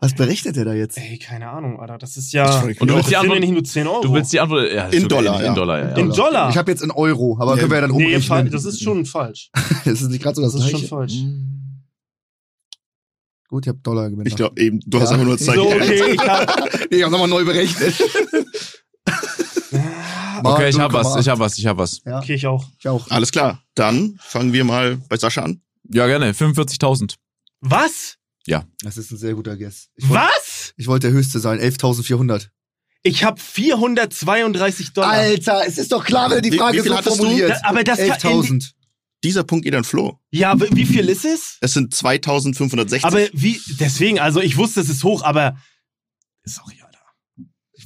Speaker 4: Was berechnet er da jetzt?
Speaker 3: Ey, keine Ahnung, Alter, das ist
Speaker 5: Das
Speaker 3: ja
Speaker 5: frag ich mich
Speaker 2: Und du
Speaker 5: auch.
Speaker 3: das
Speaker 2: willst die
Speaker 3: sind ja
Speaker 2: Antwort-
Speaker 3: nicht nur 10 Euro.
Speaker 2: Du willst die Antwort ja,
Speaker 5: In
Speaker 2: so
Speaker 5: Dollar,
Speaker 2: In,
Speaker 5: ja.
Speaker 2: in Dollar, ja.
Speaker 3: In
Speaker 2: ja.
Speaker 3: Dollar?
Speaker 4: Ich habe jetzt in Euro, aber
Speaker 5: Nee.
Speaker 4: können wir ja dann
Speaker 3: nee, fa-
Speaker 4: umrechnen.
Speaker 3: das ist schon falsch.
Speaker 4: das ist nicht gerade so das,
Speaker 3: Das ist schon
Speaker 4: Gleiche. Hm.
Speaker 3: falsch.
Speaker 4: Gut, ich habe Dollar gewonnen.
Speaker 5: Ich glaube eben, du hast
Speaker 4: Ja.
Speaker 5: einfach nur Zeit.
Speaker 3: So, okay, ich hab,
Speaker 4: nee, ich habe nochmal neu berechnet.
Speaker 2: Okay, ich hab was, ich hab was, ich hab was.
Speaker 3: okay, ich auch.
Speaker 4: Ah, Ich auch.
Speaker 5: Alles klar. Dann fangen wir mal bei Sascha an.
Speaker 2: Ja, gerne. 45.000.
Speaker 3: Was?
Speaker 4: Das ist ein sehr guter Guess. Ich wollte
Speaker 3: Was?
Speaker 4: ich wollte der Höchste sein, 11.400.
Speaker 3: Ich habe 432 Dollar.
Speaker 4: Alter, es ist doch klar, wenn du die
Speaker 5: Wie-
Speaker 4: Frage
Speaker 5: wie viel
Speaker 4: so
Speaker 5: hattest du?
Speaker 4: formuliert.
Speaker 3: Da- aber das kann-
Speaker 4: 11.000.
Speaker 5: Dieser Punkt geht an Flo.
Speaker 3: Ja, w- wie viel ist es?
Speaker 5: Es sind 2560.
Speaker 3: Aber wie, deswegen, also ich wusste, es ist hoch, aber. Sorry, Alter.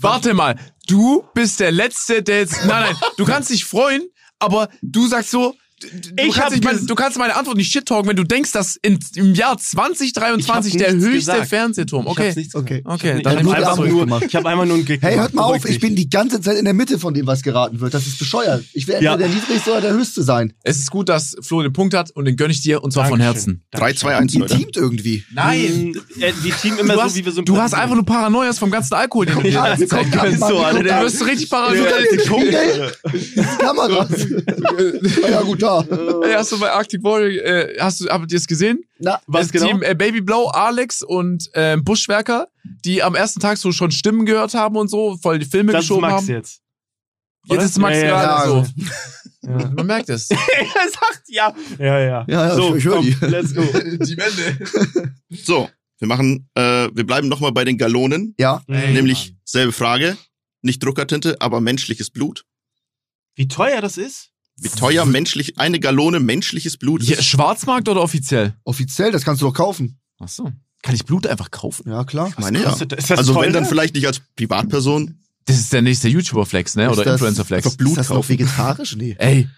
Speaker 2: Warte mal. Du bist der Letzte, der jetzt. Nein, nein. Du kannst dich freuen, aber du sagst so. d- d- Du,
Speaker 3: Ich hab
Speaker 2: kannst, nicht meine,
Speaker 3: ges-
Speaker 2: du kannst meine Antwort nicht shit-talken, wenn du denkst, dass in, im Jahr 2023
Speaker 3: Ich hab
Speaker 2: der
Speaker 3: nichts
Speaker 2: höchste
Speaker 3: gesagt.
Speaker 2: Fernsehturm.
Speaker 3: Ich hab's
Speaker 2: Okay.
Speaker 3: nichts
Speaker 4: Okay.
Speaker 3: gesagt.
Speaker 2: Okay,
Speaker 3: ich
Speaker 2: dann
Speaker 3: hab
Speaker 2: nimm
Speaker 3: nur- ich hab
Speaker 2: alles
Speaker 3: einfach
Speaker 4: zurück
Speaker 3: nur,
Speaker 4: gemacht.
Speaker 3: ich habe einmal nur einen Gag
Speaker 4: Hey,
Speaker 3: gemacht.
Speaker 4: hört mal auf,
Speaker 3: Beruhig
Speaker 4: ich bin
Speaker 3: dich.
Speaker 4: die ganze Zeit in der Mitte von dem, was geraten wird. Das ist bescheuert. Ich werde
Speaker 3: Ja.
Speaker 4: entweder der niedrigste oder der höchste sein.
Speaker 2: Es ist gut, dass Flo den Punkt hat und den gönn ich dir und zwar von
Speaker 3: Dankeschön.
Speaker 2: Herzen.
Speaker 5: Drei,
Speaker 3: Dankeschön.
Speaker 5: zwei, eins,
Speaker 4: Ihr
Speaker 5: Leute.
Speaker 4: teamt irgendwie.
Speaker 3: Nein. Äh, Wir teamen immer
Speaker 2: Du
Speaker 3: so,
Speaker 2: hast,
Speaker 3: wie wir so
Speaker 2: du hast einfach nur Paranoias vom ganzen Alkohol, den du dir
Speaker 3: Ja,
Speaker 2: die ganze Zeit
Speaker 4: guck mal,
Speaker 2: gönnst.
Speaker 4: Mann,
Speaker 3: so, Alter,
Speaker 4: guck
Speaker 3: der-
Speaker 4: mal.
Speaker 2: Du wirst so richtig paranoid.
Speaker 4: Ja, Kameras. ja gut, klar.
Speaker 2: Ey, hast du bei Arctic Warrior, äh, hast du, habt ihr es gesehen?
Speaker 4: Na,
Speaker 3: Was
Speaker 2: das
Speaker 3: genau?
Speaker 2: Team äh, Baby Blau, Alex und ähm, Buschwerker, die am ersten Tag so schon Stimmen gehört haben und so, voll die Filme
Speaker 3: das ist
Speaker 2: geschoben
Speaker 3: Max
Speaker 2: haben.
Speaker 3: jetzt.
Speaker 2: Jetzt ist Max
Speaker 3: Ja, ja,
Speaker 2: gerade
Speaker 4: ja.
Speaker 2: so.
Speaker 3: Ja.
Speaker 2: Man merkt es.
Speaker 3: er sagt ja. Ja, ja.
Speaker 4: Ja, ja,
Speaker 3: so,
Speaker 4: ich- ich höre
Speaker 3: komm,
Speaker 4: die.
Speaker 3: let's go.
Speaker 2: die Wände.
Speaker 5: So, wir machen, äh, wir bleiben nochmal bei den Gallonen.
Speaker 4: Ja,
Speaker 3: Ey,
Speaker 5: Nämlich
Speaker 3: Mann.
Speaker 5: selbe Frage. Nicht Druckertinte, aber menschliches Blut.
Speaker 3: Wie teuer das ist?
Speaker 5: Wie teuer menschlich, eine Gallone menschliches Blut ist.
Speaker 2: Ja, Schwarzmarkt oder offiziell?
Speaker 4: offiziell, das kannst du doch kaufen.
Speaker 2: Ach so. Kann ich Blut einfach kaufen?
Speaker 4: Ja, klar.
Speaker 5: Ich meine, ja.
Speaker 3: Kostet- Ist das
Speaker 5: Also
Speaker 3: teuer?
Speaker 5: wenn dann vielleicht nicht als Privatperson.
Speaker 2: Das ist der nächste YouTuber-Flex, ne? Oder
Speaker 4: Ist das
Speaker 2: Influencer-Flex.
Speaker 5: einfach Blut
Speaker 4: ist das noch
Speaker 5: kaufen.
Speaker 4: vegetarisch? Nee.
Speaker 2: Ey,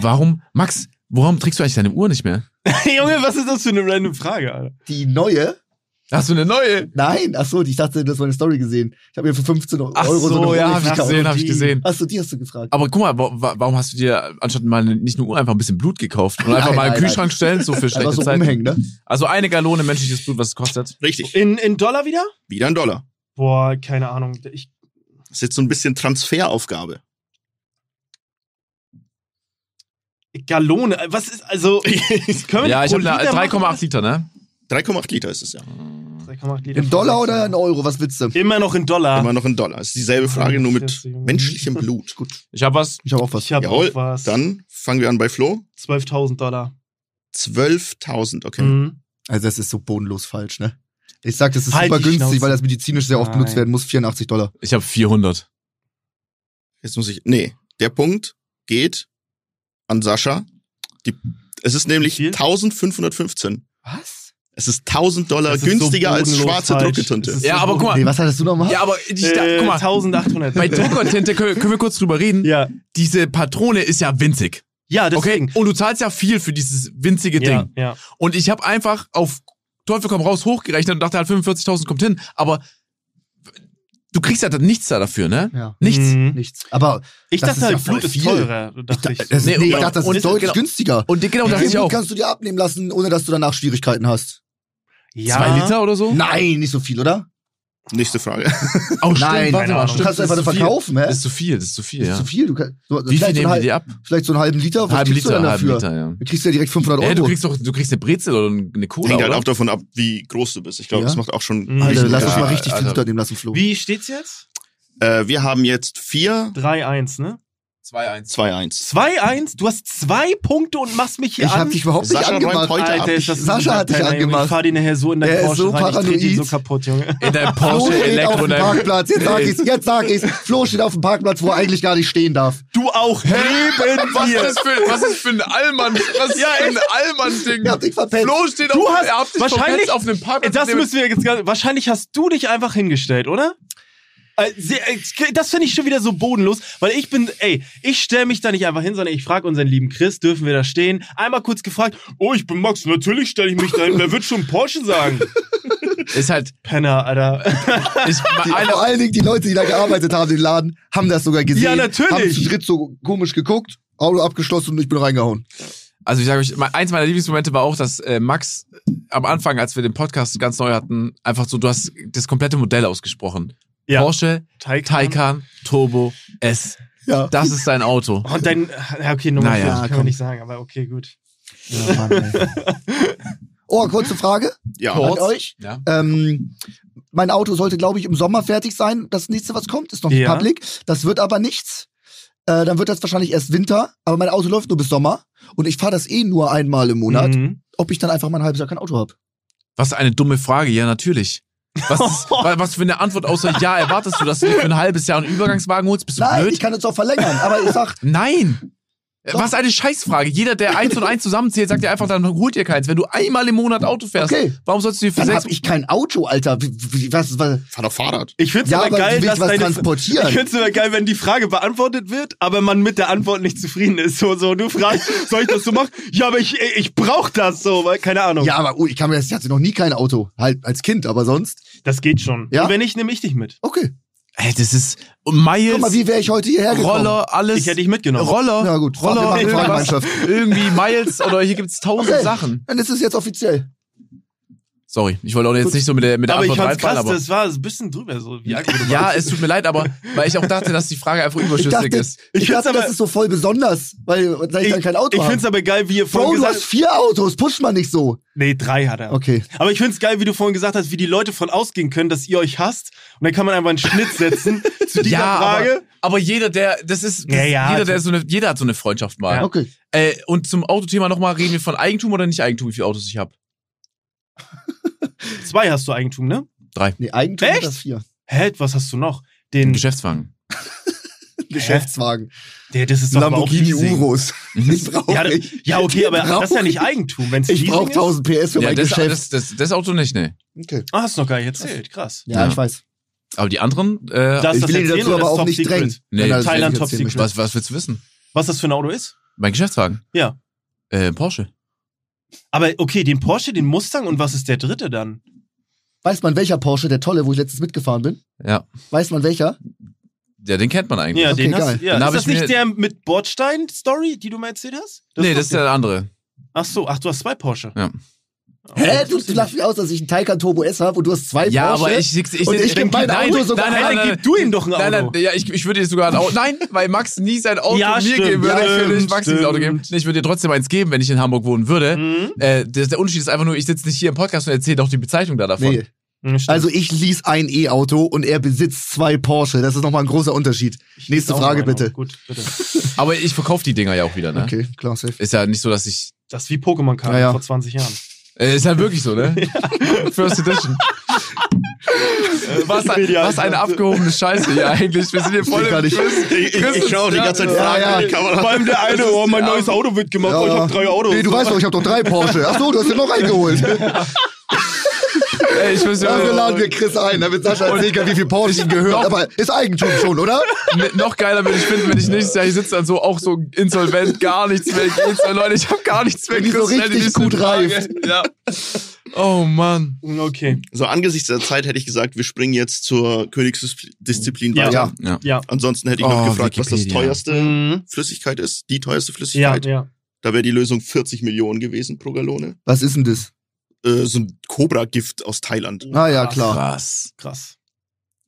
Speaker 2: warum, Max, warum trägst du eigentlich deine Uhr nicht mehr?
Speaker 3: Junge, was ist das für eine random Frage, Alter?
Speaker 4: Die neue?
Speaker 2: Hast du eine neue?
Speaker 4: Nein, ach so, ich dachte, du hast meine Story gesehen. Ich habe mir für 15 Euro
Speaker 2: Ach
Speaker 4: so eine
Speaker 2: so, ja,
Speaker 4: Uhr
Speaker 2: hab ich
Speaker 4: gekauft.
Speaker 2: gesehen, hab ich gesehen.
Speaker 4: Ach so, die hast du gefragt.
Speaker 2: Aber guck mal, wa wa warum hast du dir anstatt mal nicht nur Uhr einfach ein bisschen Blut gekauft und einfach
Speaker 4: Nein,
Speaker 2: mal im
Speaker 4: nein,
Speaker 2: Kühlschrank stellen, so für
Speaker 4: Einfach
Speaker 2: schlechte
Speaker 4: so
Speaker 2: Zeiten?
Speaker 4: umhängen, ne?
Speaker 2: Also eine Gallone menschliches Blut, was es kostet?
Speaker 5: Richtig.
Speaker 3: In, in Dollar wieder?
Speaker 5: Wieder ein Dollar.
Speaker 3: Boah, keine Ahnung. Ich,
Speaker 5: Das ist jetzt so ein bisschen Transferaufgabe.
Speaker 3: Gallone. äh, Was ist, also. können wir
Speaker 2: Ja, ich
Speaker 3: pro
Speaker 2: habe
Speaker 3: Liter machen?
Speaker 2: 3,8 Liter, ne?
Speaker 5: 3,8 Liter ist es ja.
Speaker 3: 3,8 Liter.
Speaker 4: In Dollar oder in Euro? Was willst du?
Speaker 3: Immer noch in Dollar.
Speaker 5: Immer noch ein Dollar. Es ist dieselbe Frage, nur mit menschlichem Blut. Gut.
Speaker 2: Ich habe was.
Speaker 4: Ich habe auch was.
Speaker 3: Ich habe
Speaker 5: Jawohl,
Speaker 3: auch was.
Speaker 5: Dann fangen wir an bei Flo.
Speaker 3: 12.000 Dollar.
Speaker 5: 12.000, okay.
Speaker 3: Mhm.
Speaker 4: Also das ist so bodenlos falsch, ne? Ich sag, das ist
Speaker 3: Halt
Speaker 4: super
Speaker 3: die
Speaker 4: günstig,
Speaker 3: Schnauze.
Speaker 4: weil das medizinisch sehr oft
Speaker 3: Nein.
Speaker 4: benutzt werden muss. 84 Dollar.
Speaker 2: Ich habe 400.
Speaker 5: Jetzt muss ich. Nee, der Punkt geht an Sascha. Die, es ist nämlich
Speaker 3: Wie viel?
Speaker 5: 1515.
Speaker 4: Was?
Speaker 5: Es ist 1000 Dollar
Speaker 3: Das ist so
Speaker 5: günstiger als
Speaker 3: bodenlos
Speaker 5: schwarze
Speaker 3: falsch. Es
Speaker 5: Druckertinte.
Speaker 3: ist
Speaker 2: Ja,
Speaker 3: so
Speaker 2: aber guck mal.
Speaker 4: Nee, was hattest du nochmal?
Speaker 2: Ja, aber ich, da,
Speaker 3: Äh,
Speaker 2: guck mal,
Speaker 3: 1800.
Speaker 2: bei Druckertinte können, können wir kurz drüber reden.
Speaker 3: ja.
Speaker 2: Diese Patrone ist ja winzig.
Speaker 3: Ja,
Speaker 2: Okay?
Speaker 3: deswegen.
Speaker 2: Und du zahlst ja viel für dieses winzige
Speaker 3: Ja,
Speaker 2: Ding.
Speaker 3: ja.
Speaker 2: Und ich habe einfach auf Teufel komm raus hochgerechnet und dachte halt 45.000 kommt hin. Aber du kriegst ja dann nichts da dafür, ne?
Speaker 4: Ja.
Speaker 2: Nichts.
Speaker 3: Mhm.
Speaker 4: Nichts. Aber
Speaker 3: Ich
Speaker 4: Das
Speaker 3: dachte
Speaker 4: ist
Speaker 3: halt,
Speaker 4: ja voll
Speaker 3: Blut ist
Speaker 4: viel.
Speaker 3: teurer. Dachte ich.
Speaker 4: ich, das,
Speaker 2: Nee,
Speaker 4: nee, ich
Speaker 2: aber-
Speaker 4: dachte, das
Speaker 2: und ist-
Speaker 4: ist deutlich
Speaker 2: genau.
Speaker 4: günstiger.
Speaker 2: Und die- genau,
Speaker 4: Und
Speaker 2: dachte ich auch.
Speaker 4: kannst du dir abnehmen lassen, ohne dass du danach Schwierigkeiten hast.
Speaker 3: ja.
Speaker 2: Zwei Liter oder so?
Speaker 4: Nein, nicht so viel, oder?
Speaker 5: Nächste Frage.
Speaker 2: oh, stimmt,
Speaker 3: keine
Speaker 2: warte
Speaker 4: Nein,
Speaker 2: mal,
Speaker 3: Ahnung.
Speaker 2: stimmt.
Speaker 4: kannst du
Speaker 2: das
Speaker 4: einfach
Speaker 2: ist zu viel.
Speaker 4: verkaufen, hä?
Speaker 2: Das ist zu viel, das ist zu viel,
Speaker 4: Das
Speaker 2: ja.
Speaker 4: ist zu viel. Du kannst, so,
Speaker 2: Wie viel
Speaker 4: vielleicht, so
Speaker 2: nehmen
Speaker 4: einen
Speaker 2: die die ab?
Speaker 4: halben- vielleicht so einen halben Liter. Was
Speaker 2: Halben
Speaker 4: kriegst du
Speaker 2: Liter,
Speaker 4: denn
Speaker 2: halben
Speaker 4: dafür?
Speaker 2: Liter, ja.
Speaker 4: Du kriegst ja direkt 500 Euro.
Speaker 2: Hey, du kriegst doch, du kriegst eine Brezel oder eine Cola,
Speaker 5: Hängt halt
Speaker 2: oder?
Speaker 5: auch davon ab, wie groß du bist. Ich glaube,
Speaker 4: Ja.
Speaker 5: das macht auch schon.
Speaker 3: Mhm.
Speaker 4: Alter,
Speaker 5: richtig-
Speaker 4: lass
Speaker 2: Ja,
Speaker 4: uns mal richtig
Speaker 2: Alter.
Speaker 4: viel unternehmen lassen, Flo.
Speaker 3: Wie steht's jetzt?
Speaker 5: Äh, wir haben jetzt 4,
Speaker 3: 3-1, ne?
Speaker 2: 2-1.
Speaker 5: 2, 1.
Speaker 3: 2-1? Du hast zwei Punkte und machst mich hier
Speaker 4: Ich
Speaker 3: an?
Speaker 4: hab dich überhaupt nicht
Speaker 5: Sascha räumt
Speaker 4: angemacht.
Speaker 5: heute ab.
Speaker 3: Alter, ist das ein
Speaker 4: Sascha hat dich
Speaker 3: Kleiner, Junge.
Speaker 4: angemacht.
Speaker 3: Ich fahr den nachher so in
Speaker 4: Der
Speaker 3: dein
Speaker 4: ist
Speaker 3: Porsche
Speaker 4: so
Speaker 3: rein, ich dreh den so
Speaker 4: paranoid.
Speaker 3: kaputt, Junge.
Speaker 2: In deinem
Speaker 4: Flo
Speaker 2: Porsche
Speaker 4: steht auf
Speaker 2: Elektro.
Speaker 4: dem
Speaker 2: in deinem-
Speaker 4: Parkplatz. Jetzt sag ich's, jetzt sag ich's. Flo steht auf dem Parkplatz, wo er eigentlich gar nicht stehen darf.
Speaker 3: Du auch. Neben
Speaker 2: Was ist
Speaker 3: mir.
Speaker 2: das für, was ist für ein Allmann? Was ist für ein
Speaker 4: Ihr habt
Speaker 2: Allmann-Ding?
Speaker 4: dich verpennt.
Speaker 2: Flo steht
Speaker 3: Du
Speaker 2: auf,
Speaker 3: hast-
Speaker 2: er hat dich
Speaker 3: wahrscheinlich-
Speaker 2: verpetzt auf einem Parkplatz.
Speaker 3: Äh, Das
Speaker 2: in dem-
Speaker 3: müssen wir jetzt ganz, wahrscheinlich hast du dich einfach hingestellt, oder? Äh, sie- äh, Das finde ich schon wieder so bodenlos, weil ich bin, ey, ich stelle mich da nicht einfach hin, sondern ich frage unseren lieben Chris, dürfen wir da stehen? Einmal kurz gefragt, oh, ich bin Max, natürlich stelle ich mich da hin, wer wird schon Porsche sagen?
Speaker 2: ist halt,
Speaker 3: Penner, Alter.
Speaker 2: ich,
Speaker 4: Die,
Speaker 2: einer,
Speaker 4: vor allen Dingen die Leute, die da gearbeitet haben, den Laden, haben das sogar gesehen.
Speaker 3: Ja, natürlich.
Speaker 4: Haben zu dritt so komisch geguckt, Auto abgeschlossen und ich bin reingehauen.
Speaker 2: Also ich sage euch, mein- eins meiner Lieblingsmomente war auch, dass äh, Max am Anfang, als wir den Podcast ganz neu hatten, einfach so, du hast das komplette Modell ausgesprochen.
Speaker 3: Ja.
Speaker 2: Porsche
Speaker 3: Taikan.
Speaker 2: Taycan Turbo S.
Speaker 4: Ja.
Speaker 2: Das ist dein Auto.
Speaker 3: Und dann, ja, okay, Nummer
Speaker 2: Naja,
Speaker 3: 40 kann
Speaker 4: komm.
Speaker 3: man nicht sagen, aber okay, gut.
Speaker 4: ja Mann, ey. oh, kurze Frage
Speaker 5: Ja.
Speaker 2: Cool.
Speaker 4: an
Speaker 2: Kurz.
Speaker 4: euch.
Speaker 2: Ja.
Speaker 4: Ähm, mein Auto sollte, glaube ich, im Sommer fertig sein. Das nächste, was kommt, ist noch nicht
Speaker 3: Ja.
Speaker 4: public. Das wird aber nichts. Äh, dann wird das wahrscheinlich erst Winter. Aber mein Auto läuft nur bis Sommer. Und ich fahre das eh nur einmal im Monat.
Speaker 3: Mhm.
Speaker 4: Ob ich dann einfach mal ein halbes Jahr kein Auto habe.
Speaker 2: Was eine dumme Frage, ja natürlich. Was, ist, wa- was für eine Antwort außer ja erwartest du, dass du dir für ein halbes Jahr einen Übergangswagen holst? Bist du
Speaker 4: Nein, ich
Speaker 2: blöd?
Speaker 4: kann es auch verlängern. aber ich sag,
Speaker 2: Nein. Äh,
Speaker 4: Doch.
Speaker 2: Was eine Scheißfrage. Jeder, der eins und eins zusammenzählt, sagt dir einfach, dann holt ihr keins. Wenn du einmal im Monat Auto fährst,
Speaker 4: Okay.
Speaker 2: warum sollst du dir für
Speaker 4: dann
Speaker 2: sechs...
Speaker 4: habe ich kein Auto, Alter. Wie- wie- Was, was?
Speaker 5: Fahr doch Fahrrad.
Speaker 3: Ich find's
Speaker 4: Ja,
Speaker 3: aber,
Speaker 4: aber
Speaker 3: geil,
Speaker 4: du
Speaker 3: dass
Speaker 4: willst was
Speaker 3: deine, Ich
Speaker 4: transportieren.
Speaker 3: find's immer geil, wenn die Frage beantwortet wird, aber man mit der Antwort nicht zufrieden ist. So, so. Du fragst, soll ich das so machen? Ja, aber ich, ich brauch das so, weil, keine Ahnung.
Speaker 4: Ja, aber oh, ich, kann mir das, ich hatte noch nie kein Auto. Halt als Kind, aber sonst.
Speaker 3: Das geht schon.
Speaker 4: Ja?
Speaker 3: Und wenn nicht, nehme ich dich mit.
Speaker 4: Okay.
Speaker 2: Ey, das ist... Miles,
Speaker 4: Guck mal, wie wäre ich heute hierher gekommen?
Speaker 2: Roller, alles...
Speaker 3: Ich hätte dich mitgenommen.
Speaker 2: Roller.
Speaker 4: Ja, gut.
Speaker 2: Roller.
Speaker 4: Wir machen
Speaker 2: irgendwas,
Speaker 4: Fahrgemeinschaft.
Speaker 2: irgendwie Miles oder hier gibt's tausend
Speaker 4: Okay.
Speaker 2: Sachen.
Speaker 4: Dann ist es jetzt offiziell.
Speaker 2: Sorry, ich wollte auch jetzt
Speaker 3: Gut.
Speaker 2: nicht so mit der, mit der
Speaker 3: aber ich
Speaker 2: Antwort
Speaker 3: fand's krass,
Speaker 2: reinfallen, aber.
Speaker 3: das war ein bisschen drüber so. Wie Agro du
Speaker 2: Ja,
Speaker 3: warst.
Speaker 2: es tut mir leid, aber weil ich auch dachte, dass die Frage einfach
Speaker 4: Ich
Speaker 2: überschüssig
Speaker 4: dachte,
Speaker 2: ist.
Speaker 4: ich
Speaker 3: Ich find's
Speaker 4: dachte das
Speaker 3: aber-
Speaker 4: ist so voll besonders, weil weil ich, dann kein Auto
Speaker 3: ich
Speaker 4: habe.
Speaker 3: find's aber geil, wie ihr vorhin
Speaker 4: Bro, du hast
Speaker 3: gesagt
Speaker 4: vier Autos, push mal nicht so.
Speaker 3: Nee, drei hat er.
Speaker 4: Okay.
Speaker 3: Aber ich find's geil, wie du vorhin gesagt hast, wie die Leute von ausgehen können, dass ihr euch hasst. Und dann kann man einfach einen Schnitt setzen zu dieser
Speaker 2: Ja,
Speaker 3: Frage.
Speaker 2: Aber jeder, der, das ist, das,
Speaker 3: Ja, ja, also
Speaker 2: jeder, der so eine, jeder hat so eine Freundschaft mal.
Speaker 3: Ja.
Speaker 4: Okay.
Speaker 2: Äh, und zum Autothema nochmal, reden wir von Eigentum oder nicht Eigentum, wie viele Autos ich habe?
Speaker 3: Zwei hast du Eigentum, ne?
Speaker 4: Nee, Eigentum
Speaker 3: Echt?
Speaker 4: hat das vier.
Speaker 3: Hä, was hast du noch?
Speaker 2: Ein
Speaker 3: Den,
Speaker 2: Geschäftswagen.
Speaker 4: Geschäftswagen.
Speaker 3: der, das ist doch aber auch
Speaker 4: Lamborghini
Speaker 3: Leasing.
Speaker 4: Uros. Den brauche
Speaker 3: Ja,
Speaker 4: ich.
Speaker 3: ja, okay, aber das ist ja nicht Eigentum, wenn es
Speaker 4: Ich brauche 1000 PS für
Speaker 2: Ja,
Speaker 4: mein
Speaker 2: das,
Speaker 4: Geschäft.
Speaker 2: das, das, das Auto nicht, ne.
Speaker 4: okay.
Speaker 3: Ah, hast du noch gar nicht erzählt. Krass.
Speaker 4: ja,
Speaker 2: Ja.
Speaker 4: ich weiß.
Speaker 2: Aber die anderen, äh,
Speaker 3: Darfst
Speaker 4: ich
Speaker 3: du
Speaker 4: will ihn
Speaker 3: erzählen
Speaker 4: dazu
Speaker 3: oder
Speaker 4: aber
Speaker 3: ist
Speaker 4: auch
Speaker 3: top
Speaker 4: nicht
Speaker 3: secret?
Speaker 4: drängen.
Speaker 2: Nee,
Speaker 4: Wenn er das
Speaker 3: Thailand
Speaker 4: erzählen
Speaker 3: Top Secret.
Speaker 4: möchte.
Speaker 2: was, was willst du wissen?
Speaker 3: Was das für ein Auto ist?
Speaker 2: Mein Geschäftswagen?
Speaker 3: Ja.
Speaker 2: Äh, Porsche.
Speaker 3: Aber okay, den Porsche, den Mustang und was ist der dritte dann?
Speaker 4: Weiß man welcher Porsche, der tolle, wo ich letztens mitgefahren bin?
Speaker 2: Ja.
Speaker 4: Weiß man welcher?
Speaker 2: Ja, den kennt man eigentlich.
Speaker 3: Ja,
Speaker 4: Okay,
Speaker 3: den
Speaker 4: geil.
Speaker 3: hast ja.
Speaker 2: Dann hab
Speaker 3: Ist das
Speaker 2: ich mir-
Speaker 3: nicht der mit Bordstein-Story, die du mal erzählt hast?
Speaker 2: nee, das ist der andere.
Speaker 3: Ach so, ach, du hast zwei Porsche. Oh,
Speaker 2: Ja.
Speaker 4: Hä? Äh, Du, du lachst mich aus, dass ich einen Taycan Turbo S habe und du hast zwei
Speaker 2: Ja,
Speaker 4: Porsche?
Speaker 2: aber ich, ich, ich,
Speaker 4: Und ich geb mein
Speaker 2: nein,
Speaker 4: Auto
Speaker 2: nein,
Speaker 4: sogar
Speaker 2: nein,
Speaker 3: Nein,
Speaker 2: nein,
Speaker 3: dann
Speaker 2: nein,
Speaker 3: gib du ihm doch ein Auto.
Speaker 2: Nein, nein, ja, ich, ich würde dir sogar ein Auto. Nein, weil Max nie sein Auto
Speaker 3: Ja,
Speaker 2: mir
Speaker 3: stimmt,
Speaker 2: geben würde.
Speaker 3: ja,
Speaker 2: ich würde nicht
Speaker 3: stimmt,
Speaker 2: Max dieses Auto geben.
Speaker 3: stimmt.
Speaker 2: Nee, ich würde dir trotzdem eins geben, wenn ich in Hamburg wohnen würde.
Speaker 3: Mhm.
Speaker 2: Äh, das, der Unterschied ist einfach nur, ich sitze nicht hier im Podcast und erzähle doch die Bezeichnung da davon.
Speaker 4: Nee.
Speaker 3: Mhm, stimmt.
Speaker 4: Also ich lease ein E-Auto und er besitzt zwei Porsche. Das ist nochmal ein großer Unterschied.
Speaker 3: Ich
Speaker 4: Nächste
Speaker 3: auch
Speaker 4: Frage
Speaker 3: noch einen.
Speaker 4: bitte.
Speaker 3: Gut, bitte.
Speaker 2: Aber ich verkaufe die Dinger ja auch wieder, ne?
Speaker 4: Okay, klar, safe.
Speaker 2: Ist ja nicht so, dass ich.
Speaker 3: Das ist wie Pokémon-Karten
Speaker 4: Ja, ja.
Speaker 3: vor 20 Jahren.
Speaker 2: Äh, ist halt wirklich so, ne? First Edition. Äh, was, ein,
Speaker 3: Medial-
Speaker 2: was eine abgehobene Scheiße hier eigentlich. Wir sind hier voll
Speaker 4: Steht gar
Speaker 2: im
Speaker 4: nicht.
Speaker 2: Quiz.
Speaker 5: Ich, ich, ich schaue die ganze Zeit
Speaker 4: Ja,
Speaker 5: Fragen
Speaker 4: ja.
Speaker 5: in die Kamera.
Speaker 3: allem der eine, oh, mein neues Auto wird gemacht, Oh,
Speaker 4: Ja.
Speaker 3: Autos.
Speaker 4: Nee, du weißt doch, ich habe doch drei Porsche. Ach so, du hast dir noch einen geholt.
Speaker 2: Ey, ich muss
Speaker 4: Dafür
Speaker 2: ja,
Speaker 4: laden wir Chris ein, damit Sascha erzählen kann, wie viel Porsche ihm gehört. Aber ist Eigentum schon, oder?
Speaker 2: N- noch geiler würde ich finden, wenn ich nächstes Jahr hier sitze, dann so auch so insolvent, gar nichts mehr geht. So, Leute, ich habe gar nichts mehr.
Speaker 4: Wenn die so
Speaker 2: Chris, stell
Speaker 4: richtig
Speaker 2: nächste
Speaker 4: gut
Speaker 2: Frage.
Speaker 4: reift.
Speaker 2: Ja. Oh Mann.
Speaker 3: Okay,
Speaker 5: So angesichts der Zeit hätte ich gesagt, wir springen jetzt zur Königsdisziplin
Speaker 3: Ja.
Speaker 5: weiter.
Speaker 4: Ja.
Speaker 3: ja.
Speaker 5: Ansonsten hätte ich noch
Speaker 2: Oh,
Speaker 5: gefragt, was das
Speaker 2: Wikipedia.
Speaker 5: teuerste
Speaker 3: Mhm.
Speaker 5: Flüssigkeit ist, die teuerste
Speaker 3: Ja,
Speaker 5: Flüssigkeit.
Speaker 3: ja.
Speaker 5: Da wäre die Lösung 40 Millionen gewesen pro Gallone.
Speaker 4: Was ist denn das?
Speaker 5: Äh, so ein Cobra-Gift aus Thailand.
Speaker 4: Ah ja,
Speaker 3: Krass,
Speaker 4: klar.
Speaker 2: Krass.
Speaker 3: Krass.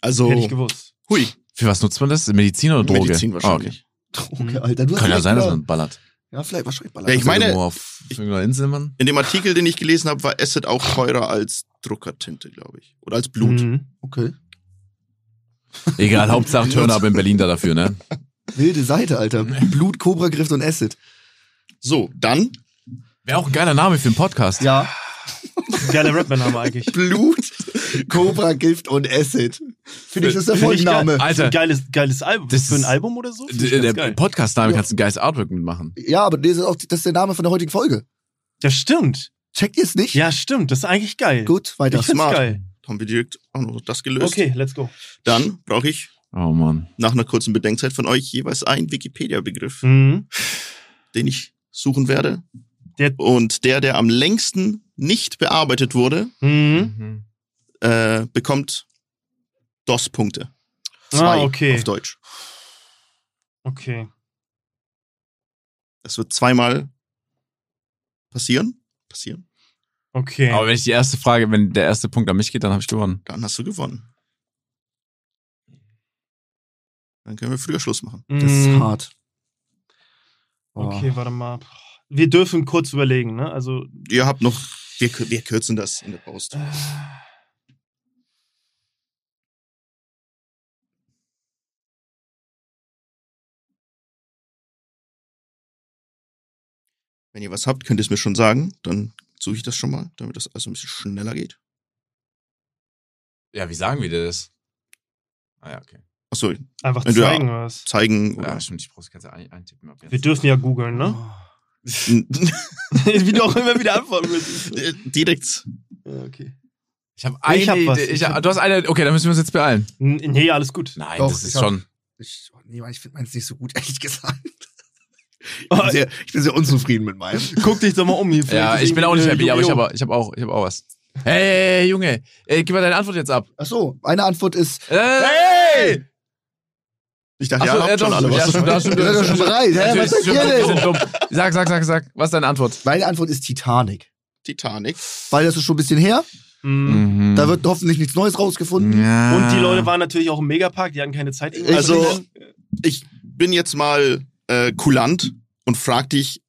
Speaker 5: Also,
Speaker 3: Hätte ich gewusst.
Speaker 5: hui,
Speaker 2: Für was nutzt man das? Medizin oder Droge?
Speaker 5: Medizin
Speaker 2: Ah,
Speaker 5: wahrscheinlich.
Speaker 4: Okay, Alter,
Speaker 2: okay.
Speaker 4: du hast
Speaker 2: Kann ja
Speaker 4: recht,
Speaker 2: sein, dass
Speaker 4: klar.
Speaker 2: man ballert.
Speaker 4: Ja, vielleicht wahrscheinlich mal.
Speaker 5: Ja, ich meine-
Speaker 2: Irgendwo auf
Speaker 5: ich-
Speaker 2: irgendeiner Insel, Mann.
Speaker 5: In dem Artikel, den ich gelesen habe, war Acid auch teurer als Druckertinte, glaube ich. Oder als Blut.
Speaker 3: Mhm.
Speaker 4: Okay.
Speaker 2: Egal, Hauptsache Turn-Up in Berlin da dafür, ne?
Speaker 4: Wilde Seite, Alter. Blut, Cobra, Griff und Acid.
Speaker 5: So, dann
Speaker 2: Wäre auch ein geiler Name für einen Podcast.
Speaker 4: Ja.
Speaker 3: Geiler Rapper-Name eigentlich.
Speaker 5: Blut.
Speaker 4: Cobra, Gift und Acid. Finde ich, das ist der
Speaker 3: Finde ich geil. Also
Speaker 4: Vollname.
Speaker 2: Alter,
Speaker 3: Ein geiles, geiles Album.
Speaker 2: Das
Speaker 3: für ein
Speaker 2: ist-
Speaker 3: Album oder so? Finde ich
Speaker 2: d- äh,
Speaker 3: ganz
Speaker 2: der
Speaker 3: geil.
Speaker 2: Podcast-Name
Speaker 4: Ja.
Speaker 2: kannst du ein geiles Artwork mitmachen.
Speaker 4: Ja, aber das ist, auch, das ist der Name von der heutigen Folge.
Speaker 3: Ja, stimmt.
Speaker 4: Checkt ihr es nicht?
Speaker 3: Ja, stimmt. Das ist eigentlich geil.
Speaker 4: Gut, weiter.
Speaker 3: ich find's
Speaker 5: smart.
Speaker 3: geil.
Speaker 5: Haben wir direkt auch noch das gelöst.
Speaker 3: Okay, let's go.
Speaker 5: Dann brauche ich
Speaker 2: Oh Mann.
Speaker 5: nach einer kurzen Bedenkzeit von euch jeweils einen Wikipedia-Begriff,
Speaker 3: Mhm.
Speaker 5: den ich suchen werde.
Speaker 3: Der-
Speaker 5: Und der, der am längsten nicht bearbeitet wurde,
Speaker 3: Mhm.
Speaker 2: Hm?
Speaker 5: äh, bekommt DOS-Punkte. Zwei
Speaker 3: Ah, okay.
Speaker 5: auf Deutsch.
Speaker 3: Okay.
Speaker 5: Das wird zweimal passieren. Passieren.
Speaker 3: Okay.
Speaker 2: Aber wenn ich die erste Frage, wenn der erste Punkt an mich geht, dann habe ich gewonnen.
Speaker 5: Dann hast du gewonnen. Dann können wir früher Schluss machen.
Speaker 4: Das ist
Speaker 2: Mm.
Speaker 3: Mhm.
Speaker 4: hart. Oh.
Speaker 3: Okay, warte mal. Wir dürfen kurz überlegen, ne? Also.
Speaker 5: Ihr habt noch. Wir, kür- wir kürzen das in der Post.
Speaker 3: äh,
Speaker 5: Wenn ihr was habt, könnt ihr es mir schon sagen. Dann suche ich das schon mal, damit das also ein bisschen schneller geht.
Speaker 2: Ja, wie sagen wir dir das? Ah ja, okay.
Speaker 5: Achso,
Speaker 3: Einfach
Speaker 5: Wenn du-
Speaker 3: zeigen was.
Speaker 5: zeigen
Speaker 2: Ja,
Speaker 5: oder.
Speaker 2: stimmt, ich brauch's kannst du ein- eintippen ab
Speaker 3: Wir
Speaker 2: jetzt.
Speaker 3: dürfen ja googeln, ne?
Speaker 4: Oh,
Speaker 3: Wie du auch immer wieder antworten willst.
Speaker 5: Direkt.
Speaker 3: Ja, Okay.
Speaker 2: Ich habe eine
Speaker 3: Ich hab was,
Speaker 2: Idee. Ich
Speaker 3: ich hab-
Speaker 2: hab, du hast eine. Okay, dann müssen wir uns jetzt beeilen.
Speaker 3: N- Nee, alles gut.
Speaker 2: Nein,
Speaker 4: Doch,
Speaker 2: das
Speaker 4: ich
Speaker 2: ist
Speaker 4: hab-
Speaker 2: schon.
Speaker 4: Ich, oh nee, Mann, ich finde meins nicht so gut, ehrlich gesagt. Ich
Speaker 3: Oh,
Speaker 4: bin sehr, ich bin sehr unzufrieden mit meinem.
Speaker 3: guck dich doch mal um hier. Vielleicht
Speaker 2: Ja,
Speaker 3: ist
Speaker 2: ich bin auch nicht
Speaker 3: irgendwie
Speaker 2: happy, aber ich
Speaker 3: Jubiläum.
Speaker 2: habe ich hab auch, ich hab auch was. Hey, hey, hey Junge, ey, gib mal deine Antwort jetzt ab. Äh,
Speaker 4: Ach so, eine Antwort ist,
Speaker 2: Hey!
Speaker 5: Ich dachte,
Speaker 2: Achso,
Speaker 5: ja,
Speaker 2: ja,
Speaker 5: habt
Speaker 2: doch,
Speaker 5: schon alle
Speaker 2: ja,
Speaker 5: was.
Speaker 2: stimmt, ja,
Speaker 4: ihr
Speaker 2: stimmt,
Speaker 4: seid doch schon bereit, hä? Was
Speaker 2: Natürlich,
Speaker 4: sagt ihr
Speaker 2: wir
Speaker 4: denn?
Speaker 2: sind dumm. Sag, sag, sag, sag. Was ist deine Antwort?
Speaker 4: Meine Antwort ist Titanic.
Speaker 5: Titanic.
Speaker 4: Weil das ist schon ein bisschen her.
Speaker 3: Mhm.
Speaker 4: Da
Speaker 2: Mm.
Speaker 4: wird hoffentlich nichts Neues rausgefunden.
Speaker 2: Ja.
Speaker 3: Und die Leute waren natürlich auch im Megapark, die hatten keine Zeit. irgendwas
Speaker 5: Also-
Speaker 3: zu machen.
Speaker 5: ich bin jetzt mal äh, kulant und frag dich,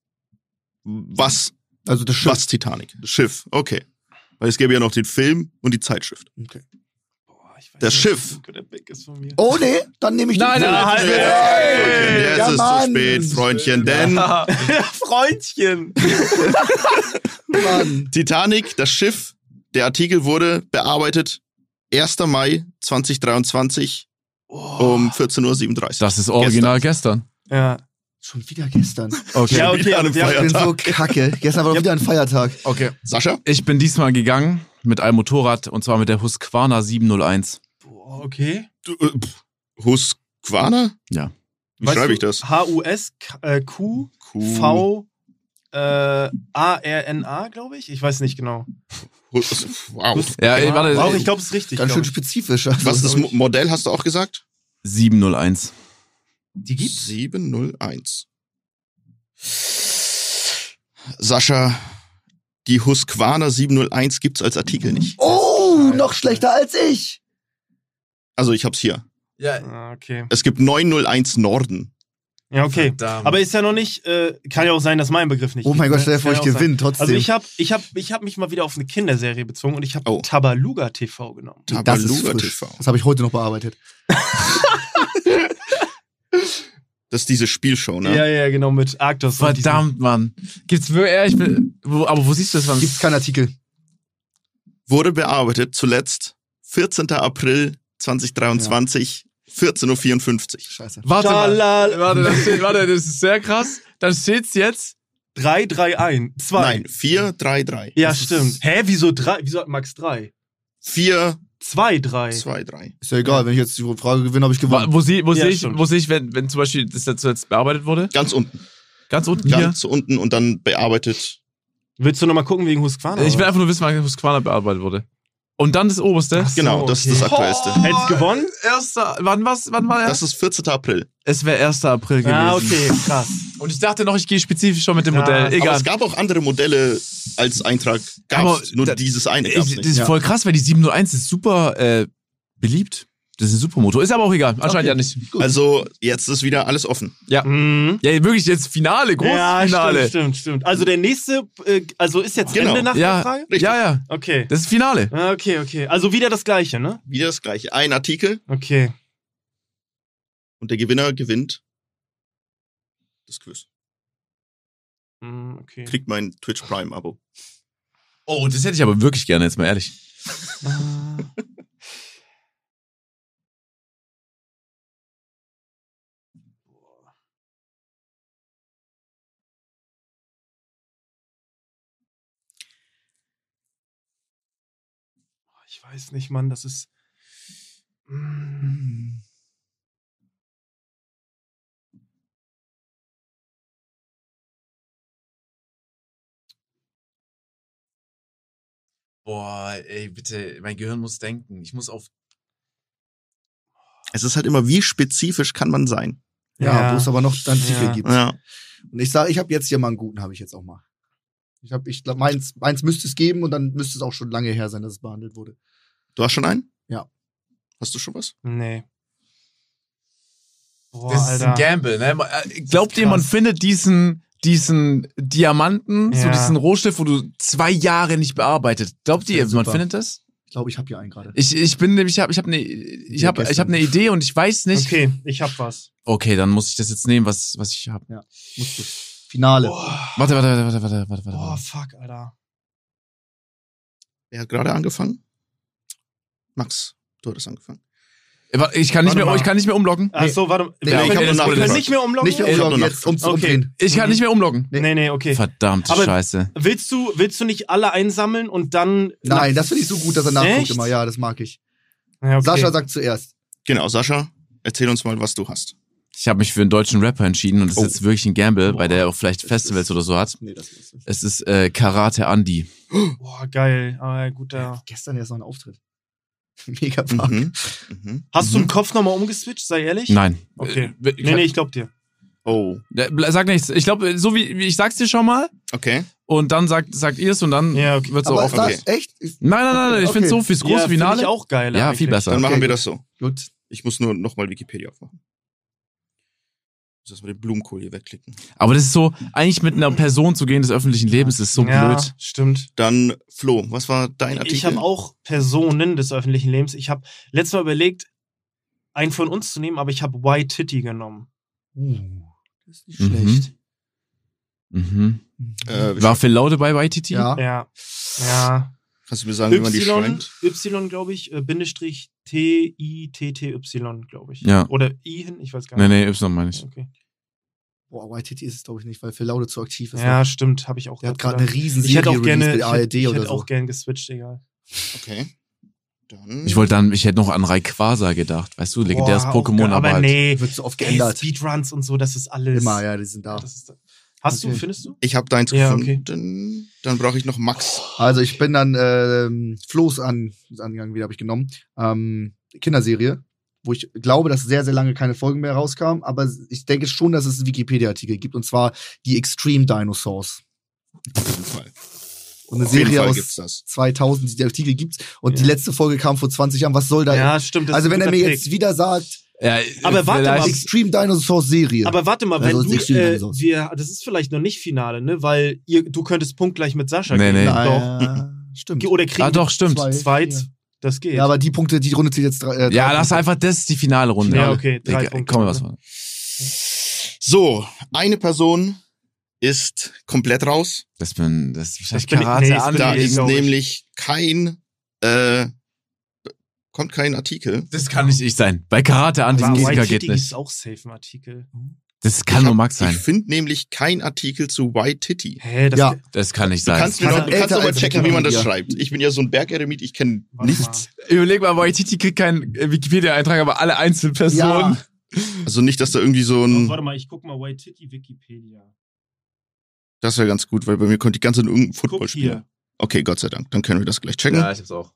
Speaker 5: was,
Speaker 4: Also das Schiff.
Speaker 5: was Titanic? Das Schiff, okay. Weil es gäbe ja noch den Film und die Zeitschrift.
Speaker 2: Ah.
Speaker 3: Boah, ich weiß
Speaker 5: Das
Speaker 3: nicht,
Speaker 5: Schiff.
Speaker 3: wie gut der Blick ist von mir.
Speaker 4: Oh nee, dann nehme ich den
Speaker 2: Nein,
Speaker 4: Film.
Speaker 2: nein,
Speaker 3: halt,
Speaker 5: Freundchen,
Speaker 4: ja,
Speaker 5: jetzt ist es
Speaker 4: Mann.
Speaker 5: zu spät, Freundchen, denn
Speaker 3: Freundchen.
Speaker 4: Mann.
Speaker 5: Titanic, das Schiff, der Artikel wurde bearbeitet 1. Mai 2023
Speaker 3: Oh.
Speaker 5: um 14.37 Uhr.
Speaker 2: Das ist original gestern.
Speaker 3: Ja.
Speaker 4: Schon wieder gestern.
Speaker 2: Okay.
Speaker 3: Ja, okay, also
Speaker 5: Wieder
Speaker 3: aber
Speaker 5: ein
Speaker 3: wir
Speaker 4: Ich
Speaker 3: haben,
Speaker 4: bin so kacke. Gestern war doch wieder ein Feiertag.
Speaker 2: okay.
Speaker 5: Sascha?
Speaker 2: Ich bin diesmal gegangen mit einem Motorrad und zwar mit der Husqvarna 701.
Speaker 3: Boah, okay.
Speaker 5: Du, äh, pff, Husqvarna?
Speaker 2: Ja.
Speaker 5: Wie
Speaker 3: Weißt
Speaker 5: schreibe
Speaker 3: du,
Speaker 5: ich das?
Speaker 3: H-U-S, K- äh, Q, V, äh, A-R-N-A, glaube ich. Ich weiß nicht genau.
Speaker 5: Hus- Wow.
Speaker 2: Ja, ey, warte,
Speaker 3: Wow,
Speaker 2: ey,
Speaker 3: ich glaube, es ist richtig.
Speaker 4: Ganz schön
Speaker 3: glaub
Speaker 4: spezifisch. Also,
Speaker 5: Was ist das Mo- Modell, hast du auch gesagt?
Speaker 2: 701.
Speaker 3: ich. Die gibt's?
Speaker 5: 701. Sascha, die Husqvarna 701 gibt's als Artikel nicht.
Speaker 4: Oh, noch schlechter als ich.
Speaker 5: Also ich hab's hier.
Speaker 2: Ja,
Speaker 3: Ah, Okay.
Speaker 5: Es gibt 901 Norden.
Speaker 3: Ja, okay. Aber
Speaker 2: Aber
Speaker 3: ist ja noch nicht, äh, kann ja auch sein, dass mein Begriff nicht
Speaker 4: Oh mein Gott,
Speaker 3: gibt,
Speaker 4: stell
Speaker 3: ne?
Speaker 4: dir vor, ich
Speaker 3: Kann ja auch sein.
Speaker 4: gewinne trotzdem.
Speaker 3: Also ich habe ich hab, ich hab mich mal wieder auf eine Kinderserie bezogen und ich habe
Speaker 5: Oh.
Speaker 3: Tabaluga TV genommen.
Speaker 4: das ist
Speaker 5: Tabaluga
Speaker 4: frisch.
Speaker 5: TV.
Speaker 4: Das habe ich heute noch bearbeitet.
Speaker 5: Das ist diese Spielshow, ne?
Speaker 3: Ja, ja, genau, mit Arctos. und diesen-
Speaker 2: verdammt, Mann. Gibt's wirklich, ja, ich bin, wo, aber wo siehst du das, Mann?
Speaker 4: Gibt's keinen Artikel.
Speaker 5: Wurde bearbeitet zuletzt 14. April 2023, 14.54
Speaker 4: Scheiße.
Speaker 2: Warte mal.
Speaker 3: Schalal-
Speaker 2: Warte, das steht, warte, das ist sehr krass. Dann steht's jetzt.
Speaker 3: 3, 3, 1, 2.
Speaker 5: Uhr. Nein, 433.
Speaker 3: Ja,
Speaker 5: Das ist
Speaker 3: stimmt. Hä, wieso 3? Wieso hat Max 3?
Speaker 5: 4,
Speaker 3: 2, 3.
Speaker 5: 2, 3.
Speaker 4: Ist ja egal, wenn ich jetzt die Frage gewinne, habe ich
Speaker 2: Wa-
Speaker 4: gewonnen.
Speaker 2: Wo sehe wo
Speaker 3: Ja,
Speaker 2: seh ich,
Speaker 3: stimmt.
Speaker 2: wo seh ich wenn, wenn zum Beispiel das jetzt jetzt bearbeitet wurde?
Speaker 5: Ganz unten.
Speaker 2: Ganz unten hier.
Speaker 5: Ganz unten und dann bearbeitet.
Speaker 3: Willst du nochmal gucken wegen Husqvarna?
Speaker 2: Äh, Ich will einfach nur wissen, wann Husqvarna bearbeitet wurde. Und dann das oberste.
Speaker 3: Ach so,
Speaker 5: Genau, das ist das
Speaker 3: okay.
Speaker 5: Aktuellste.
Speaker 3: Hätt's gewonnen?
Speaker 2: Erster, wann war's, wann war er?
Speaker 5: Das ist 14. April.
Speaker 2: Es wäre 1. April gewesen.
Speaker 3: Ah, okay, krass.
Speaker 2: Und ich dachte noch, ich gehe spezifisch schon mit dem
Speaker 3: Ja,
Speaker 2: Modell.
Speaker 3: aber
Speaker 5: Aber
Speaker 2: Egal.
Speaker 5: es gab auch andere Modelle als Eintrag. Gab
Speaker 2: Aber
Speaker 5: es nur
Speaker 2: da-
Speaker 5: dieses eine. Gab's
Speaker 2: Ich, das
Speaker 5: nicht.
Speaker 2: ist
Speaker 4: Ja.
Speaker 2: voll krass, weil die 701 ist super äh, beliebt. Das ist ein super Motor. Ist aber auch egal. Anscheinend
Speaker 4: Okay.
Speaker 2: ja nicht.
Speaker 5: Also jetzt ist wieder alles offen.
Speaker 3: Mhm.
Speaker 2: Ja, wirklich jetzt Finale,
Speaker 3: Ja, stimmt,
Speaker 2: Großfinale.
Speaker 3: stimmt, stimmt. Also der nächste, äh, also ist jetzt
Speaker 5: Genau.
Speaker 3: Ende nach der
Speaker 2: ja,
Speaker 3: Frage?
Speaker 5: Richtig.
Speaker 2: ja, ja.
Speaker 3: Okay.
Speaker 2: Das ist Finale.
Speaker 3: Ah, Okay, okay. Also wieder das gleiche, ne?
Speaker 5: Wieder das gleiche. Ein Artikel
Speaker 3: Okay.
Speaker 5: und der Gewinner gewinnt das Quiz.
Speaker 3: Mhm, okay.
Speaker 5: Kriegt mein Twitch Prime Abo.
Speaker 2: Oh, das hätte ich aber wirklich gerne, jetzt mal ehrlich.
Speaker 3: Ah. Ich weiß nicht, Mann, das ist. Mm.
Speaker 2: Boah, ey, bitte, mein Gehirn muss denken. Ich muss auf.
Speaker 5: Es ist halt immer, wie spezifisch kann man sein?
Speaker 4: ja,
Speaker 3: Ja.
Speaker 4: wo es aber noch einen Artikel
Speaker 3: Ja.
Speaker 4: gibt.
Speaker 5: Ja.
Speaker 4: Und ich sage, ich habe jetzt hier mal einen guten, habe ich jetzt auch mal. Ich habe, ich glaube, meins, meins müsste es geben und dann müsste es auch schon lange her sein, dass es behandelt wurde.
Speaker 5: Du hast schon einen?
Speaker 4: Ja.
Speaker 5: Hast du schon was?
Speaker 3: Nee. Boah,
Speaker 2: das ist ein
Speaker 3: Alter.
Speaker 2: Gamble, ne? Man- äh, Glaubt ihr,
Speaker 3: krass.
Speaker 2: man findet diesen, diesen Diamanten, so
Speaker 3: Ja.
Speaker 2: diesen Rohstoff, wo du zwei Jahre nicht bearbeitet? Glaubt ihr,
Speaker 4: Ja,
Speaker 2: man
Speaker 4: super.
Speaker 2: findet das?
Speaker 4: Ich glaube, ich habe hier einen gerade.
Speaker 2: Ich, ich bin nämlich, ich habe ich hab eine ich
Speaker 4: Ja,
Speaker 2: hab, ich
Speaker 4: gestern.
Speaker 2: hab eine Idee und ich weiß nicht. Okay.
Speaker 3: Okay, ich hab was.
Speaker 2: dann muss ich das jetzt nehmen, was, was ich habe.
Speaker 4: Musst du. Finale.
Speaker 3: Boah,
Speaker 2: Warte, warte, warte, warte, warte, warte,
Speaker 3: boah,
Speaker 2: warte.
Speaker 3: fuck, Alter.
Speaker 5: Wer hat gerade angefangen? Max, du hattest angefangen.
Speaker 2: Warte, Ich kann nicht
Speaker 3: Warte
Speaker 2: mehr,
Speaker 3: mal.
Speaker 2: ich kann nicht mehr umloggen.
Speaker 3: Ach so, warte.
Speaker 4: Nee,
Speaker 5: ich
Speaker 3: wir
Speaker 5: hab
Speaker 3: können-
Speaker 5: nur
Speaker 3: wir können
Speaker 5: nachgefragt.
Speaker 3: nicht mehr umloggen?
Speaker 4: Nicht mehr um-
Speaker 5: Ich hab
Speaker 4: umloggen,
Speaker 5: nur
Speaker 4: jetzt ums
Speaker 3: Okay.
Speaker 4: Umdrehen.
Speaker 2: Ich kann nicht mehr umloggen.
Speaker 3: Nee, nee, okay.
Speaker 2: Verdammte
Speaker 3: Aber-
Speaker 2: Scheiße.
Speaker 3: Willst du, willst du nicht alle einsammeln und dann.
Speaker 4: Nein, das finde ich so gut, dass er nachguckt
Speaker 3: Echt?
Speaker 4: immer. Ja, das mag ich.
Speaker 3: Ja, okay.
Speaker 4: Sascha sagt zuerst.
Speaker 5: Genau, Sascha, erzähl uns mal, was du hast.
Speaker 2: Ich habe mich für einen deutschen Rapper entschieden und das
Speaker 5: Oh.
Speaker 2: ist jetzt wirklich ein Gamble, weil der auch vielleicht
Speaker 4: Das
Speaker 2: Festivals
Speaker 4: ist-
Speaker 2: oder so hat.
Speaker 4: Nee, das ist es.
Speaker 2: Es ist äh, Karate Andy.
Speaker 3: Boah, geil. Ah, Aber guter.
Speaker 4: Gestern erst noch ein Auftritt. Mega Park.
Speaker 5: Mhm. Mhm.
Speaker 3: Hast du
Speaker 5: Mhm.
Speaker 3: im Kopf nochmal umgeswitcht, sei ehrlich?
Speaker 2: Nein.
Speaker 3: Okay.
Speaker 2: Äh,
Speaker 3: Nee, nee, ich glaub dir.
Speaker 5: Oh,
Speaker 2: Ja, ble- Sag nichts. Ich glaube, so wie, wie ich sag's dir schon mal
Speaker 5: okay.
Speaker 2: und dann sagt, sagt ihr es und dann
Speaker 3: Ja, okay.
Speaker 2: wird's auch
Speaker 4: Aber ist
Speaker 2: offen.
Speaker 5: offen.
Speaker 4: das echt? Ist,
Speaker 2: Nein, nein, nein, nein, ich
Speaker 4: Okay.
Speaker 2: find's so fürs große
Speaker 3: ja, find
Speaker 2: Finale.
Speaker 3: Ich auch geil.
Speaker 2: ja,
Speaker 3: eigentlich.
Speaker 2: viel besser.
Speaker 5: Dann machen wir
Speaker 4: gut.
Speaker 5: das so.
Speaker 4: gut.
Speaker 5: Ich muss nur nochmal Wikipedia aufmachen. Ich muss erstmal den Blumenkohl hier wegklicken.
Speaker 2: Aber das ist so, eigentlich mit einer Person zu gehen des öffentlichen Lebens ist so
Speaker 3: ja,
Speaker 2: blöd.
Speaker 3: Stimmt.
Speaker 5: Dann, Flo, was war dein Artikel?
Speaker 3: Ich habe auch Personen des öffentlichen Lebens. Ich habe letztes Mal überlegt, einen von uns zu nehmen, aber ich habe White Titty genommen.
Speaker 4: Uh, das ist nicht
Speaker 2: Mhm.
Speaker 4: schlecht.
Speaker 2: Mhm.
Speaker 5: Äh,
Speaker 3: Hm.
Speaker 2: War Phil Laude bei YTT?
Speaker 4: Ja.
Speaker 3: Ja. Ja.
Speaker 5: kannst du mir sagen, wie man die
Speaker 3: Y,
Speaker 5: schreibt?
Speaker 3: y glaube ich, äh, Bindestrich T, I, T, T, Y, glaube ich.
Speaker 2: Ja.
Speaker 3: Oder I hin, ich weiß gar
Speaker 2: Nee,
Speaker 3: nicht.
Speaker 2: nee, Y meine ich.
Speaker 3: Okay.
Speaker 4: Boah, YTT ist es, glaube ich, nicht, weil Phil Laude zu aktiv ist.
Speaker 3: Ja, stimmt, habe ich auch.
Speaker 4: Der hat
Speaker 3: gedacht.
Speaker 4: gerade eine riesen
Speaker 3: ich hätte auch
Speaker 4: Serie
Speaker 3: gerne,
Speaker 4: mit
Speaker 3: ich hätte,
Speaker 4: ARD
Speaker 3: ich
Speaker 4: oder
Speaker 3: hätte
Speaker 4: so.
Speaker 3: auch gerne geswitcht, egal.
Speaker 5: Okay. Dann.
Speaker 2: Ich wollte dann, ich hätte noch an Rayquaza gedacht, weißt du, legendäres
Speaker 3: Boah, auch
Speaker 2: Pokémon,
Speaker 3: geil,
Speaker 2: aber, halt.
Speaker 3: nee,
Speaker 4: Wird so oft
Speaker 3: ey,
Speaker 4: geändert.
Speaker 3: Speedruns und so, das ist alles.
Speaker 4: Immer, ja, die sind da.
Speaker 3: Das ist, hast du,
Speaker 4: Okay.
Speaker 3: findest du?
Speaker 5: Ich habe deins
Speaker 3: Ja, okay.
Speaker 5: gefunden. Dann brauche ich noch Max.
Speaker 4: Also ich bin dann ähm, Flo's an, angegangen, wieder habe ich genommen. Ähm, Kinderserie, wo ich glaube, dass sehr, sehr lange keine Folgen mehr rauskamen, aber ich denke schon, dass es einen Wikipedia-Artikel gibt, und zwar die Extreme Dinosaurs.
Speaker 5: Auf jeden Fall.
Speaker 4: Und eine
Speaker 5: Auf jeden
Speaker 4: Serie
Speaker 5: Fall
Speaker 4: aus
Speaker 5: gibt's das.
Speaker 4: 2000, die der Artikel gibt. Und die
Speaker 3: Ja.
Speaker 4: letzte Folge kam vor 20 Jahren. Was soll da...
Speaker 3: ja, stimmt. das
Speaker 4: also
Speaker 3: ist ein
Speaker 4: wenn er
Speaker 3: guter
Speaker 4: mir
Speaker 3: Pick.
Speaker 4: jetzt wieder sagt,
Speaker 2: Ja,
Speaker 3: Aber warte mal,
Speaker 2: vielleicht-
Speaker 4: Extreme Dinosaurs Serie.
Speaker 3: Aber warte mal, wenn
Speaker 4: Also,
Speaker 3: du,
Speaker 4: nicht Süden,
Speaker 3: äh,
Speaker 4: sonst.
Speaker 3: wir, das ist vielleicht noch nicht Finale, ne? Weil ihr, du könntest punktgleich mit Sascha
Speaker 2: Nee, nee.
Speaker 3: gehen. Doch.
Speaker 4: Nein, stimmt.
Speaker 3: Ge- Oder kriegen
Speaker 2: Ah, doch, stimmt.
Speaker 4: Zwei.
Speaker 3: wir zwei,
Speaker 4: vier.
Speaker 3: das geht.
Speaker 4: Ja, aber die Punkte, die Runde zählt jetzt drei. Äh,
Speaker 2: Ja,
Speaker 4: drei
Speaker 2: lass
Speaker 4: Punkte.
Speaker 2: einfach, das ist die finale Runde.
Speaker 3: Ja, okay, drei
Speaker 2: Digga,
Speaker 3: Punkte.
Speaker 2: komm, was war.
Speaker 5: So, eine Person ist komplett raus.
Speaker 2: Das bin, das ist wahrscheinlich
Speaker 3: bin ich-
Speaker 2: Karate
Speaker 3: nee, das bin
Speaker 5: Da
Speaker 3: Nee,
Speaker 2: anlegen.
Speaker 5: ist
Speaker 3: glaub ich.
Speaker 5: nämlich kein, äh, kommt kein Artikel.
Speaker 2: Das kann nicht ich sein. Bei Karate an diesem
Speaker 3: aber
Speaker 2: Gegner
Speaker 3: Waititi
Speaker 2: geht
Speaker 3: ist
Speaker 2: nicht.
Speaker 3: auch safe im Artikel.
Speaker 2: Das kann
Speaker 5: Ich
Speaker 2: nur
Speaker 5: hab-
Speaker 2: Max
Speaker 5: Ich
Speaker 2: sein.
Speaker 5: finde nämlich kein Artikel zu White Titty.
Speaker 3: Hä, das
Speaker 4: Ja.
Speaker 2: Das kann nicht
Speaker 5: Du
Speaker 2: sein.
Speaker 5: kannst, mir
Speaker 4: Kann
Speaker 3: Also
Speaker 4: er
Speaker 5: noch, du kannst
Speaker 4: älter
Speaker 5: noch mal
Speaker 4: als
Speaker 5: checken,
Speaker 4: Wikipedia
Speaker 5: wie man das
Speaker 4: hier?
Speaker 5: schreibt. Ich bin ja so ein Bergeremit, ich kenne
Speaker 3: Warte
Speaker 5: nichts.
Speaker 2: Überleg mal, Waititi kriegt keinen äh, Wikipedia-Eintrag, aber alle Einzelpersonen.
Speaker 4: Ja.
Speaker 5: Also nicht, dass da irgendwie so
Speaker 3: Mal.
Speaker 4: Ähm,
Speaker 5: ein.
Speaker 3: Warte mal, ich guck mal Waititi Wikipedia.
Speaker 5: Das wäre ganz gut, weil bei mir kommt die ganze Zeit irgendein
Speaker 3: Guck
Speaker 5: Footballspieler.
Speaker 3: hier.
Speaker 5: Okay, Gott sei Dank. Dann können wir das gleich checken.
Speaker 2: ich hab's auch.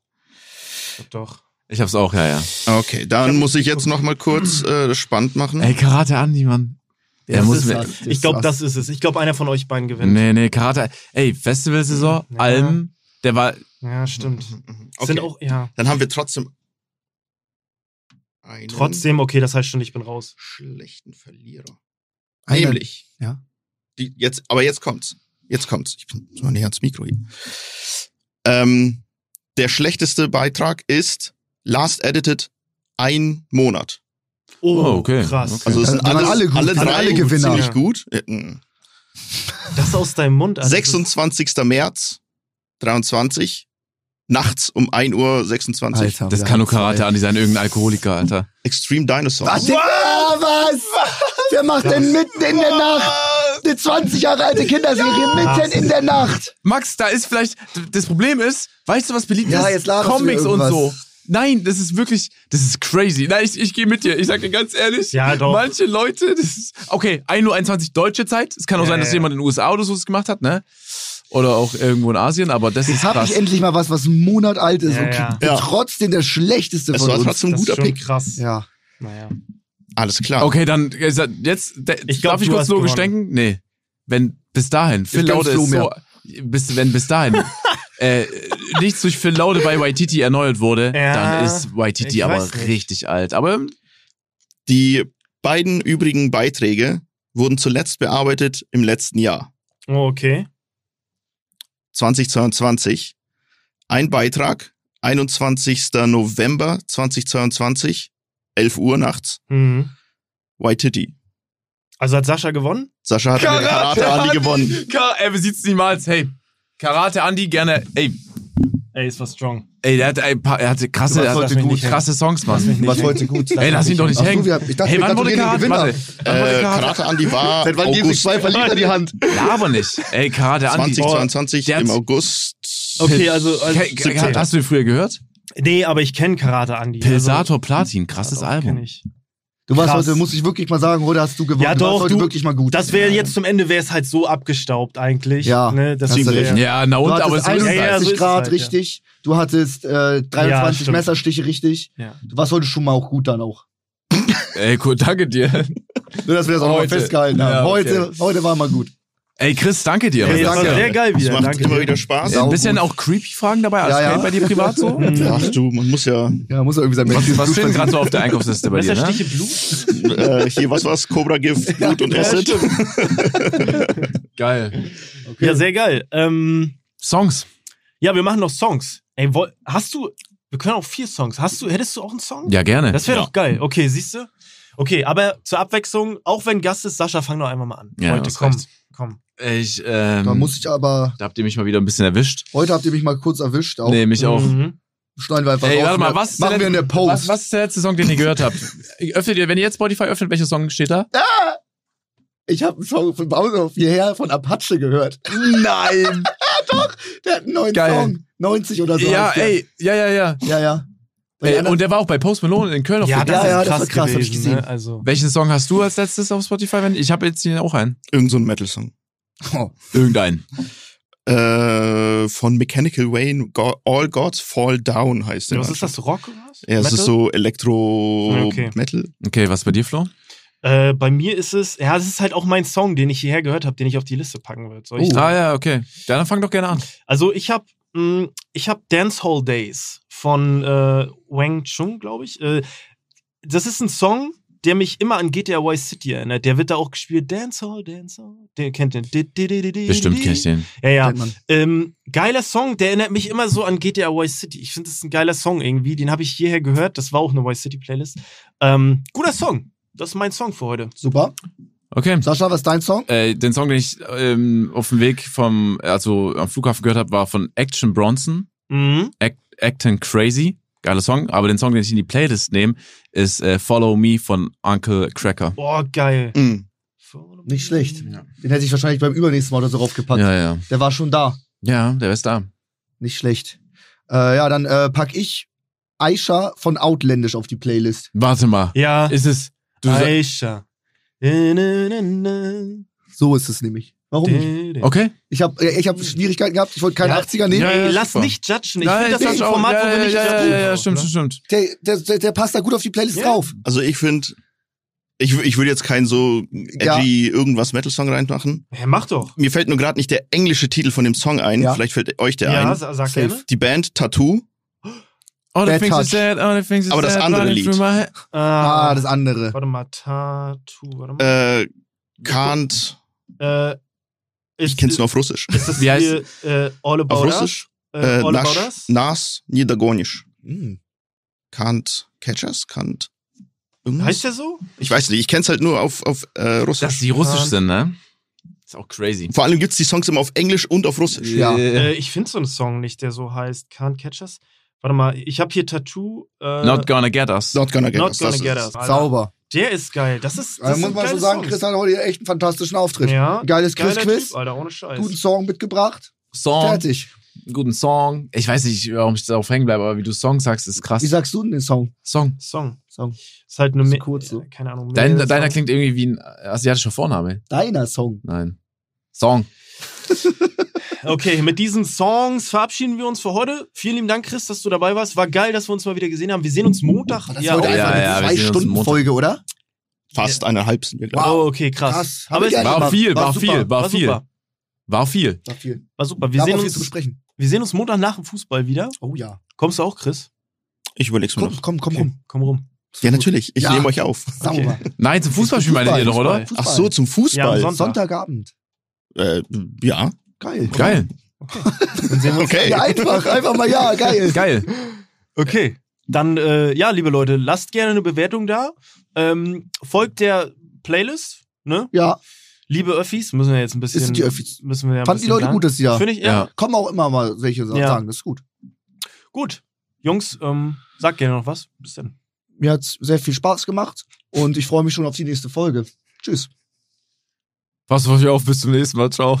Speaker 3: Doch, Doch.
Speaker 2: Ich hab's auch, ja, ja.
Speaker 5: Okay, dann muss ich jetzt noch mal kurz äh, das spannend machen.
Speaker 2: Ey, Karate Andi, Mann. Der
Speaker 4: Das
Speaker 2: muss
Speaker 4: ist
Speaker 2: mir-
Speaker 4: das, das
Speaker 3: Ich glaube,
Speaker 4: ist
Speaker 3: das ist es. Ich glaube, einer von euch beiden gewinnt.
Speaker 2: Nee, nee, Karate. Ey, Festivalsaison,
Speaker 3: Ja.
Speaker 2: Alm, der war.
Speaker 3: Ja, stimmt.
Speaker 5: Mhm.
Speaker 3: Mhm.
Speaker 5: Okay.
Speaker 3: Sind auch, ja.
Speaker 5: dann haben wir trotzdem einen
Speaker 3: Trotzdem, okay, das heißt schon, ich bin raus.
Speaker 5: schlechten Verlierer.
Speaker 4: Einen-
Speaker 5: Nämlich.
Speaker 4: ja.
Speaker 5: Die, jetzt, aber jetzt kommt's. Jetzt kommt's. Ich bin noch näher ans Mikro hier. Ähm, der schlechteste Beitrag ist Last Edited ein Monat.
Speaker 2: Oh, okay.
Speaker 3: Krass.
Speaker 2: Okay.
Speaker 5: Also es
Speaker 4: Also
Speaker 5: sind
Speaker 4: waren
Speaker 5: alle,
Speaker 4: alle gut.
Speaker 5: alle
Speaker 4: Waren
Speaker 5: drei
Speaker 4: alle Gewinner.
Speaker 5: ziemlich
Speaker 3: Ja.
Speaker 5: gut. Äh, mh.
Speaker 3: das aus deinem Mund. Alter.
Speaker 5: 26. März 23 nachts um 1 Uhr 26
Speaker 4: Alter,
Speaker 2: Das
Speaker 4: wir
Speaker 2: kann nur
Speaker 4: haben zwei.
Speaker 2: Karate Andi sein, irgendein Alkoholiker, Alter.
Speaker 5: Extreme Dinosaur.
Speaker 4: Was? Digga, Ah, was? Wer macht denn mitten in der Nacht eine 20 Jahre alte Kinderserie mitten in der Nacht?
Speaker 2: Max, da ist vielleicht. d- Das Problem ist, weißt du, was beliebt
Speaker 4: Ja,
Speaker 2: ist?
Speaker 4: jetzt laberst du
Speaker 2: Comics
Speaker 4: wieder
Speaker 2: und so.
Speaker 4: irgendwas.
Speaker 2: Nein, das ist wirklich, das ist crazy. Nein, ich, ich gehe mit dir. Ich sag dir ganz ehrlich,
Speaker 3: Ja, doch.
Speaker 2: manche Leute, das ist, okay, 1.21 Uhr deutsche Zeit. Es kann auch
Speaker 3: Ja,
Speaker 2: sein, dass
Speaker 3: ja.
Speaker 2: jemand in den USA oder so es gemacht hat, ne? Oder auch irgendwo in Asien, aber das
Speaker 4: Jetzt
Speaker 2: ist
Speaker 4: habe
Speaker 2: krass.
Speaker 4: ich endlich mal was, was einen Monat alt ist
Speaker 3: Ja,
Speaker 4: und
Speaker 3: ja.
Speaker 4: bin trotzdem der schlechteste
Speaker 5: Es
Speaker 4: von
Speaker 5: war
Speaker 4: uns.
Speaker 5: trotzdem ein
Speaker 3: Das
Speaker 5: guter
Speaker 3: ist schon
Speaker 5: Pick.
Speaker 3: krass.
Speaker 4: ja.
Speaker 3: Naja.
Speaker 5: Alles klar.
Speaker 2: Okay, dann äh, jetzt de,
Speaker 3: Ich glaub,
Speaker 2: darf ich
Speaker 3: du
Speaker 2: kurz
Speaker 3: hast
Speaker 2: logisch
Speaker 3: gewonnen.
Speaker 2: denken? Nee. Wenn bis dahin Phil
Speaker 4: glaub,
Speaker 2: Laude
Speaker 4: Flo
Speaker 2: ist so bis, wenn bis dahin äh, nichts durch Phil Laude bei Waititi erneuert wurde,
Speaker 3: Ja,
Speaker 2: dann ist Waititi
Speaker 3: ich
Speaker 2: aber
Speaker 3: weiß nicht.
Speaker 2: richtig alt. Aber ähm,
Speaker 5: Die beiden übrigen Beiträge wurden zuletzt bearbeitet im letzten Jahr,
Speaker 3: Oh, okay.
Speaker 5: 2022. Ein Beitrag, 21. November 2022, 11 Uhr nachts,
Speaker 3: Mhm.
Speaker 5: White Titty.
Speaker 3: Also hat Sascha gewonnen?
Speaker 5: Sascha hat
Speaker 2: Karate
Speaker 5: Karate, Karate Andi
Speaker 2: Andi.
Speaker 5: gewonnen.
Speaker 2: Ka- ey, wir sieht's niemals. Hey, Karate Andi gerne. Ey,
Speaker 3: Ey, ist was strong.
Speaker 2: ey, der hat ein paar, er hatte krasse,
Speaker 4: Du warst
Speaker 2: er
Speaker 4: heute
Speaker 2: hatte
Speaker 3: gut.
Speaker 2: krasse Songs,
Speaker 3: Lass mich
Speaker 2: Mann.
Speaker 3: nicht
Speaker 4: Was
Speaker 3: hängen.
Speaker 4: heute gut.
Speaker 2: Ey, lass ihn doch nicht
Speaker 4: Ach so,
Speaker 2: hängen.
Speaker 4: wir- ich dachte,
Speaker 2: Hey,
Speaker 4: wir
Speaker 2: wann wurde
Speaker 4: gratulieren den
Speaker 2: Karate?
Speaker 4: Gewinner.
Speaker 2: Warte, wann wurde
Speaker 5: Äh,
Speaker 2: Karate?
Speaker 5: Karate Andi war
Speaker 4: Seit wann geben sich
Speaker 5: August
Speaker 4: zwei Verlierer die Hand?
Speaker 2: Laber nicht. Ey, Karate Andi. Oh,
Speaker 5: 2022
Speaker 2: Der hat's-
Speaker 5: im August.
Speaker 3: Okay, also. also
Speaker 2: Ke- Ke- Hast du den früher gehört?
Speaker 3: nee, aber ich kenne Karate
Speaker 4: also
Speaker 3: Andi. Also,
Speaker 2: Pilsator Platin, krasses
Speaker 3: doch, kenn
Speaker 2: Album.
Speaker 3: Ich.
Speaker 4: Du warst
Speaker 3: Krass.
Speaker 4: heute, muss ich wirklich mal sagen, heute hast du gewonnen.
Speaker 3: Ja,
Speaker 4: du warst
Speaker 3: doch,
Speaker 4: heute
Speaker 3: du-
Speaker 4: wirklich mal gut.
Speaker 3: Das wäre jetzt zum Ende, wäre es halt so abgestaubt eigentlich.
Speaker 4: Ja,
Speaker 3: ne? das
Speaker 5: hast du
Speaker 3: wär-
Speaker 5: recht.
Speaker 2: Ja, na
Speaker 4: Du
Speaker 2: und, aber
Speaker 4: hattest
Speaker 2: es ist
Speaker 3: ein- Ja, ja, so
Speaker 4: 31
Speaker 3: ist es
Speaker 4: Grad
Speaker 3: halt, ja.
Speaker 4: richtig. Du hattest äh,
Speaker 3: Ja,
Speaker 4: 23
Speaker 3: stimmt.
Speaker 4: Messerstiche richtig.
Speaker 3: Ja.
Speaker 4: Du warst heute schon mal auch gut dann auch.
Speaker 2: Ey, cool, danke dir.
Speaker 4: Nur, dass wir das auch nochmal
Speaker 2: Heute.
Speaker 4: festgehalten haben.
Speaker 2: Ja, okay.
Speaker 4: heute, heute war mal gut.
Speaker 2: Ey, Chris, danke dir.
Speaker 3: Ey, das war
Speaker 4: danke.
Speaker 3: sehr geil
Speaker 5: Das
Speaker 3: wieder.
Speaker 5: macht
Speaker 3: Danke.
Speaker 5: immer
Speaker 3: dir.
Speaker 5: wieder Spaß.
Speaker 2: Ein bisschen auch creepy Fragen dabei, also
Speaker 4: Ja, ja.
Speaker 2: okay, bei dir privat so?
Speaker 5: Ach du, man muss ja
Speaker 4: Ja, muss ja irgendwie sein.
Speaker 2: Was,
Speaker 4: menschliches
Speaker 2: was
Speaker 4: Blut
Speaker 2: steht denn gerade
Speaker 4: verdienen.
Speaker 2: so auf der Einkaufsliste bei dir, ne?
Speaker 3: Messerstiche Blut?
Speaker 5: äh, hier, was war's? Cobra Gift, Blut und Acid.
Speaker 2: Geil.
Speaker 3: Ja, sehr geil. Ähm,
Speaker 2: Songs.
Speaker 3: ja, wir machen noch Songs. Ey, woll- hast du, wir können auch vier Songs. Hast du, hättest du auch einen Song?
Speaker 2: Ja, gerne.
Speaker 3: Das wäre
Speaker 5: Ja.
Speaker 3: doch geil. Okay, siehst du? Okay, aber zur Abwechslung, auch wenn Gast ist, Sascha, fang doch einmal mal an.
Speaker 2: Ja,
Speaker 3: Heute,
Speaker 2: hast
Speaker 3: komm,
Speaker 2: recht.
Speaker 3: komm.
Speaker 2: ich, ähm,
Speaker 4: Da muss ich aber.
Speaker 2: da habt ihr mich mal wieder ein bisschen erwischt.
Speaker 4: Heute habt ihr mich mal kurz erwischt. Auch
Speaker 2: Nee, mich auch.
Speaker 3: Mhm.
Speaker 4: schneiden wir einfach
Speaker 2: Ey,
Speaker 4: raus.
Speaker 2: warte mal, was ist
Speaker 4: machen
Speaker 2: der
Speaker 4: wir in der Post?
Speaker 2: Was, was ist der letzte Song, den ihr gehört habt? Öffnet ihr, wenn ihr jetzt Spotify öffnet, welcher Song steht da?
Speaker 4: Ich habe einen Song von Bauernhof hierher von Apache gehört. Nein. ja, doch. Der hat einen neuen
Speaker 2: Geil.
Speaker 4: Song. 90 oder so.
Speaker 2: ja,
Speaker 4: heißt der.
Speaker 2: ey, ja, ja, ja.
Speaker 4: Ja, ja. Bei
Speaker 2: Ey,
Speaker 4: den
Speaker 2: und der war auch bei Post Malone in Köln auf
Speaker 3: Ja,
Speaker 2: der
Speaker 3: das
Speaker 4: ja,
Speaker 3: ist
Speaker 4: das war
Speaker 3: krass,
Speaker 4: krass, hab ich
Speaker 3: gewesen,
Speaker 4: gesehen.
Speaker 3: Ne? Also,
Speaker 2: Welchen Song hast du als letztes auf Spotify? Wenn ich habe jetzt hier auch einen.
Speaker 5: Irgend so ein Metal-Song.
Speaker 4: anderen-
Speaker 2: Irgendeinen.
Speaker 5: Äh, von Mechanical Wayne, Go All Gods Fall Down heißt der.
Speaker 3: was ist das, Rock oder was?
Speaker 5: Ja, es ist
Speaker 3: Metal?
Speaker 5: so Elektro-Metal.
Speaker 3: Okay.
Speaker 2: Okay, was bei dir, Flo?
Speaker 3: Äh, bei mir ist es, ja, das ist halt auch mein Song, den ich hierher gehört habe, den ich auf die Liste packen würde. Soll ich
Speaker 2: Ah ja, okay. Ja, Dann fang doch gerne an.
Speaker 3: Also ich habe ich habe Dancehall Days von äh, Wang Chung, glaube ich. Äh, das ist ein Song, der mich immer an GTA Vice City erinnert. Der wird da auch gespielt. Dancehall, Dancehall. Den kennt den.
Speaker 2: Bestimmt
Speaker 3: Bestimmt
Speaker 2: kenn ich den.
Speaker 3: Ja, ja.
Speaker 4: Kennt man.
Speaker 3: Ähm, geiler Song, der erinnert mich immer so an GTA Vice City. Ich finde, das ist ein geiler Song irgendwie. Den habe ich hierher gehört. Das war auch eine Vice City Playlist. Ähm, guter Song. Das ist mein Song für heute.
Speaker 4: Super.
Speaker 2: Okay.
Speaker 4: Sascha, was ist dein Song?
Speaker 2: Äh, den Song, den ich ähm, auf dem Weg vom, also am Flughafen gehört habe, war von Action Bronson,
Speaker 3: Mhm.
Speaker 2: Act, Actin' Crazy. Geiler Song. Aber den Song, den ich in die Playlist nehme, ist äh, Follow Me von Uncle Cracker.
Speaker 3: Boah, geil.
Speaker 5: Mhm.
Speaker 4: Nicht schlecht.
Speaker 2: Ja.
Speaker 4: Den hätte ich wahrscheinlich beim übernächsten Mal oder so raufgepackt.
Speaker 2: Ja, ja.
Speaker 4: Der war schon da.
Speaker 2: Ja, der ist da.
Speaker 4: Nicht schlecht. Äh, ja, dann äh, pack ich Aisha von Outländisch auf die Playlist.
Speaker 2: Warte mal.
Speaker 3: Ja.
Speaker 2: Ist es. Du sa-
Speaker 3: Aisha. Okay.
Speaker 4: So ist es nämlich. Warum nicht?
Speaker 2: okay.
Speaker 4: Ich habe ich hab Schwierigkeiten gehabt. Ich wollte keinen
Speaker 3: Ja,
Speaker 4: 80er nehmen.
Speaker 2: ja,
Speaker 3: Ey,
Speaker 2: ja,
Speaker 3: lass
Speaker 2: super.
Speaker 3: nicht judgen. Ich
Speaker 2: Nein,
Speaker 3: finde, das
Speaker 2: ich
Speaker 3: ist ein
Speaker 2: auch-
Speaker 3: Format,
Speaker 2: ja,
Speaker 3: wo wir nicht
Speaker 2: ja, ja,
Speaker 3: judgen.
Speaker 2: ja, ja, stimmt, stimmt, stimmt.
Speaker 4: Der, der, der, der passt da gut auf die Playlist
Speaker 3: Ja.
Speaker 4: drauf.
Speaker 5: Also ich finde, ich, w- ich würde jetzt keinen so edgy irgendwas Metal-Song reinmachen.
Speaker 3: Hä, mach doch.
Speaker 5: Mir fällt nur gerade nicht der englische Titel von dem Song ein.
Speaker 4: Ja.
Speaker 5: Vielleicht fällt euch der
Speaker 3: Ja,
Speaker 5: ein.
Speaker 3: sa- sag
Speaker 4: Safe.
Speaker 3: gerne.
Speaker 5: Die Band Tattoo.
Speaker 2: All Oh, the
Speaker 4: Bad
Speaker 2: things
Speaker 4: Touch.
Speaker 2: is dead, all the things is
Speaker 5: Aber das
Speaker 2: dead,
Speaker 5: andere
Speaker 2: running
Speaker 5: Lied.
Speaker 2: through my head.
Speaker 4: Ah,
Speaker 3: Ah,
Speaker 4: das andere.
Speaker 3: Warte mal, Tattoo, warte mal.
Speaker 5: Äh, Can't.
Speaker 3: Äh, ist,
Speaker 5: Ich kenn's nur auf Russisch.
Speaker 3: Ist das
Speaker 2: Wie heißt-
Speaker 3: hier äh, All About
Speaker 5: Auf
Speaker 3: Us?
Speaker 5: Russisch?
Speaker 3: Äh,
Speaker 5: Äh,
Speaker 3: all About
Speaker 5: Nas,
Speaker 3: Us?
Speaker 5: Nas Niedergonisch.
Speaker 4: Hm.
Speaker 5: Can't catch us? Can't.
Speaker 3: Heißt
Speaker 5: Irgendwas?
Speaker 3: der so?
Speaker 5: Ich weiß nicht, ich kenn's halt nur auf, auf äh,
Speaker 2: Dass
Speaker 5: Russisch.
Speaker 2: die russisch
Speaker 3: Mann.
Speaker 2: sind, ne? Ist auch crazy.
Speaker 5: Vor allem gibt's die Songs immer auf Englisch und auf Russisch.
Speaker 4: Ja.
Speaker 2: Äh,
Speaker 3: Äh, ich finde so einen Song nicht, der so heißt Can't Catch Us. Warte mal, ich habe hier Tattoo. Äh,
Speaker 2: Not gonna get us.
Speaker 5: Not gonna get
Speaker 3: Not
Speaker 5: us.
Speaker 3: gonna
Speaker 5: das
Speaker 3: get
Speaker 5: ist-
Speaker 3: us. Alter.
Speaker 4: Sauber.
Speaker 3: Der ist geil. Das ist. Das
Speaker 4: Da muss
Speaker 3: sind
Speaker 4: man schon
Speaker 3: geile
Speaker 4: sagen,
Speaker 3: Songs.
Speaker 4: Chris hat heute echt einen fantastischen Auftritt.
Speaker 3: Ja,
Speaker 4: Geiles
Speaker 3: geiler
Speaker 4: Chris-Quiz.
Speaker 3: Typ, Alter, ohne Scheiß.
Speaker 4: Guten Song mitgebracht.
Speaker 2: Song,
Speaker 4: Fertig.
Speaker 2: guten Song. Ich weiß nicht, warum ich darauf hängen bleibe, aber wie du Song sagst, ist krass.
Speaker 4: Wie sagst du denn den Song?
Speaker 2: Song.
Speaker 3: Song.
Speaker 4: Song.
Speaker 3: Ist halt eine
Speaker 4: Ist
Speaker 3: Me-
Speaker 4: kurz so.
Speaker 3: Keine Ahnung.
Speaker 2: Dein,
Speaker 3: Mail-
Speaker 2: deiner
Speaker 3: Song.
Speaker 2: klingt irgendwie wie ein asiatischer Vorname.
Speaker 4: Deiner Song.
Speaker 2: Nein. Song.
Speaker 3: Okay, mit diesen Songs verabschieden wir uns für heute. Vielen lieben Dank, Chris, dass du dabei warst. War geil, dass wir uns mal wieder gesehen haben. Wir sehen uns Montag.
Speaker 4: Das ist heute
Speaker 2: oh,
Speaker 4: einfach
Speaker 2: ja,
Speaker 4: eine
Speaker 2: ja, wir sehen uns Montag.
Speaker 4: Zwei-Stunden-Folge, oder?
Speaker 5: Fast eineinhalb sind wir gerade.
Speaker 3: Oh, okay, krass.
Speaker 4: Krass. Hab
Speaker 3: Aber
Speaker 4: ich
Speaker 3: es
Speaker 4: gerne
Speaker 2: War
Speaker 4: gemacht.
Speaker 2: viel, war
Speaker 4: super.
Speaker 2: viel, war
Speaker 3: War
Speaker 2: viel.
Speaker 3: super.
Speaker 2: War viel.
Speaker 4: War viel.
Speaker 3: War super. Wir
Speaker 4: Wir
Speaker 3: sehen,
Speaker 4: haben viel zu
Speaker 3: uns,
Speaker 4: besprechen.
Speaker 3: wir sehen uns Montag nach dem Fußball wieder.
Speaker 4: Oh ja.
Speaker 3: Kommst du auch, Chris?
Speaker 5: Ich überleg's mir
Speaker 4: Komm,
Speaker 5: noch.
Speaker 4: komm, komm, komm.
Speaker 3: Komm, komm rum.
Speaker 5: Ja, natürlich. Ich
Speaker 4: Ja.
Speaker 5: nehme euch auf.
Speaker 4: Sauber.
Speaker 2: Nein, zum Fußballspiel meinet ihr doch, oder?
Speaker 4: Fußball.
Speaker 5: Ach so, zum
Speaker 3: Ja, am
Speaker 5: Fußball.
Speaker 3: Sonntag.
Speaker 4: Sonntagabend.
Speaker 5: äh, ja.
Speaker 4: Geil.
Speaker 2: Geil,
Speaker 5: Okay.
Speaker 4: Ja, einfach, einfach mal ja, geil.
Speaker 2: geil.
Speaker 3: Okay. Dann, äh, ja, liebe Leute, lasst gerne eine Bewertung da. Ähm, folgt der Playlist, ne?
Speaker 4: Ja,
Speaker 3: Liebe Öffis, müssen wir jetzt ein bisschen.
Speaker 4: es sind die Öffis.
Speaker 3: Müssen wir ja ein
Speaker 4: Fanden die
Speaker 3: bisschen
Speaker 4: Leute
Speaker 3: sagen.
Speaker 4: gut das Jahr.
Speaker 3: Finde ich, ja.
Speaker 2: Ja.
Speaker 4: Kommen auch immer mal welche sa-
Speaker 3: Ja.
Speaker 4: sagen, das ist gut.
Speaker 3: Gut. Jungs, ähm, sagt gerne noch was. Bis dann.
Speaker 4: Mir hat's sehr viel Spaß gemacht und ich freue mich schon auf die nächste Folge. Tschüss.
Speaker 2: Pass auf euch auf, bis zum nächsten Mal. Ciao.